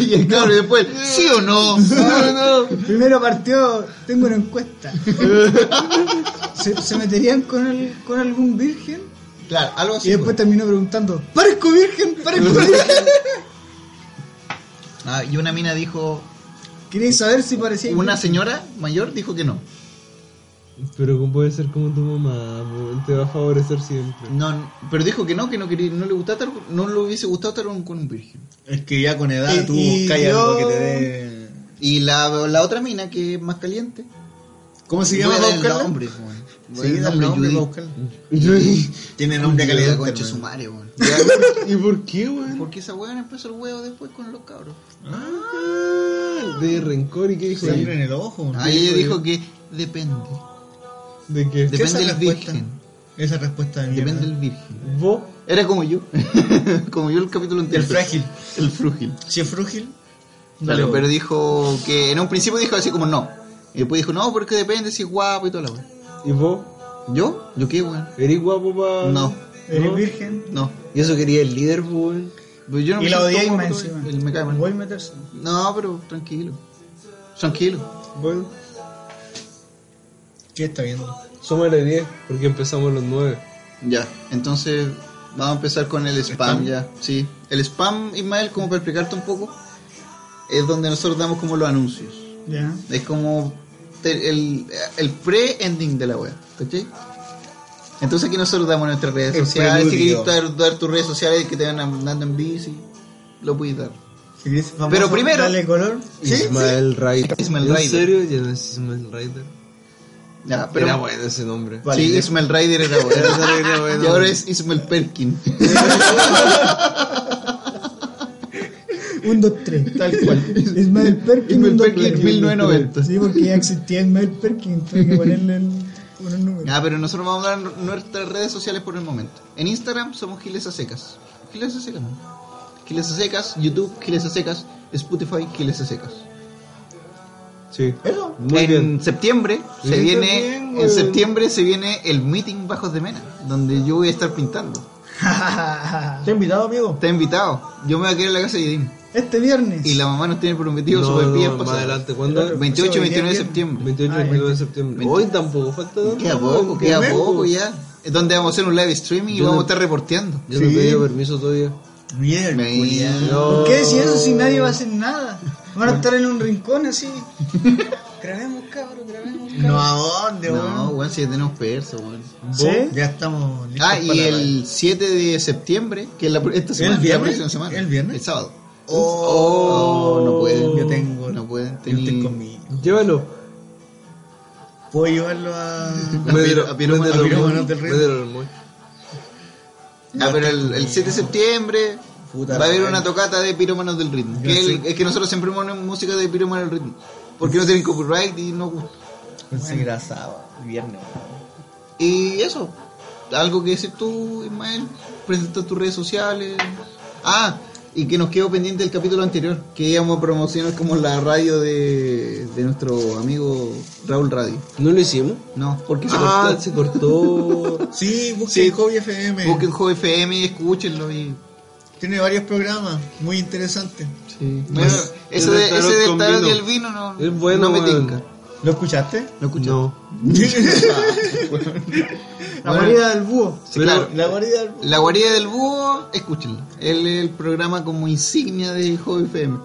[SPEAKER 2] Y el cabrón después, ¿sí o no?
[SPEAKER 4] No, no.
[SPEAKER 1] Primero partió, tengo una encuesta. ¿Se, se meterían con, el, con algún virgen?
[SPEAKER 2] Claro, algo
[SPEAKER 1] Y
[SPEAKER 2] así.
[SPEAKER 1] después
[SPEAKER 2] pues.
[SPEAKER 1] terminó preguntando, ¿parezco virgen?
[SPEAKER 2] [laughs]
[SPEAKER 1] ¿Parezco virgen?
[SPEAKER 2] Ah, y una mina dijo,
[SPEAKER 1] Queréis saber si parecía
[SPEAKER 2] una
[SPEAKER 1] virgen?
[SPEAKER 2] señora mayor dijo que no.
[SPEAKER 4] Pero ¿cómo puede ser como tu mamá? weón? Te va a favorecer siempre.
[SPEAKER 2] No, pero dijo que no, que no quería, no le gustaba estar- no le hubiese gustado estar con, con un virgen.
[SPEAKER 3] Es que ya con
[SPEAKER 2] Ah,
[SPEAKER 3] edad
[SPEAKER 1] Y-
[SPEAKER 3] tú
[SPEAKER 1] y
[SPEAKER 3] buscas algo
[SPEAKER 1] yo-
[SPEAKER 3] que te dé.
[SPEAKER 2] Y la, la otra mina que es más caliente.
[SPEAKER 3] ¿Cómo se llama
[SPEAKER 2] Voy a
[SPEAKER 3] para
[SPEAKER 2] dar el
[SPEAKER 3] buscarla?
[SPEAKER 2] nombre, weón. Voy a
[SPEAKER 3] Sí,
[SPEAKER 2] dar
[SPEAKER 3] dale
[SPEAKER 2] el
[SPEAKER 3] el nombre
[SPEAKER 2] nombre,
[SPEAKER 3] para
[SPEAKER 2] Judy.
[SPEAKER 3] buscarla. Tiene nombre de
[SPEAKER 2] Judy,
[SPEAKER 3] calidad.
[SPEAKER 2] conche su
[SPEAKER 3] hermano.
[SPEAKER 2] madre,
[SPEAKER 3] [laughs]
[SPEAKER 2] weón.
[SPEAKER 4] ¿Y por qué, weón?
[SPEAKER 2] Porque esa weón empezó el huevo después con los cabros.
[SPEAKER 4] Ah, de rencor y qué dijo.
[SPEAKER 3] Sangre en el ojo.
[SPEAKER 2] Ah, ella dijo que depende.
[SPEAKER 4] ¿De qué?
[SPEAKER 2] Depende
[SPEAKER 3] esa
[SPEAKER 2] del
[SPEAKER 3] respuesta?
[SPEAKER 2] virgen.
[SPEAKER 3] Esa respuesta de mierda.
[SPEAKER 2] Depende del virgen.
[SPEAKER 4] Vos,
[SPEAKER 2] Era como yo. [laughs] como yo el capítulo entero.
[SPEAKER 3] El frágil.
[SPEAKER 2] El frágil.
[SPEAKER 3] Si es frúgil,
[SPEAKER 2] Claro, pero dijo que en un principio dijo así como no. Y después dijo, no, porque depende si es guapo y toda la weá.
[SPEAKER 4] y vos,
[SPEAKER 2] ¿Yo? ¿Yo qué, weón?
[SPEAKER 4] ¿eres guapo pa...?
[SPEAKER 2] No,
[SPEAKER 1] Eres
[SPEAKER 4] ¿No?
[SPEAKER 1] virgen.
[SPEAKER 2] no.
[SPEAKER 4] Y eso quería el líder, po, weón.
[SPEAKER 2] Pues yo no
[SPEAKER 1] Y
[SPEAKER 2] me
[SPEAKER 1] la
[SPEAKER 2] siento
[SPEAKER 1] odiáis
[SPEAKER 2] como
[SPEAKER 1] más
[SPEAKER 2] todo-
[SPEAKER 1] encima.
[SPEAKER 2] el- me cae mal.
[SPEAKER 1] Voy a meterse.
[SPEAKER 2] No, pero tranquilo. Tranquilo.
[SPEAKER 4] Bueno,
[SPEAKER 3] ¿qué está viendo?
[SPEAKER 4] somos los 10, porque empezamos a los 9.
[SPEAKER 2] Ya, entonces vamos a empezar con el spam ya. Sí, el spam, Ismael, como para explicarte un poco, es donde nosotros damos como los anuncios.
[SPEAKER 1] Ya.
[SPEAKER 2] Es como te- el, el pre-ending de la web, ¿cachai? Entonces aquí nosotros damos nuestras redes
[SPEAKER 3] El
[SPEAKER 2] sociales. Si
[SPEAKER 3] preludio.
[SPEAKER 2] quieres dar, dar tus redes sociales que te van andando en bici, lo puedes dar.
[SPEAKER 3] Si eres famoso,
[SPEAKER 2] Pero primero-
[SPEAKER 3] dale color. Sí,
[SPEAKER 4] Ismael Ryder.
[SPEAKER 2] Ismael
[SPEAKER 4] ¿En
[SPEAKER 2] Ryder.
[SPEAKER 4] serio? Ya no es Ismael Ryder.
[SPEAKER 2] Ya, pero,
[SPEAKER 4] Era bueno ese nombre.
[SPEAKER 2] sí, Ismael Ryder era bueno.
[SPEAKER 4] Era bueno.
[SPEAKER 2] y ahora es Ismael Perkin.
[SPEAKER 1] Un, dos, tres.
[SPEAKER 3] tal cual.
[SPEAKER 1] Ismael Perkins.
[SPEAKER 2] Ismael
[SPEAKER 1] un, dos,
[SPEAKER 2] Perkins,
[SPEAKER 1] tres.
[SPEAKER 2] 1990.
[SPEAKER 1] Sí, porque ya existía Ismael Perkins. Tuve que ponerle el, poner el número.
[SPEAKER 2] ya, pero nosotros vamos a dar nuestras redes sociales por el momento. En Instagram somos Giles a Secas. Giles a Secas. ¿no? Giles a Secas, YouTube, Giles a Secas, Spotify, Giles a Secas.
[SPEAKER 4] Sí.
[SPEAKER 3] Eso.
[SPEAKER 2] [laughs]
[SPEAKER 1] [laughs]
[SPEAKER 4] Muy
[SPEAKER 2] ¿Eh? en
[SPEAKER 4] bien.
[SPEAKER 2] septiembre se
[SPEAKER 4] Sí,
[SPEAKER 2] viene
[SPEAKER 4] también,
[SPEAKER 2] en
[SPEAKER 4] weón.
[SPEAKER 2] septiembre se viene el meeting Bajos de Mena, donde yo voy a estar pintando.
[SPEAKER 3] Te he invitado, amigo.
[SPEAKER 2] Está invitado. Yo me voy a quedar en la casa de Yedim.
[SPEAKER 1] Este viernes.
[SPEAKER 2] Y la mamá nos tiene prometido
[SPEAKER 4] No,
[SPEAKER 2] sobre
[SPEAKER 4] no,
[SPEAKER 2] pies
[SPEAKER 4] más
[SPEAKER 2] pasadas.
[SPEAKER 4] adelante, ¿cuándo?
[SPEAKER 2] 28 y 29 de septiembre.
[SPEAKER 4] 28 y
[SPEAKER 1] Ah,
[SPEAKER 4] 29 de septiembre.
[SPEAKER 2] 20.
[SPEAKER 4] Hoy tampoco falta tanto.
[SPEAKER 2] Queda poco,
[SPEAKER 4] weón.
[SPEAKER 2] queda
[SPEAKER 4] Qué
[SPEAKER 2] poco
[SPEAKER 4] lejos.
[SPEAKER 2] ya. Es donde vamos a hacer un live streaming y
[SPEAKER 4] Yo
[SPEAKER 2] vamos a
[SPEAKER 4] no-
[SPEAKER 2] estar reporteando.
[SPEAKER 4] Yo no he
[SPEAKER 3] Sí.
[SPEAKER 4] pedido permiso todavía.
[SPEAKER 3] Mierda.
[SPEAKER 2] Me-
[SPEAKER 3] culiao.
[SPEAKER 1] ¿Por qué si eso si nadie va a hacer nada? Van a estar en un rincón así. grabemos, cabrón, grabemos. Cabrón.
[SPEAKER 3] No, ¿a dónde,
[SPEAKER 2] No,
[SPEAKER 3] este weón?
[SPEAKER 2] weón, si ya tenemos perso, weón.
[SPEAKER 1] ¿Sí?
[SPEAKER 3] Ya estamos listos.
[SPEAKER 2] Ah,
[SPEAKER 3] para
[SPEAKER 2] y
[SPEAKER 3] la-
[SPEAKER 2] el 7 de septiembre, que es la, pr- esta semana, la
[SPEAKER 3] viernes?
[SPEAKER 2] próxima semana.
[SPEAKER 3] ¿El viernes?
[SPEAKER 2] El sábado.
[SPEAKER 3] Oh,
[SPEAKER 2] no pueden.
[SPEAKER 3] Yo tengo.
[SPEAKER 2] No pueden.
[SPEAKER 3] Yo
[SPEAKER 2] Tení-
[SPEAKER 3] estoy conmigo.
[SPEAKER 4] Llévalo.
[SPEAKER 3] Puedo llevarlo [laughs] a.
[SPEAKER 2] A Piro- a Pirómano
[SPEAKER 4] Mételo
[SPEAKER 2] del
[SPEAKER 4] al
[SPEAKER 2] Río.
[SPEAKER 4] Moy,
[SPEAKER 3] del Río.
[SPEAKER 4] mételo al Moy.
[SPEAKER 2] Ah, pero el, el 7 de septiembre
[SPEAKER 3] Puta
[SPEAKER 2] va a haber
[SPEAKER 3] madre.
[SPEAKER 2] una tocata de Pirómanos del Ritmo.
[SPEAKER 3] Yo
[SPEAKER 2] Que el-
[SPEAKER 3] sí.
[SPEAKER 2] es que nosotros siempre ponemos música de Pirómanos del Ritmo. Porque no tienen copyright y no gusta.
[SPEAKER 3] Conseguir a sábado, viernes. weón.
[SPEAKER 2] Y eso. Algo que decir tú, Ismael. Presenta tus redes sociales. Ah, y que nos quedó pendiente el capítulo anterior. Que íbamos a promocionar como la radio de, de nuestro amigo Raúl Radio.
[SPEAKER 4] ¿No lo hicimos?
[SPEAKER 2] No, porque se
[SPEAKER 4] Ah,
[SPEAKER 2] cortó.
[SPEAKER 4] se cortó.
[SPEAKER 3] Sí, busquen
[SPEAKER 2] Sí.
[SPEAKER 3] Hobby FM.
[SPEAKER 2] [laughs] Busquen Joven FM y escúchenlo. Y...
[SPEAKER 3] Tiene varios programas muy interesantes.
[SPEAKER 2] Sí.
[SPEAKER 4] Más-
[SPEAKER 2] ese
[SPEAKER 4] el
[SPEAKER 2] de,
[SPEAKER 4] tarot
[SPEAKER 2] ese del
[SPEAKER 4] con
[SPEAKER 2] tarot
[SPEAKER 4] vino.
[SPEAKER 2] y el vino no,
[SPEAKER 4] Es bueno,
[SPEAKER 2] no me
[SPEAKER 4] weón.
[SPEAKER 2] tinca.
[SPEAKER 3] ¿Lo escuchaste? [laughs]
[SPEAKER 2] ¿Lo escuchaste?
[SPEAKER 4] No.
[SPEAKER 1] La guarida del búho.
[SPEAKER 2] Sí,
[SPEAKER 4] Pero-
[SPEAKER 2] claro.
[SPEAKER 3] La guarida.
[SPEAKER 2] La guarida del búho, escúchenlo. Él es el programa como insignia de Hobby FM.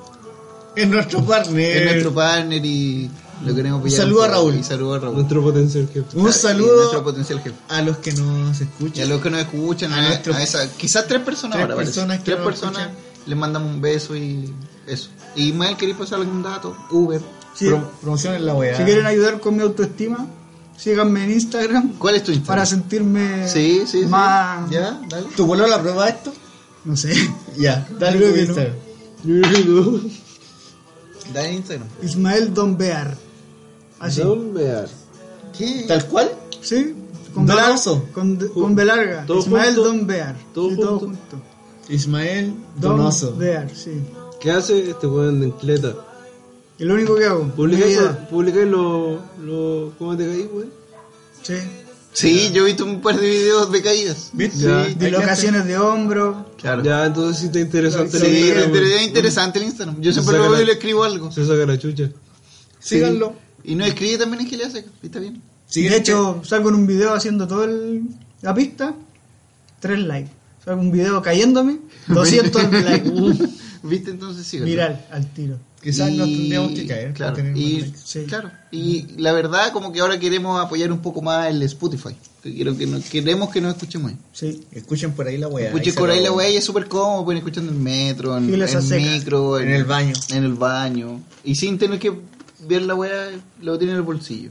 [SPEAKER 3] Es nuestro partner.
[SPEAKER 2] Es nuestro partner y lo queremos pillar.
[SPEAKER 3] Eh, saludo
[SPEAKER 2] un
[SPEAKER 3] a
[SPEAKER 2] poco.
[SPEAKER 3] Raúl.
[SPEAKER 2] Y saludo a Raúl.
[SPEAKER 4] Nuestro potencial jefe.
[SPEAKER 2] Y
[SPEAKER 3] Un
[SPEAKER 2] Nuestro
[SPEAKER 3] saludo
[SPEAKER 2] potencial jefe.
[SPEAKER 3] a los que nos
[SPEAKER 2] Y a
[SPEAKER 3] escuchan.
[SPEAKER 2] los que nos escuchan,
[SPEAKER 3] A
[SPEAKER 2] a,
[SPEAKER 3] nuestro-
[SPEAKER 2] a esa- quizás tres personas
[SPEAKER 3] tres
[SPEAKER 2] ahora, parece.
[SPEAKER 3] personas que
[SPEAKER 2] tres
[SPEAKER 3] nos
[SPEAKER 2] personas,
[SPEAKER 3] escuchan.
[SPEAKER 2] les mandamos un beso y eso. Y Ismael, ¿queréis pasar algún dato? Uber.
[SPEAKER 1] Sí.
[SPEAKER 3] Pro- promocionen la weá.
[SPEAKER 1] Si quieren ayudar con mi autoestima, síganme en Instagram
[SPEAKER 2] ¿Cuál es tu Instagram?
[SPEAKER 1] para sentirme
[SPEAKER 2] Sí, sí, sí.
[SPEAKER 1] más.
[SPEAKER 2] Ya, dale.
[SPEAKER 3] ¿Tu vuelo la prueba esto?
[SPEAKER 1] No sé.
[SPEAKER 3] Ya, dale
[SPEAKER 1] Creo
[SPEAKER 3] tu
[SPEAKER 1] que no.
[SPEAKER 3] Instagram.
[SPEAKER 2] Dale Instagram.
[SPEAKER 1] Ismael Don Bear. Así.
[SPEAKER 4] Don Bear.
[SPEAKER 2] ¿Qué?
[SPEAKER 3] ¿Tal cual?
[SPEAKER 1] ¿Sí?
[SPEAKER 3] Don
[SPEAKER 1] Con B larga.
[SPEAKER 3] Oso.
[SPEAKER 1] Con, D- con B larga.
[SPEAKER 4] Todo
[SPEAKER 1] Ismael
[SPEAKER 4] junto.
[SPEAKER 1] Don Bear.
[SPEAKER 4] Todo
[SPEAKER 1] Sí, todo
[SPEAKER 4] junto.
[SPEAKER 1] junto.
[SPEAKER 3] Ismael
[SPEAKER 1] Don
[SPEAKER 3] Donoso.
[SPEAKER 1] Bear, sí.
[SPEAKER 4] ¿Qué hace este weón de encleta?
[SPEAKER 1] Y lo único que hago. mi vida.
[SPEAKER 4] Publica publica lo, lo. ¿Cómo te caí, weón?
[SPEAKER 1] Sí.
[SPEAKER 2] Sí, yo he visto un par de videos de caídas.
[SPEAKER 3] ¿Viste?
[SPEAKER 4] Ya.
[SPEAKER 3] Sí,
[SPEAKER 1] Dilocaciones de hombro.
[SPEAKER 2] Claro.
[SPEAKER 4] Ya, entonces sí está interesante
[SPEAKER 2] Sí,
[SPEAKER 4] el
[SPEAKER 2] es
[SPEAKER 4] Instagram,
[SPEAKER 2] inter-
[SPEAKER 4] weón.
[SPEAKER 2] es interesante el Instagram. Yo
[SPEAKER 4] Se
[SPEAKER 2] siempre
[SPEAKER 4] saca
[SPEAKER 2] lo veo y
[SPEAKER 4] la-
[SPEAKER 2] le escribo algo.
[SPEAKER 4] Se saca la chucha.
[SPEAKER 3] Síganlo.
[SPEAKER 2] Y no escribe también en Gilead Seca, está bien. [laughs]
[SPEAKER 1] de hecho, salgo en un video haciendo todo el, la pista. Tres likes. Salgo un
[SPEAKER 2] [laughs]
[SPEAKER 1] video cayéndome. 200 likes.
[SPEAKER 2] ¿Viste? Entonces sí.
[SPEAKER 1] Viral, al tiro.
[SPEAKER 3] Quizás nos
[SPEAKER 2] Y-
[SPEAKER 3] tendríamos que caer.
[SPEAKER 2] Claro,
[SPEAKER 3] para tener más
[SPEAKER 2] y,
[SPEAKER 3] likes.
[SPEAKER 1] Sí.
[SPEAKER 2] claro. Y la verdad, como que ahora queremos apoyar un poco más el Spotify. Que quiero que no- queremos que nos escuchen más.
[SPEAKER 1] Sí.
[SPEAKER 3] Escuchen por ahí la weá.
[SPEAKER 2] Escuchen
[SPEAKER 3] se
[SPEAKER 2] por ahí la
[SPEAKER 3] grabó.
[SPEAKER 2] weá y es súper cómodo. Pueden escuchar en el metro, en,
[SPEAKER 1] Giles a
[SPEAKER 2] en
[SPEAKER 1] secas.
[SPEAKER 2] micro,
[SPEAKER 3] En el baño.
[SPEAKER 2] en el baño. Y sin tener que ver la weá, lo tienen en el bolsillo.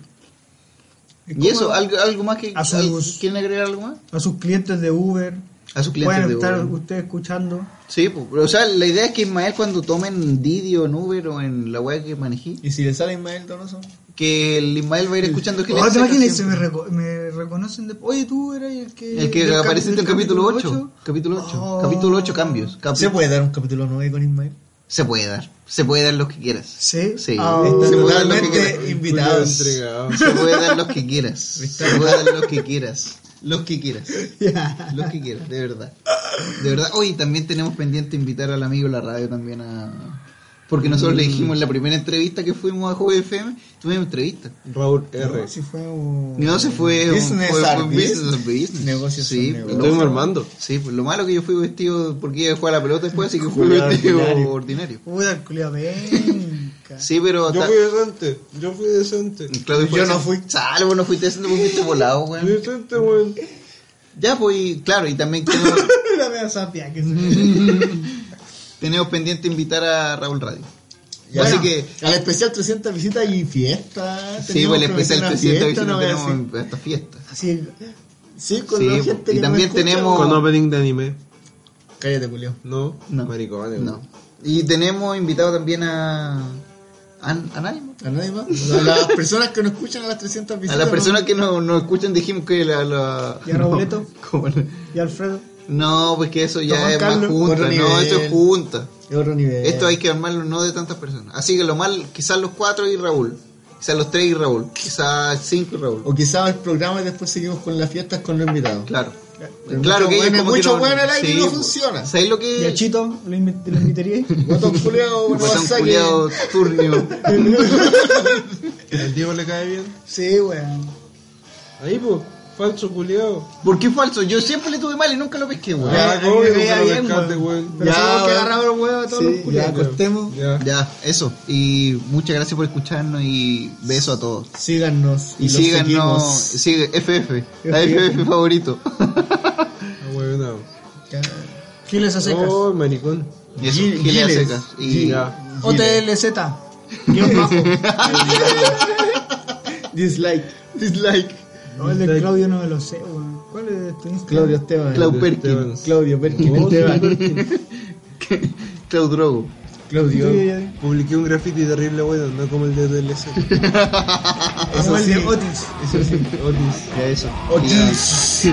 [SPEAKER 2] Y eso, algo, algo más que.
[SPEAKER 1] A sus-
[SPEAKER 2] al- ¿Quieren agregar algo más?
[SPEAKER 1] A sus clientes de Uber.
[SPEAKER 2] a sus clientes
[SPEAKER 1] Pueden
[SPEAKER 2] de
[SPEAKER 1] estar
[SPEAKER 2] Uber.
[SPEAKER 1] ustedes escuchando.
[SPEAKER 2] Sí, pues, pero, o sea, la idea es que Ismael cuando tomen Didi o en Uber o en la weá que manejí,
[SPEAKER 3] Y si le sale Ismael Donoso,
[SPEAKER 2] que el Ismael va a ir
[SPEAKER 3] Oh,
[SPEAKER 2] escuchando que le
[SPEAKER 1] Ahora Oh, te
[SPEAKER 2] saca
[SPEAKER 1] imaginas, se me,
[SPEAKER 2] siempre.
[SPEAKER 1] reco- me reconocen después. Oye, tú eras el que.
[SPEAKER 2] El que
[SPEAKER 1] del
[SPEAKER 2] aparece en el
[SPEAKER 1] cap- del
[SPEAKER 2] capítulo 8.
[SPEAKER 1] ocho".
[SPEAKER 2] Capítulo 8.
[SPEAKER 1] Oh.
[SPEAKER 2] Capítulo 8 cambios. Capi-
[SPEAKER 3] ¿se puede dar un capítulo 9 con Ismael?
[SPEAKER 2] Se puede dar. Se puede dar los que quieras.
[SPEAKER 1] Sí.
[SPEAKER 2] Sí.
[SPEAKER 1] Ah,
[SPEAKER 2] Se puede dar los que quieras.
[SPEAKER 3] Totalmente invitados.
[SPEAKER 4] entregado.
[SPEAKER 2] Se puede dar los que quieras. Se puede dar los que quieras. Los que quieras. Los que quieras, de verdad. De verdad. Hoy también tenemos pendiente invitar al amigo de la radio también a. Porque nosotros le dijimos en la primera entrevista que fuimos a Joven FM, tuvimos entrevista.
[SPEAKER 4] Raúl R.
[SPEAKER 3] No, si fue un...
[SPEAKER 2] No se fue.
[SPEAKER 3] Business
[SPEAKER 2] fue,
[SPEAKER 3] are
[SPEAKER 2] fue
[SPEAKER 3] business.
[SPEAKER 2] business, business.
[SPEAKER 3] Negocios
[SPEAKER 2] Sí,
[SPEAKER 3] son
[SPEAKER 2] pero-
[SPEAKER 3] negocios.
[SPEAKER 4] Estuvimos armando.
[SPEAKER 2] Sí, pues lo malo que yo fui vestido porque iba a jugar a la pelota después, así que fui
[SPEAKER 3] Culeado
[SPEAKER 2] vestido ordinario.
[SPEAKER 3] ordinario.
[SPEAKER 1] Puta, el culiao, [laughs] venga.
[SPEAKER 2] Sí, pero.
[SPEAKER 4] Yo
[SPEAKER 2] ta-
[SPEAKER 4] fui decente, yo fui decente.
[SPEAKER 2] Claudio fue
[SPEAKER 3] Yo
[SPEAKER 2] ese-
[SPEAKER 3] no fui.
[SPEAKER 2] Salvo, no fuiste ese, no fuiste volado,
[SPEAKER 4] Fui
[SPEAKER 2] weón.
[SPEAKER 4] decente, weón.
[SPEAKER 2] Ya, pues, y claro, y también tenemos,
[SPEAKER 3] [laughs]
[SPEAKER 1] [laughs] La wea sapia que se-
[SPEAKER 2] tenemos pendiente invitar a Raúl Radio.
[SPEAKER 3] Ya,
[SPEAKER 2] Así
[SPEAKER 3] bueno,
[SPEAKER 2] que.
[SPEAKER 3] Al especial 300 visitas y fiestas.
[SPEAKER 2] Sí, pues el especial 300 visitas
[SPEAKER 3] no
[SPEAKER 2] tenemos esta fiesta.
[SPEAKER 1] Así,
[SPEAKER 3] Sí, con
[SPEAKER 2] Sí, pues,
[SPEAKER 3] la gente
[SPEAKER 2] y
[SPEAKER 3] que
[SPEAKER 2] también
[SPEAKER 3] no escucha,
[SPEAKER 2] tenemos-
[SPEAKER 4] Con
[SPEAKER 3] weón.
[SPEAKER 4] opening de anime.
[SPEAKER 3] Cállate, Julio.
[SPEAKER 4] No,
[SPEAKER 2] No.
[SPEAKER 4] maricones.
[SPEAKER 2] No.
[SPEAKER 4] weón.
[SPEAKER 2] Y tenemos invitado también a. ¿A, a nadie? ¿no?
[SPEAKER 3] ¿A nadie más? A las personas que no escuchan a las 300
[SPEAKER 2] A
[SPEAKER 3] visitas.
[SPEAKER 2] las
[SPEAKER 3] no-
[SPEAKER 2] personas que nos nos escuchan dijimos que la. la-
[SPEAKER 1] ¿Y a Roboleto?
[SPEAKER 2] [laughs] No, ¿cómo no?
[SPEAKER 1] [laughs] y Alfredo.
[SPEAKER 2] No, pues que eso ya
[SPEAKER 3] Don Juan
[SPEAKER 2] es más
[SPEAKER 3] Carlos,
[SPEAKER 2] junta,
[SPEAKER 3] otro
[SPEAKER 2] no,
[SPEAKER 3] nivel.
[SPEAKER 2] eso es junta.
[SPEAKER 3] Es otro nivel.
[SPEAKER 2] Esto hay que armarlo no de tantas personas. Así que lo mal, quizás los cuatro y Raúl. Quizás los tres y Raúl. Quizás cinco y Raúl.
[SPEAKER 3] O quizás el programa y después seguimos con las fiestas con los invitados.
[SPEAKER 2] Claro.
[SPEAKER 3] Pero
[SPEAKER 2] Claro
[SPEAKER 3] mucho
[SPEAKER 2] que ellos
[SPEAKER 3] bueno,
[SPEAKER 2] como
[SPEAKER 3] mucho
[SPEAKER 2] que no-
[SPEAKER 3] bueno al aire
[SPEAKER 2] sí,
[SPEAKER 3] no
[SPEAKER 2] pues.
[SPEAKER 3] funciona.
[SPEAKER 2] ¿Sabes lo que Pues,
[SPEAKER 1] ¿Y a Chito? ¿Lo, invi- lo invitaría?
[SPEAKER 3] Guatón culiao, no
[SPEAKER 2] Guatón
[SPEAKER 3] vas a que-
[SPEAKER 2] culiao,
[SPEAKER 3] [laughs]
[SPEAKER 2] turnio.
[SPEAKER 4] ¿Al Diego le cae bien?
[SPEAKER 1] [laughs] Sí, weón.
[SPEAKER 4] Ahí, pues, falso culiao.
[SPEAKER 2] ¿Por qué falso? Yo siempre le tuve mal y nunca lo pesqué, weón.
[SPEAKER 3] Eh,
[SPEAKER 1] Ya,
[SPEAKER 4] Ah,
[SPEAKER 1] ahí
[SPEAKER 4] obvio
[SPEAKER 1] me
[SPEAKER 4] que
[SPEAKER 1] veía
[SPEAKER 4] lo
[SPEAKER 1] bien,
[SPEAKER 4] pescaste,
[SPEAKER 1] weón.
[SPEAKER 4] weón.
[SPEAKER 1] Pero
[SPEAKER 3] Ya,
[SPEAKER 1] tengo que
[SPEAKER 3] weón.
[SPEAKER 1] agarrar los huevos a todos
[SPEAKER 3] Sí,
[SPEAKER 1] los culiados.
[SPEAKER 3] ya,
[SPEAKER 1] pues.
[SPEAKER 3] cortemos.
[SPEAKER 4] Ya.
[SPEAKER 2] Ya, eso. Y muchas gracias por escucharnos y beso a todos.
[SPEAKER 3] Síganos
[SPEAKER 2] Y,
[SPEAKER 3] los
[SPEAKER 2] síganos,
[SPEAKER 3] seguimos.
[SPEAKER 2] sigue FF, la FF favorito.
[SPEAKER 4] Ah, weón, no.
[SPEAKER 1] Giles a secas.
[SPEAKER 4] Oh, maricón.
[SPEAKER 2] y eso,
[SPEAKER 3] Gil-
[SPEAKER 2] Gilead
[SPEAKER 3] Giles.
[SPEAKER 2] Secas. Y
[SPEAKER 3] Gil-
[SPEAKER 4] Ya.
[SPEAKER 1] OTLZ.
[SPEAKER 3] [laughs]
[SPEAKER 1] Guión bajo.
[SPEAKER 3] Dislike.
[SPEAKER 2] [laughs] dislike. [laughs]
[SPEAKER 1] No, el de Claudio no me lo sé, weón. ¿Cuál es tu Instagram?
[SPEAKER 3] Claudio Esteban.
[SPEAKER 2] Clau
[SPEAKER 4] de
[SPEAKER 2] Perkin.
[SPEAKER 4] Esteban.
[SPEAKER 3] Claudio Perkin
[SPEAKER 4] Oh,
[SPEAKER 3] Esteban.
[SPEAKER 4] sí,
[SPEAKER 2] Clau Drogo.
[SPEAKER 3] Claudio.
[SPEAKER 1] Sí, ya, ya.
[SPEAKER 4] Publiqué un graffiti terrible, bueno, no como el de DLC.
[SPEAKER 1] Como el
[SPEAKER 3] sí.
[SPEAKER 1] de Otis.
[SPEAKER 3] Eso sí. Otis.
[SPEAKER 2] Ya eso.
[SPEAKER 3] Oh, Otis.
[SPEAKER 2] Ya,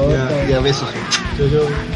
[SPEAKER 3] Otis.
[SPEAKER 2] ya besos.
[SPEAKER 4] Yo, yo.